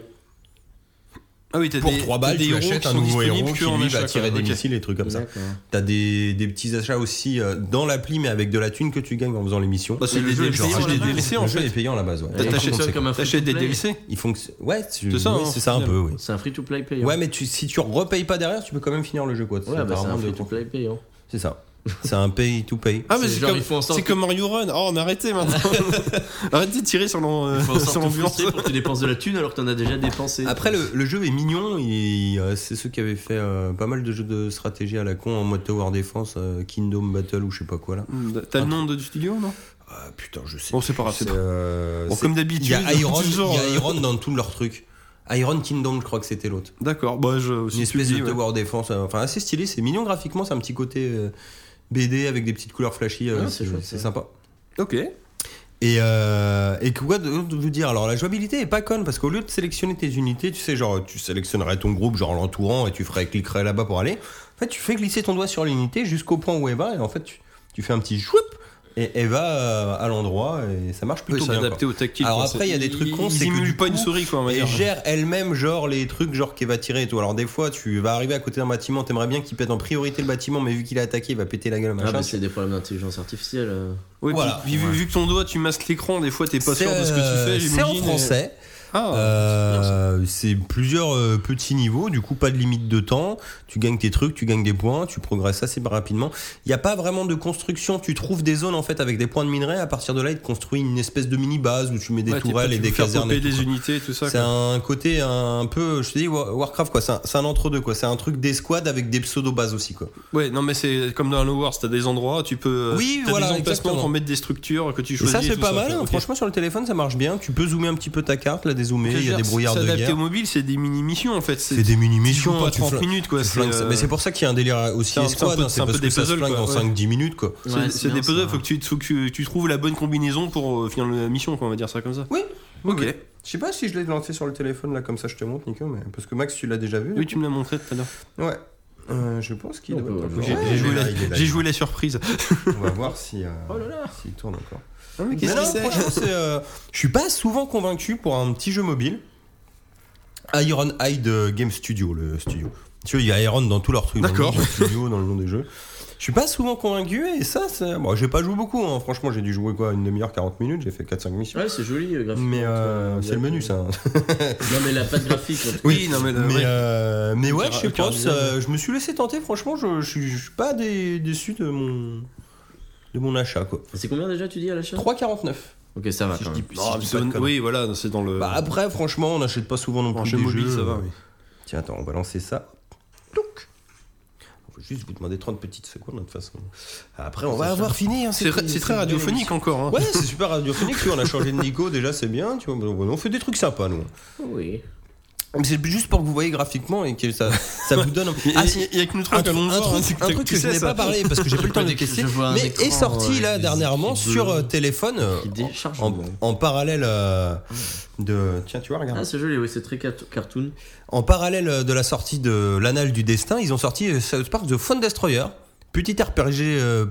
Ah oui, t'as Pour des, 3 t'as balles, des tu héros achètes qui un sont nouveau disponibles héros qui que en lui va achat, tirer quoi. des Ok. missiles et trucs comme ça. D'accord. T'as des, des petits achats aussi euh, dans l'appli, mais avec de la thune que tu gagnes en faisant les missions. Bah, c'est Le des jeu est DLC, payant c'est à la des base. DLC le en jeu est fait. payant à la base, ouais. T'achètes Par contre, ça c'est- comme un T'achètes des free-to-play. DLC. Il fonctionne. Ouais, tu- C'est ça, oui, hein, c'est ça un final. peu, oui. C'est un free to play payant. Ouais, mais tu, si tu repayes pas derrière, tu peux quand même finir le jeu, quoi. Ouais, bah, c'est vraiment un de- free to play payant. C'est ça. C'est un pay to pay. Ah mais C'est c'est genre, comme, il faut en sorte c'est que- comme Mario Run. Oh, on a arrêté maintenant. Arrêtez de tirer sur l'en- euh, Faut en sur sorte de l'ambulance. forcer pour que tu dépenses de la thune alors que t'en as déjà dépensé. Après, le, le jeu est mignon. il- euh, c'est ceux qui avaient fait euh, pas mal de jeux de stratégie à la con en mode Tower Defense, euh, Kingdom Battle ou je sais pas quoi là. Mmh, T'as le nom de- du studio, non Ah, putain, je sais. Bon, c'est pas grave. c'est C'est, pas grave. euh, Bon, c'est- comme il d'habitude. y a Iron, toujours, il y a euh, Iron dans tous leurs trucs. Iron Kingdom, je crois que c'était l'autre. D'accord. Bah, je. Une si tu le espèce dis, de ouais. Tower Defense, euh, enfin assez stylé, c'est mignon graphiquement, c'est un petit côté euh, BD avec des petites couleurs flashy, euh, Ouais, c'est c'est chouette, c'est ça. sympa. Ok. Et, euh, et que- quoi de- de vous dire Alors la jouabilité est pas conne parce qu'au lieu de sélectionner tes unités, tu sais genre tu sélectionnerais ton groupe genre en l'entourant et tu ferais cliquerais là-bas pour aller. En fait, tu fais glisser ton doigt sur l'unité jusqu'au point où elle va et en fait tu, tu fais un petit choup et elle va euh, à l'endroit et ça marche plutôt Oui, c'est bien. adapté au tactile. Alors quoi. après, il y a des trucs cons, Ils c'est que simulent du pas une coup, souris, quoi, on quoi. va Et dire. gère elle-même genre les trucs genre qu'elle va tirer et tout. Alors des fois tu vas arriver à côté d'un bâtiment, t'aimerais bien qu'il pète en priorité le bâtiment, mais vu qu'il est attaqué, il va péter la gueule Ah, machin. bah, c'est des problèmes d'intelligence artificielle. euh. Ouais, Voilà. puis, vu, vu que ton doigt, tu masques l'écran, des fois, t'es pas C'est, sûr de ce que euh, tu fais. c'est en j'imagine, et- français. Ah. Euh, c'est plusieurs euh, petits niveaux, du coup pas de limite de temps, tu gagnes tes trucs, tu gagnes des points, tu progresses assez rapidement. Il n'y a pas vraiment de construction, tu trouves des zones en fait avec des points de minerais, à partir de là il te construit une espèce de mini-base où tu mets des Ouais, t'es pas- tourelles tu et peux des faire casernes. popper et tout, des quoi. unités et tout ça. C'est quoi. un côté un peu, je te dis War- Warcraft quoi, c'est un, c'est un entre-deux quoi, c'est un truc d'escouade avec des pseudo-bases aussi quoi. Ouais, non, mais c'est comme dans Halo Wars, t'as des endroits, tu peux. euh, Oui, t'as voilà, des emplacements exactement. pour mettre des structures que tu Et choisis. ça c'est tout pas mal, quoi. hein. Ok. franchement sur le téléphone ça marche bien, tu peux zoomer un petit peu ta carte, la dézoomer, il y a des C'est- brouillards c'est de adapté guerre. au mobile, c'est des mini-missions en fait. C'est des missions. mini-missions, pas tu 30 flingues- minutes quoi. Tu flingues ça. euh, Mais c'est pour ça qu'il y a un délire aussi c'est un- escouade, c'est un hein, c'est peu parce des que ça se puzzles, flingue quoi, dans ouais. 5-10 minutes quoi. c'est- Ouais, c'est bien, des puzzles, ça. faut que tu, faut que tu- tu trouves la bonne combinaison pour euh, finir la mission, quoi, on va dire ça comme ça. Oui, Ok. Je sais pas si je l'ai lancé sur le téléphone là comme ça je te montre Nico mais parce que Max tu l'as déjà vu. Oui, tu me l'as montré tout à l'heure. Ouais. Euh, je pense qu'il On peut doit être- le J'ai voir. j'ai J'ai joué, joué, la- là, il est là, j'ai il- joué la surprise. On va voir si euh, Oh s'il tourne encore. mais Mais non, franchement, c'est, euh, je suis pas souvent convaincu pour un petit jeu mobile. Ironhide euh, Game Studio le studio. Tu vois, il y a Iron dans tous leurs trucs, dans le nom D'accord. des studios, dans le nom des jeux. Je suis pas souvent convaincu et ça, c'est... bon, j'ai pas joué beaucoup. hein. Franchement, j'ai dû jouer quoi, une demi-heure, 40 minutes. J'ai fait 4-5 missions. Ouais, c'est joli euh, graphiquement. Mais euh, tu vois, c'est le menu, ça. Non, mais la patte graphique. en tout cas. Oui, non, mais. le- Mais, ouais. euh, mais ouais, je sais Le pas. cardinal. ça- je me suis laissé tenter. Franchement, je, je suis- je suis pas dé- déçu de mon de mon achat quoi. C'est combien déjà tu dis à l'achat 3,49. Ok, ça va. Si quand je dis- même. si Non, je mais dis c'est- pas de conneries. oui, voilà, c'est dans le. Bah après, Bah, franchement, on n'achète pas souvent non En plus Euh, jeu des mobile, jeux. ça va, oui. Tiens, attends, on va lancer ça. juste vous demander 30 petites secondes, de toute façon. Après, on va avoir fini. hein, C'est ra- c'est très radiophonique encore. hein. Ouais, c'est super radiophonique. Tu vois, on a changé de Nico, déjà, c'est bien. Tu vois, on fait des trucs sympas, nous. Oui. Mais c'est juste pour que vous voyez graphiquement et que ça, ça vous donne. un- Il y a- Ah, si, il y a que nous trois un, qui allons truc, le un voir, hein, truc- c'est un tu- truc tu que je sais, n'ai ça. pas parlé parce que j'ai plus le temps de Je vois tester, un mais écran, est sorti ouais, là qui- dernièrement qui- sur euh, téléphone euh, qui décharge, en, ouais. en parallèle euh, de tiens tu vois regarde Ah, c'est joli, oui, c'est très cat- cartoon. en parallèle de la sortie de l'anal du destin ils ont sorti euh, South Park The Phone Destroyer petit RPG euh,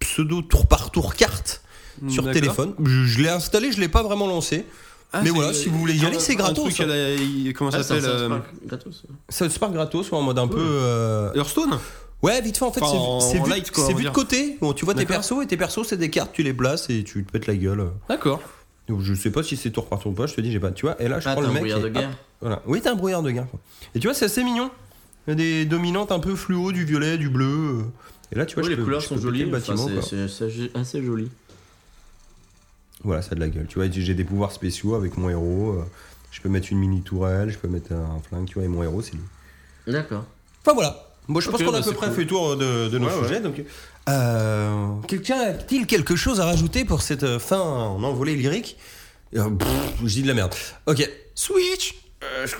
pseudo tour par tour carte sur Hmm, D'accord. téléphone je, je l'ai installé je l'ai pas vraiment lancé Ah, mais c'est- voilà si vous voulez y un- aller c'est un gratos hein. truc à la- il- comment ça Ah, c'est un s'appelle South euh, Park gratos. South Park gratos ou en mode un peu euh, Hearthstone Ouais, vite fait, en fait, Enfin, c'est- en- c'est en vu, light, quoi, c'est on va vu de dire. côté. Bon, tu vois tes D'accord. persos et tes persos, c'est des cartes, tu les places et tu te pètes la gueule. D'accord. Donc, Je sais pas si c'est tour par tour ou pas, je te dis, j'ai pas. Tu vois, et là, je Ah, prends t'as le un mec. brouillard et- de guerre. ah, voilà. Oui, t'as un brouillard de guerre. quoi. Et tu vois, c'est assez mignon. Il y a des dominantes un peu fluo, du violet, du bleu. euh. Et là, tu vois, Oui, je les peux- couleurs je sont peux péter jolies. le enfin, bâtiment, c'est- quoi. c'est c'est assez joli. Voilà, ça a de la gueule. Tu vois, j'ai j'ai des pouvoirs spéciaux avec mon héros. euh, Je peux mettre une mini tourelle, je peux mettre un flingue, tu vois, et mon héros, c'est lui. D'accord. Enfin voilà. Bon, je pense Ok, qu'on a bah, à peu c'est près cool. fait le tour de, de nos Ouais, ouais. sujets. donc, euh, Quelqu'un a-t-il quelque chose à rajouter pour cette euh, fin en envolée lyrique Euh, pff, Je dis de la merde. Ok. Switch C'est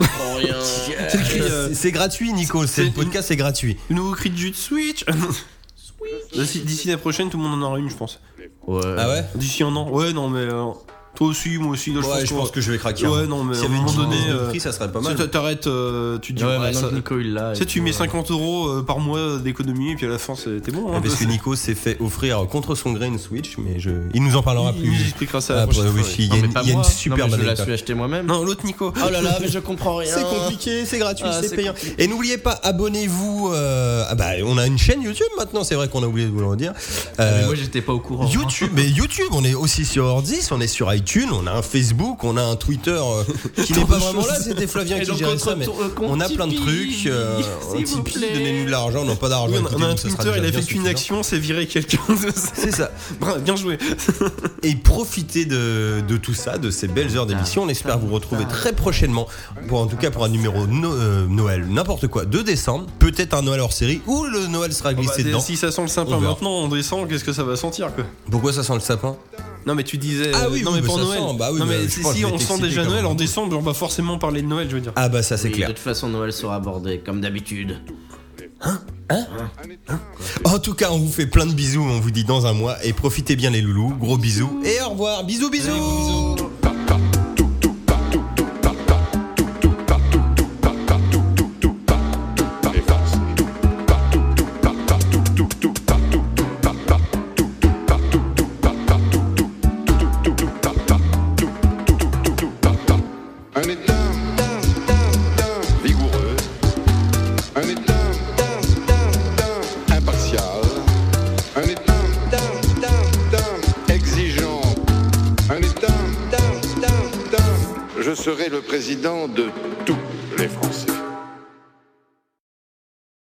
le cri, euh, C'est gratuit, Nico. c'est- c'est Le podcast, c'est gratuit. Le nouveau cri de jus de Switch D'ici d'ici la prochaine, tout le monde en aura une, je pense. Ouais. Euh, Ah ouais D'ici un an. Ouais, non, mais. euh, Toi aussi, moi aussi. là, Ouais, je qu'on- pense que je vais craquer. Ouais, hein. non, mais S'il y à un avait une moment donné, différence de euh, prix, ça serait pas mal. bah, Tu t'arrêtes, euh, tu te dis. Ouais, ouais, maintenant ça- que Nico il l'a. Tu et sais, tu tout, mets euh, 50 euros euh, par mois d'économie, et puis à la fin, c'est- t'es bon. hein, Ouais, parce que Nico s'est fait offrir contre son gré une Switch, mais je... il nous en parlera Il nous plus. expliquera ça. la Ah, bah, prochaine oui, fois, si, il y Non, a mais une- pas il y a moi. une Non, super hein. bonne mais Je l'ai anecdote. su acheter moi-même. ouais. Non, l'autre Nico. Oh là là, mais je comprends rien. C'est compliqué, c'est gratuit, Ah, c'est c'est payant. Et n'oubliez pas, abonnez-vous. euh, ah bah, on a une chaîne YouTube maintenant, c'est vrai qu'on a oublié de vous le redire. Euh, Ah, Mais moi j'étais pas au courant. hein. YouTube, mais YouTube, on est aussi sur Ordis, on est sur iTunes, on a un Facebook, on a un Twitter euh, qui n'est pas vraiment là, c'était Flavien Et qui donc, gérait on ça, mais retourne- euh, qu'on on a plein de Tipeee, trucs. euh, s'il on vous Tipeee, plaît. donnez-nous de l'argent, on n'a pas d'argent. Oui, on a- on a écoutez-nous, un bah, ça sera Twitter, il déjà a bien fait qu'une suffisant. action, c'est virer quelqu'un. C'est ça. Bra- Bien joué. et profitez de, de tout ça, de ces belles heures d'émission. On espère vous retrouver très prochainement, pour, en tout cas pour un numéro no- euh, Noël, n'importe quoi, de décembre, peut-être un Noël hors série, ou le Noël sera glissé Bah, dedans. si ça sent le On sapin verra. maintenant, on descend, qu'est-ce que ça va sentir quoi Pourquoi ça sent le sapin Non mais tu disais Ah euh, oui, non oui, mais bah, pour ça Noël. sent, bah oui, non mais mais je si, pense que si, je vais on sent t'exciter déjà quand Noël même. en décembre, on va forcément parler de Noël, je veux dire. Ah bah ça c'est Oui, clair. De toute façon, Noël sera abordé, comme d'habitude. En tout cas, on vous fait plein de bisous, on vous dit dans un mois, et profitez bien les loulous, gros bisous, et au revoir, bisous bisous, Un état vigoureux, un état impartial, un état exigeant, un état je serai le président de tous les Français.